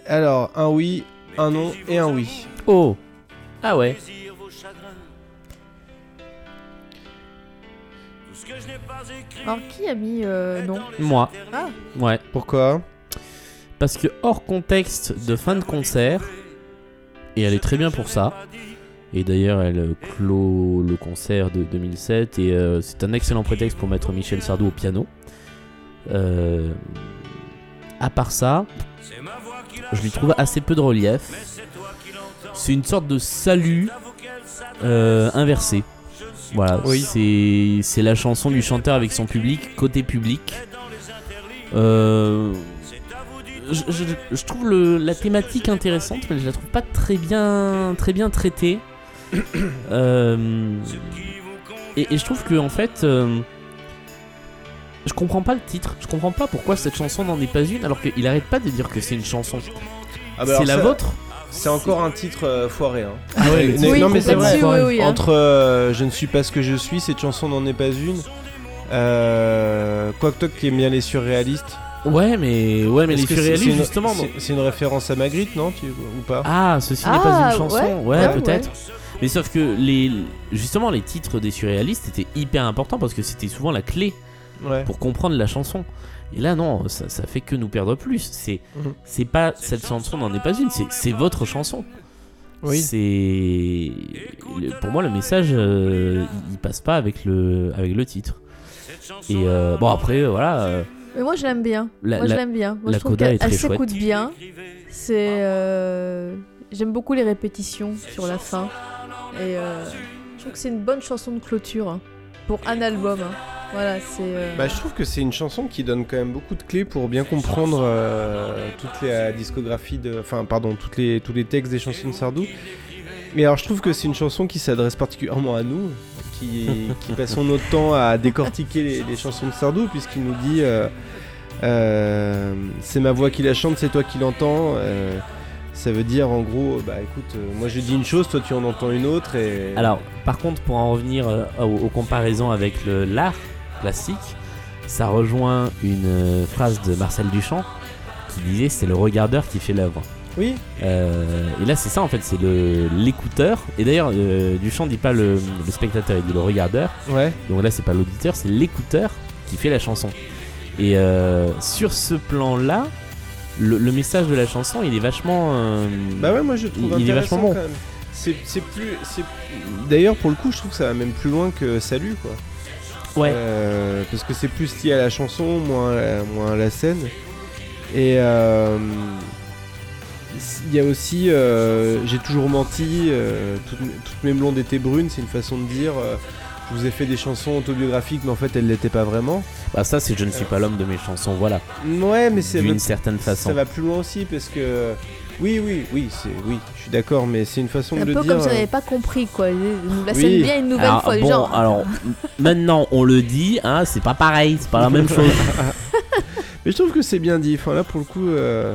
Speaker 2: Alors, un oui, un non et un oui.
Speaker 3: Oh Ah ouais
Speaker 4: Alors qui a mis euh, non
Speaker 3: Moi.
Speaker 4: Ah.
Speaker 3: Ouais.
Speaker 2: Pourquoi
Speaker 3: Parce que hors contexte de fin de concert, et elle est très bien pour ça, et d'ailleurs elle euh, clôt le concert de 2007, et euh, c'est un excellent prétexte pour mettre Michel Sardou au piano. Euh, à part ça, je lui trouve assez peu de relief. C'est une sorte de salut euh, inversé. Voilà,
Speaker 2: Oui.
Speaker 3: c'est- c'est la chanson du chanteur avec son public, côté public. Euh, je, je- je trouve le- la thématique intéressante, mais je la trouve pas très bien, très bien traitée. Euh, et, et je trouve que en fait, euh, je comprends pas le titre. Je comprends pas pourquoi cette chanson n'en est pas une, alors qu'il arrête pas de dire que c'est une chanson.
Speaker 2: Ah bah,
Speaker 3: c'est
Speaker 2: alors
Speaker 3: la
Speaker 2: ça-
Speaker 3: vôtre.
Speaker 2: C'est encore un titre euh, foiré. Hein.
Speaker 3: Ah ouais,
Speaker 2: Mais-
Speaker 3: le
Speaker 2: mais-
Speaker 4: oui,
Speaker 2: non, mais c'est vrai.
Speaker 4: là-dessus, oui, oui, hein.
Speaker 2: Entre euh, Je ne suis pas ce que je suis, cette chanson n'en est pas une. Euh, Quoique toi qui aime bien les surréalistes.
Speaker 3: Ouais, mais ouais, mais
Speaker 2: Est-ce
Speaker 3: les
Speaker 2: que c'est- c'est
Speaker 3: surréalistes
Speaker 2: une-
Speaker 3: justement.
Speaker 2: c'est-
Speaker 3: donc-
Speaker 2: C'est une référence à Magritte, non tu- Ou pas
Speaker 3: Ah, ceci n'est
Speaker 4: Ah,
Speaker 3: pas une chanson. Ouais,
Speaker 4: ouais, ouais,
Speaker 3: peut-être. Mais sauf que les justement les titres des surréalistes étaient hyper importants parce que c'était souvent la clé
Speaker 2: Ouais.
Speaker 3: pour comprendre la chanson. Et là, non, ça, ça fait que nous perdre plus. C'est,
Speaker 2: Mhm.
Speaker 3: c'est pas cette chanson n'en est pas une. C'est, c'est votre chanson.
Speaker 2: Oui.
Speaker 3: C'est le- pour moi le message, euh, il, il passe pas avec le avec le titre. Et euh, bon après, euh, voilà, euh,
Speaker 4: Mais moi je l'aime bien.
Speaker 3: La-
Speaker 4: moi je
Speaker 3: la-
Speaker 4: l'aime bien. Moi,
Speaker 3: la
Speaker 4: je trouve
Speaker 3: coda est très
Speaker 4: qu'elle
Speaker 3: chouette.
Speaker 4: s'écoute bien. C'est. euh, J'aime beaucoup les répétitions sur la fin. Et euh, je trouve que c'est une bonne chanson de clôture hein, pour un album. hein. Voilà, c'est. euh,
Speaker 2: Bah, je trouve que c'est une chanson qui donne quand même beaucoup de clés pour bien comprendre euh, toute la discographie de, enfin pardon, toutes les tous les textes des chansons de Sardou. Mais alors je trouve que c'est une chanson qui s'adresse particulièrement à nous, qui, qui passons notre temps à décortiquer les, les chansons de Sardou, puisqu'il nous dit euh, euh, c'est ma voix qui la chante, c'est toi qui l'entends. Euh, ça veut dire en gros, bah écoute, euh, moi je dis une chose, toi tu en entends une autre et
Speaker 3: Alors, par contre, pour en revenir euh, aux, aux comparaisons avec le- l'art classique, ça rejoint une euh, phrase de Marcel Duchamp qui disait c'est le regardeur qui fait l'œuvre.
Speaker 2: oui,
Speaker 3: Euh, et là, c'est ça en fait, c'est le l'écouteur. Et d'ailleurs, euh, Duchamp dit pas le, le spectateur, il dit le regardeur.
Speaker 2: ouais.
Speaker 3: Donc là, c'est pas l'auditeur, c'est l'écouteur qui fait la chanson. Et euh, sur ce plan-là, le, le message de la chanson, il est vachement. euh,
Speaker 2: Bah ouais, moi je le trouve
Speaker 3: Il- il est
Speaker 2: intéressant
Speaker 3: vachement bon.
Speaker 2: quand même. C'est c'est plus. c'est- D'ailleurs, pour le coup, je trouve que ça va même plus loin que Salut, quoi.
Speaker 3: Ouais.
Speaker 2: Euh, parce que c'est plus lié à la chanson, moins à la, moins à la scène. Et euh, il y a aussi euh, J'ai toujours menti, euh, toutes, mes- toutes mes blondes étaient brunes, c'est une façon de dire. euh, je vous ai fait des chansons autobiographiques, mais en fait, elles l'étaient pas vraiment.
Speaker 3: Bah ça, c'est je ne suis pas l'homme de mes chansons, voilà.
Speaker 2: Ouais, mais c'est
Speaker 3: D'une certaine façon.
Speaker 2: ça va plus loin aussi parce que. Oui, oui, oui, c'est oui, je suis d'accord, mais c'est une façon
Speaker 4: C'est
Speaker 2: de le
Speaker 4: un peu
Speaker 2: dire.
Speaker 4: comme si on
Speaker 2: euh,
Speaker 4: n'avait pas compris quoi. Ils nous la
Speaker 2: Oui.
Speaker 4: scènent bien une nouvelle
Speaker 3: Alors,
Speaker 4: fois. les
Speaker 3: Ah, bon,
Speaker 4: gens.
Speaker 3: alors m- maintenant on le dit, hein, c'est pas pareil, c'est pas la même chose.
Speaker 2: Mais je trouve que c'est bien dit. Enfin, là, pour le coup, euh,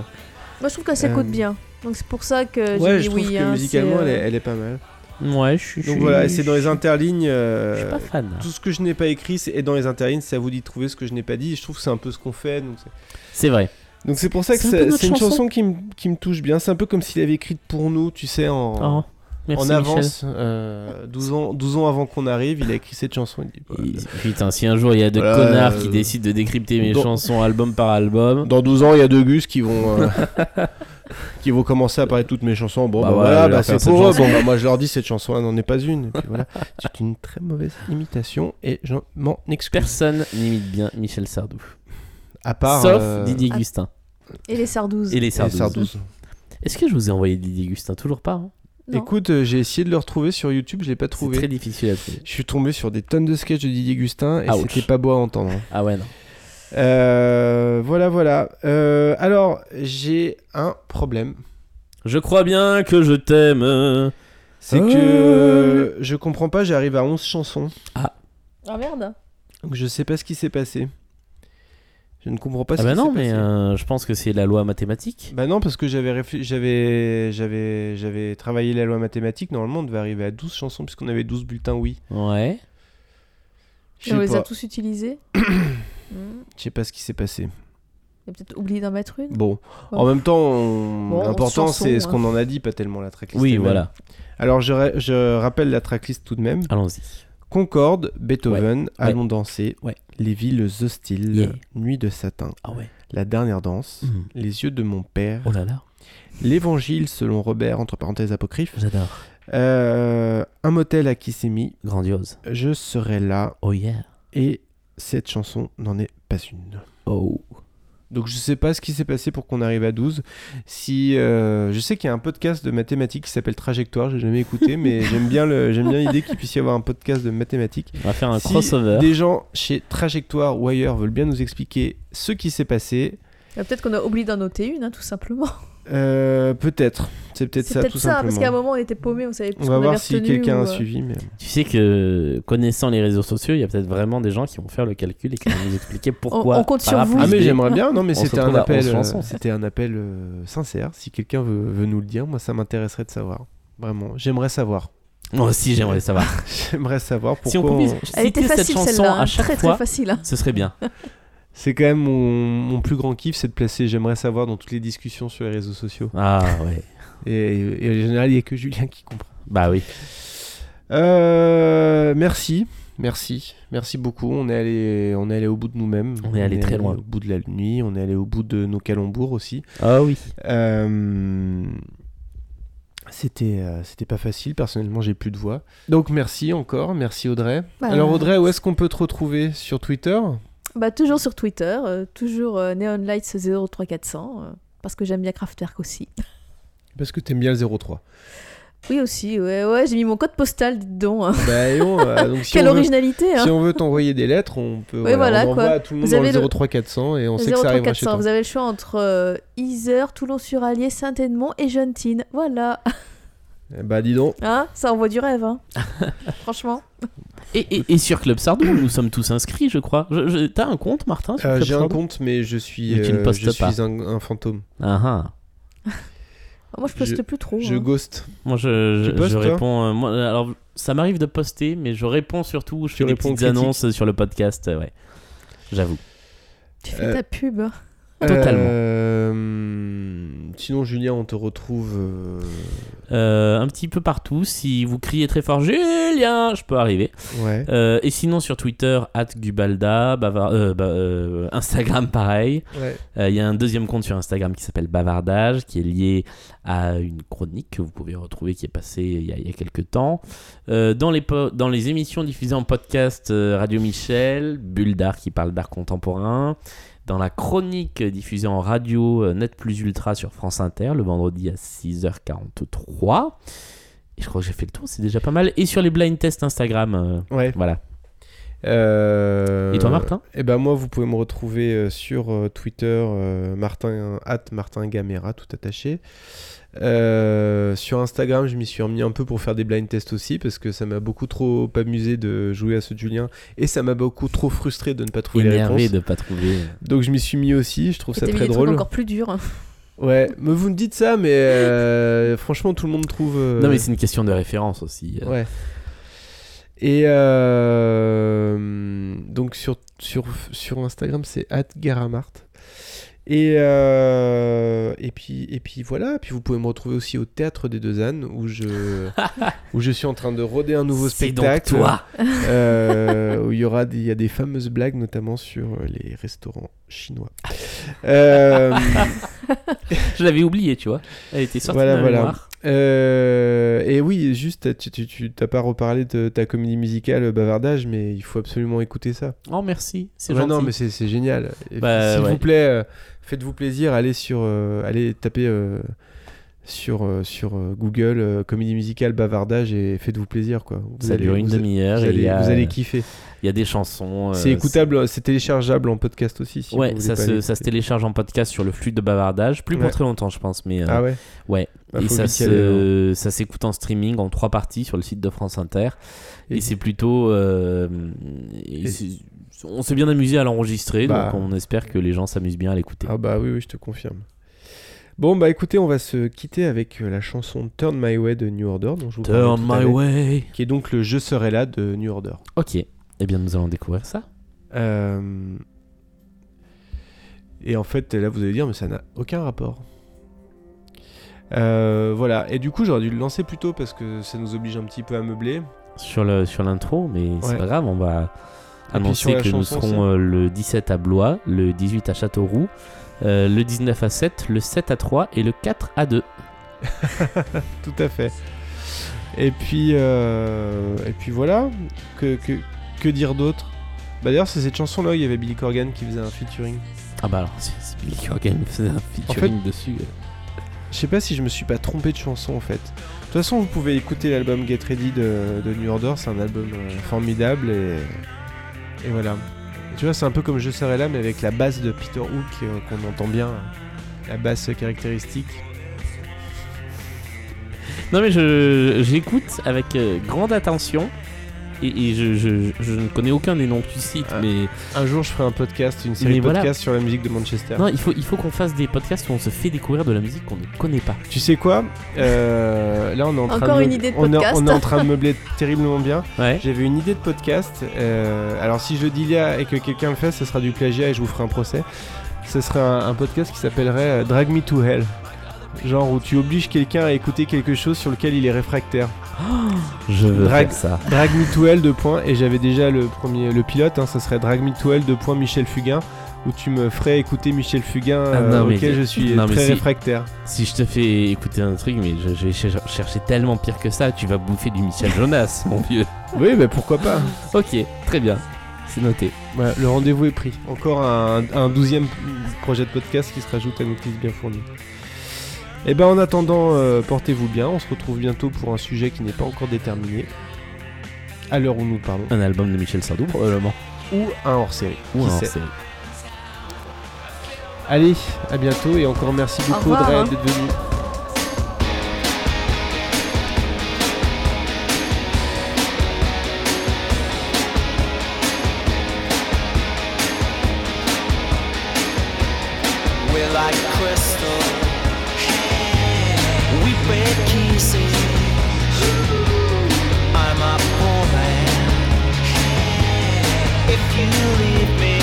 Speaker 4: Moi je trouve qu'elle s'écoute
Speaker 2: euh,
Speaker 4: bien. Donc c'est pour ça que
Speaker 2: ouais,
Speaker 4: j'ai
Speaker 2: je
Speaker 4: dit
Speaker 2: trouve
Speaker 4: oui.
Speaker 2: que
Speaker 4: hein,
Speaker 2: musicalement,
Speaker 4: c'est,
Speaker 2: elle,
Speaker 4: euh,
Speaker 2: est, elle est pas mal.
Speaker 3: Ouais, je suis. je
Speaker 2: Donc
Speaker 3: suis-
Speaker 2: voilà, et c'est dans les
Speaker 3: je-
Speaker 2: interlignes. euh,
Speaker 3: Je suis pas fan.
Speaker 2: Tout ce que je n'ai pas écrit c'est- est dans les interlignes, c'est à vous d'y trouver ce que je n'ai pas dit. Je trouve que c'est un peu ce qu'on fait. Donc c'est-
Speaker 3: C'est vrai.
Speaker 2: donc c'est pour ça que
Speaker 3: C'est un peu
Speaker 2: c'est
Speaker 3: notre
Speaker 2: c'est une
Speaker 3: chanson.
Speaker 2: chanson qui me qui me touche bien. C'est un peu comme s'il avait écrite pour nous, tu sais, en,
Speaker 3: Oh, merci
Speaker 2: en
Speaker 3: Michel.
Speaker 2: avance. euh, 12, ans, 12 ans avant qu'on arrive, il a écrit cette chanson. Il dit, voilà.
Speaker 3: Et- Putain, si un jour il y a deux
Speaker 2: Voilà,
Speaker 3: connards qui
Speaker 2: euh,
Speaker 3: décident de décrypter mes
Speaker 2: dans-
Speaker 3: chansons album par album,
Speaker 2: Dans 12 ans, il y a deux gus qui vont euh, qui vont commencer à parler toutes mes chansons. Bon,
Speaker 3: Bah
Speaker 2: bah,
Speaker 3: voilà, je
Speaker 2: voilà,
Speaker 3: vais leur
Speaker 2: bah,
Speaker 3: faire
Speaker 2: c'est
Speaker 3: cette
Speaker 2: pour eux.
Speaker 3: chanson.
Speaker 2: Bon, bah, moi, je leur dis cette chanson, elle n'en est pas une. Et puis voilà, c'est une très mauvaise imitation et je m'en excuse.
Speaker 3: personne n'imite bien Michel Sardou.
Speaker 2: À part
Speaker 3: Sauf
Speaker 2: euh,
Speaker 3: Didier
Speaker 4: Ah.
Speaker 3: Gustin
Speaker 4: Et les Sardouze.
Speaker 3: et les
Speaker 2: et
Speaker 3: Sardou.
Speaker 2: Sardou.
Speaker 3: Est-ce que je vous ai envoyé Didier Gustin Toujours pas. hein
Speaker 4: Non.
Speaker 2: Écoute, euh, j'ai essayé de le retrouver sur YouTube, je l'ai pas
Speaker 3: c'est
Speaker 2: trouvé.
Speaker 3: très difficile à trouver.
Speaker 2: Je suis tombé sur des tonnes de sketchs de Didier Gustin et
Speaker 3: Ouch.
Speaker 2: c'était pas beau à entendre. hein.
Speaker 3: Ah ouais, non.
Speaker 2: Euh, voilà, voilà. Euh, alors, j'ai un problème.
Speaker 3: Je crois bien que je t'aime.
Speaker 2: C'est
Speaker 3: Ah.
Speaker 2: que euh, je comprends pas, j'arrive à 11 chansons.
Speaker 4: Ah merde.
Speaker 2: Donc je sais pas ce qui s'est passé. Je ne comprends pas ce
Speaker 3: Ah bah
Speaker 2: qui
Speaker 3: non,
Speaker 2: s'est
Speaker 3: mais
Speaker 2: passé.
Speaker 3: euh, je pense que c'est la loi mathématique.
Speaker 2: Bah non, parce que j'avais réfl- j'avais j'avais j'avais travaillé la loi mathématique. Normalement, on devait arriver à 12 chansons puisqu'on avait 12 bulletins oui.
Speaker 3: Ouais.
Speaker 2: Je
Speaker 4: Et on
Speaker 2: sais
Speaker 4: les a
Speaker 2: pas.
Speaker 4: tous utilisés. Hmm.
Speaker 2: Je sais pas ce qui s'est passé.
Speaker 4: J'ai peut-être oublié d'en mettre une.
Speaker 2: Bon, en même temps, on-
Speaker 4: Bon,
Speaker 2: l'important
Speaker 4: chansons,
Speaker 2: c'est ce
Speaker 4: hein.
Speaker 2: qu'on en a dit, pas tellement la tracklist.
Speaker 3: Oui,
Speaker 2: elle-même.
Speaker 3: voilà.
Speaker 2: Alors je, ra- je rappelle la tracklist tout de même.
Speaker 3: Allons-y.
Speaker 2: Concorde, Beethoven, Allons danser,
Speaker 3: Ouais.
Speaker 2: Les villes hostiles,
Speaker 3: Yeah.
Speaker 2: Nuit de satin,
Speaker 3: Ah ouais. Mm.
Speaker 2: La dernière danse,
Speaker 3: Mhm.
Speaker 2: Les yeux de mon père,
Speaker 3: Oh là là,
Speaker 2: L'Évangile selon Robert, entre parenthèses apocryphe,
Speaker 3: j'adore.
Speaker 2: euh, Un motel à Kissimmee,
Speaker 3: Grandiose.
Speaker 2: Je serai là,
Speaker 3: Oh yeah.
Speaker 2: et cette chanson n'en est pas une.
Speaker 3: Oh.
Speaker 2: Donc je sais pas ce qui s'est passé pour qu'on arrive à 12. Si, euh, je sais qu'il y a un podcast de mathématiques qui s'appelle Trajectoire, j'ai jamais écouté, mais j'aime bien le- j'aime bien l'idée qu'il puisse y avoir un podcast de mathématiques.
Speaker 3: On va faire un
Speaker 2: si
Speaker 3: crossover.
Speaker 2: des gens chez Trajectoire ou ailleurs veulent bien nous expliquer ce qui s'est passé,
Speaker 4: Ah, Peut-être qu'on a oublié d'en noter une, hein, tout simplement.
Speaker 2: euh, peut-être. C'est peut-être
Speaker 4: C'est
Speaker 2: ça,
Speaker 4: peut-être
Speaker 2: tout
Speaker 4: ça,
Speaker 2: simplement.
Speaker 4: parce qu'à un moment on était paumé, on savait plus
Speaker 2: on
Speaker 4: ce
Speaker 2: va
Speaker 4: qu'on avait
Speaker 2: voir si
Speaker 4: retenu.
Speaker 2: quelqu'un a
Speaker 4: ou, euh,
Speaker 2: suivi, mais
Speaker 3: Tu sais que connaissant les réseaux sociaux, il y a peut-être vraiment des gens qui vont faire le calcul et qui vont nous expliquer pourquoi.
Speaker 4: on compte
Speaker 3: par
Speaker 4: sur
Speaker 3: A
Speaker 4: vous.
Speaker 3: plus
Speaker 2: Ah mais
Speaker 3: B.
Speaker 2: j'aimerais bien, non mais
Speaker 3: On se
Speaker 2: c'était un
Speaker 3: retrouve à
Speaker 2: appel,
Speaker 3: 11
Speaker 2: euh,
Speaker 3: chansons.
Speaker 2: c'était un appel euh, sincère. Si quelqu'un veut, veut nous le dire, moi ça m'intéresserait de savoir. Vraiment, j'aimerais savoir.
Speaker 3: Moi aussi, Oh, j'aimerais savoir.
Speaker 2: j'aimerais savoir pourquoi.
Speaker 3: si on pouvait
Speaker 2: on-
Speaker 4: Elle était
Speaker 3: citer cette
Speaker 4: facile
Speaker 3: chanson
Speaker 4: celle-là, hein,
Speaker 3: à chaque
Speaker 4: très
Speaker 3: fois,
Speaker 4: très facile. hein.
Speaker 3: ce serait bien.
Speaker 2: C'est quand même mon, mon plus grand kiff, c'est de placer. J'aimerais savoir dans toutes les discussions sur les réseaux sociaux.
Speaker 3: Ah ouais.
Speaker 2: Et, et en général, il n'y a que Julien qui comprend.
Speaker 3: Bah oui.
Speaker 2: Euh, merci, merci, merci beaucoup. On est allé, on est allé au bout de nous-mêmes.
Speaker 3: On est allé très loin.
Speaker 2: Au bout de la nuit, on est allé au bout de nos calembours aussi.
Speaker 3: Ah oui.
Speaker 2: Euh, C'était euh, c'était pas facile, personnellement j'ai plus de voix. Donc merci encore, merci Audrey.
Speaker 4: Bah,
Speaker 2: Alors Audrey, où est-ce qu'on peut te retrouver Sur Twitter
Speaker 4: Bah, toujours sur Twitter, euh, toujours euh, Neon Lights 03400, euh, parce que j'aime bien Kraftwerk aussi.
Speaker 2: Parce que t'aimes bien le 03.
Speaker 4: Oui, aussi, ouais, ouais, j'ai mis mon code postal, dites donc. hein.
Speaker 2: Bah, et on, euh, donc, si
Speaker 4: Quelle
Speaker 2: on veut-
Speaker 4: originalité, hein
Speaker 2: Si on veut t'envoyer des lettres, on peut
Speaker 4: Oui, voilà,
Speaker 2: on envoie
Speaker 4: quoi.
Speaker 2: à tout le monde
Speaker 4: Vous
Speaker 2: dans
Speaker 4: avez
Speaker 2: le
Speaker 4: le-
Speaker 2: 03400 et on sait que ça arrivera chez
Speaker 4: 03400,
Speaker 2: toi.
Speaker 4: vous avez le choix entre euh, Yzeure, Toulon-sur-Allier, Saint-Edmond et Jeune-Tine. Voilà,
Speaker 2: Eh Bah dis donc,
Speaker 4: hein, ça envoie du rêve, hein. Franchement.
Speaker 3: Et, et- et sur Club Sardou, nous sommes tous inscrits, je crois. Je- je- T'as un compte, Martin sur
Speaker 2: Euh,
Speaker 3: Club
Speaker 2: j'ai un
Speaker 3: Sardou
Speaker 2: compte mais je suis,
Speaker 3: Mais tu ne
Speaker 2: euh,
Speaker 3: postes
Speaker 2: je
Speaker 3: pas.
Speaker 2: suis un, un fantôme.
Speaker 3: Ah, ah.
Speaker 4: Moi, je poste
Speaker 2: Je-
Speaker 4: plus trop.
Speaker 2: Je
Speaker 4: hein.
Speaker 2: ghost.
Speaker 3: Moi, je, je-
Speaker 2: Tu postes,
Speaker 3: je
Speaker 2: toi
Speaker 3: réponds. euh, moi, alors, ça m'arrive de poster, mais je réponds surtout. Je fais des
Speaker 2: réponds aux
Speaker 3: petites annonces sur le podcast. euh, ouais, j'avoue.
Speaker 4: Tu fais
Speaker 2: Euh,
Speaker 4: ta pub.
Speaker 3: Totalement.
Speaker 2: Euh, Sinon Julien, on te retrouve euh,
Speaker 3: Euh, un petit peu partout. Si vous criez très fort, Julien, je peux arriver.
Speaker 2: ouais.
Speaker 3: Euh, et sinon, sur Twitter, Gubalda, bavard- euh, bah, euh, Instagram, pareil.
Speaker 2: Ouais.
Speaker 3: Euh, Il y a un deuxième compte sur Instagram qui s'appelle Bavardage, qui est lié à une chronique que vous pouvez retrouver qui est passée il y a, il y a quelques temps. Euh, dans, les po- dans les émissions diffusées en podcast euh, Radio Michel, Bulle d'art qui parle d'art contemporain. Dans la chronique euh, diffusée en radio euh, Net Plus Ultra sur France Inter le vendredi à 6h43. Et je crois que j'ai fait le tour, c'est déjà pas mal. Et sur les blind tests Instagram, euh,
Speaker 2: Ouais.
Speaker 3: voilà.
Speaker 2: Euh,
Speaker 3: Et toi, Martin
Speaker 2: Eh ben moi, vous pouvez me retrouver euh, sur euh, Twitter, euh, Martin at Martin Gamera, tout attaché. Euh, sur Instagram, je m'y suis remis un peu pour faire des blind tests aussi, parce que ça m'a beaucoup trop amusé de jouer à ce Julien, et ça m'a beaucoup trop frustré de ne pas trouver les
Speaker 3: Énervé
Speaker 2: réponses.
Speaker 3: de pas trouver.
Speaker 2: Donc je m'y suis mis aussi, je trouve
Speaker 4: Et
Speaker 2: ça
Speaker 4: t'as mis
Speaker 2: très
Speaker 4: des
Speaker 2: drôle.
Speaker 4: trucs encore plus durs.
Speaker 2: Ouais, mais vous me dites ça, mais euh, franchement, tout le monde trouve. euh,
Speaker 3: Non, mais c'est une question de référence aussi. euh.
Speaker 2: Ouais. Et euh, donc sur, sur, sur Instagram, c'est @garamart. Et, euh, et, puis, et puis voilà, puis vous pouvez me retrouver aussi au Théâtre des Deux Ânes où je, où je suis en train de roder un nouveau
Speaker 3: C'est donc
Speaker 2: spectacle.
Speaker 3: toi.
Speaker 2: euh, où il y, aura des- il y a des fameuses blagues, notamment sur les restaurants chinois. Euh,
Speaker 3: Je l'avais oublié, tu vois. Elle était sortie
Speaker 2: Voilà,
Speaker 3: de ma
Speaker 2: voilà.
Speaker 3: mémoire.
Speaker 2: Euh, et oui, juste, tu- tu tu- t'as pas reparlé de ta comédie musicale euh, Bavardage, mais il faut absolument écouter ça.
Speaker 3: Oh, merci. C'est
Speaker 2: Ouais,
Speaker 3: gentil.
Speaker 2: non, mais c'est c'est génial. Et
Speaker 3: Bah,
Speaker 2: S'il
Speaker 3: ouais.
Speaker 2: vous plaît, euh, faites-vous plaisir, allez sur, euh, allez taper euh, sur euh, sur euh, Google euh, comédie musicale Bavardage et faites-vous plaisir quoi. Vous
Speaker 3: Ça
Speaker 2: allez-
Speaker 3: dure une
Speaker 2: vous a-
Speaker 3: demi-heure.
Speaker 2: Vous
Speaker 3: et Il
Speaker 2: allez,
Speaker 3: y, a-
Speaker 2: vous allez kiffer.
Speaker 3: il y a des chansons. euh,
Speaker 2: c'est écoutable, c'est téléchargeable en podcast aussi. si vous
Speaker 3: Ouais,
Speaker 2: voulez
Speaker 3: ça
Speaker 2: pas
Speaker 3: se,
Speaker 2: aller
Speaker 3: ça se
Speaker 2: écouter.
Speaker 3: télécharge en podcast sur le flux de bavardage. Plus
Speaker 2: Ouais.
Speaker 3: pour très longtemps, je pense. Mais, euh,
Speaker 2: Ah ouais.
Speaker 3: ouais.
Speaker 2: Bah,
Speaker 3: et
Speaker 2: faut
Speaker 3: ça
Speaker 2: vite y aller, hein. alors.
Speaker 3: se- ça s'écoute en streaming en trois parties sur le site de France Inter. Et,
Speaker 2: Et-
Speaker 3: c'est plutôt. euh, et
Speaker 2: Et-
Speaker 3: c'est- on s'est bien amusé à l'enregistrer,
Speaker 2: Bah.
Speaker 3: donc on espère que les gens s'amusent bien à l'écouter.
Speaker 2: Ah bah oui, oui, je te confirme. Bon bah écoutez, on va se quitter avec euh, la chanson Turn My Way de New Order, dont je vous parlais
Speaker 3: Turn
Speaker 2: tout à
Speaker 3: my
Speaker 2: l'heure,
Speaker 3: way.
Speaker 2: qui est donc le Je serai là de New Order.
Speaker 3: Ok. Eh bien, nous allons découvrir ça.
Speaker 2: Euh, Et en fait, là vous allez dire, mais ça n'a aucun rapport. Euh, voilà, et du coup j'aurais dû le lancer plus tôt parce que ça nous oblige un petit peu à meubler.
Speaker 3: sur le sur l'intro, mais c'est
Speaker 2: Ouais.
Speaker 3: pas grave, on va
Speaker 2: puis sur
Speaker 3: annoncer
Speaker 2: la
Speaker 3: que nous
Speaker 2: chanson,
Speaker 3: serons euh, le 17 à Blois, le 18 à Châteauroux, euh, le 19 à 7, le 7 à 3 et le 4 à 2.
Speaker 2: Tout à fait. Et puis, euh, et puis voilà, que, que, que dire d'autre Bah d'ailleurs c'est cette chanson là, il y avait Billy Corgan qui faisait un featuring.
Speaker 3: Ah bah alors, c'est c'est Billy Corgan qui faisait un featuring dessus. euh.
Speaker 2: Je sais pas si je me suis pas trompé de chanson en fait. De toute façon, vous pouvez écouter l'album Get Ready de, de New Order, c'est un album euh, formidable et, et voilà. Et tu vois, c'est un peu comme Je serai là, mais avec la basse de Peter Hook euh, qu'on entend bien, la basse caractéristique.
Speaker 3: Non mais je j'écoute avec euh, grande attention et, et je, je- je ne connais aucun des noms que tu cites,
Speaker 2: Ah.
Speaker 3: mais
Speaker 2: Un jour, je ferai un podcast, une série
Speaker 3: Mais
Speaker 2: de
Speaker 3: voilà.
Speaker 2: podcasts sur la musique de Manchester.
Speaker 3: non, il faut il faut qu'on fasse des podcasts où on se fait découvrir de la musique qu'on ne connaît pas.
Speaker 2: Tu sais quoi Euh, Là, on est en train
Speaker 4: Encore
Speaker 2: de
Speaker 4: une
Speaker 2: meubler-
Speaker 4: idée de
Speaker 2: on est-
Speaker 4: podcast.
Speaker 2: on est en train de meubler terriblement bien.
Speaker 3: Ouais.
Speaker 2: J'avais une idée de podcast. euh, alors, si je dis là et que quelqu'un le fait, ce sera du plagiat et je vous ferai un procès. Ce serait un, un podcast qui s'appellerait euh, Drag Me to Hell. Genre où tu obliges quelqu'un à écouter quelque chose sur lequel il est réfractaire.
Speaker 3: Je veux
Speaker 2: Drag-
Speaker 3: faire ça.
Speaker 2: Drag Me to Hell, deux points. Et j'avais déjà le premier, le pilote, hein, ça serait Drag Me to Hell, deux points, Michel Fugain. Où tu me ferais écouter Michel Fugain,
Speaker 3: Ah,
Speaker 2: euh,
Speaker 3: non, mais-
Speaker 2: auquel je suis
Speaker 3: non, mais
Speaker 2: très
Speaker 3: si.
Speaker 2: réfractaire.
Speaker 3: Si je te fais écouter un truc, mais je, je vais cher- chercher tellement pire que ça, tu vas bouffer du Michel Jonas, mon vieux.
Speaker 2: Oui, mais pourquoi pas
Speaker 3: Ok, très bien. C'est noté.
Speaker 2: Voilà, le rendez-vous est pris. Encore un, un douzième projet de podcast qui se rajoute à notre liste bien fournie. Et ben en attendant, euh, portez-vous bien. On se retrouve bientôt pour un sujet qui n'est pas encore déterminé. À l'heure où nous parlons.
Speaker 3: Un album de Michel Sardou, probablement.
Speaker 2: Ou un hors-série.
Speaker 3: Ou
Speaker 2: Qui
Speaker 3: un
Speaker 2: sait.
Speaker 3: hors-série.
Speaker 2: Allez, à bientôt et encore merci beaucoup
Speaker 4: revoir,
Speaker 2: Audrey
Speaker 4: hein.
Speaker 2: d'être venue.
Speaker 12: We're like crystal. We break kisses. I'm a poor man. If you leave me,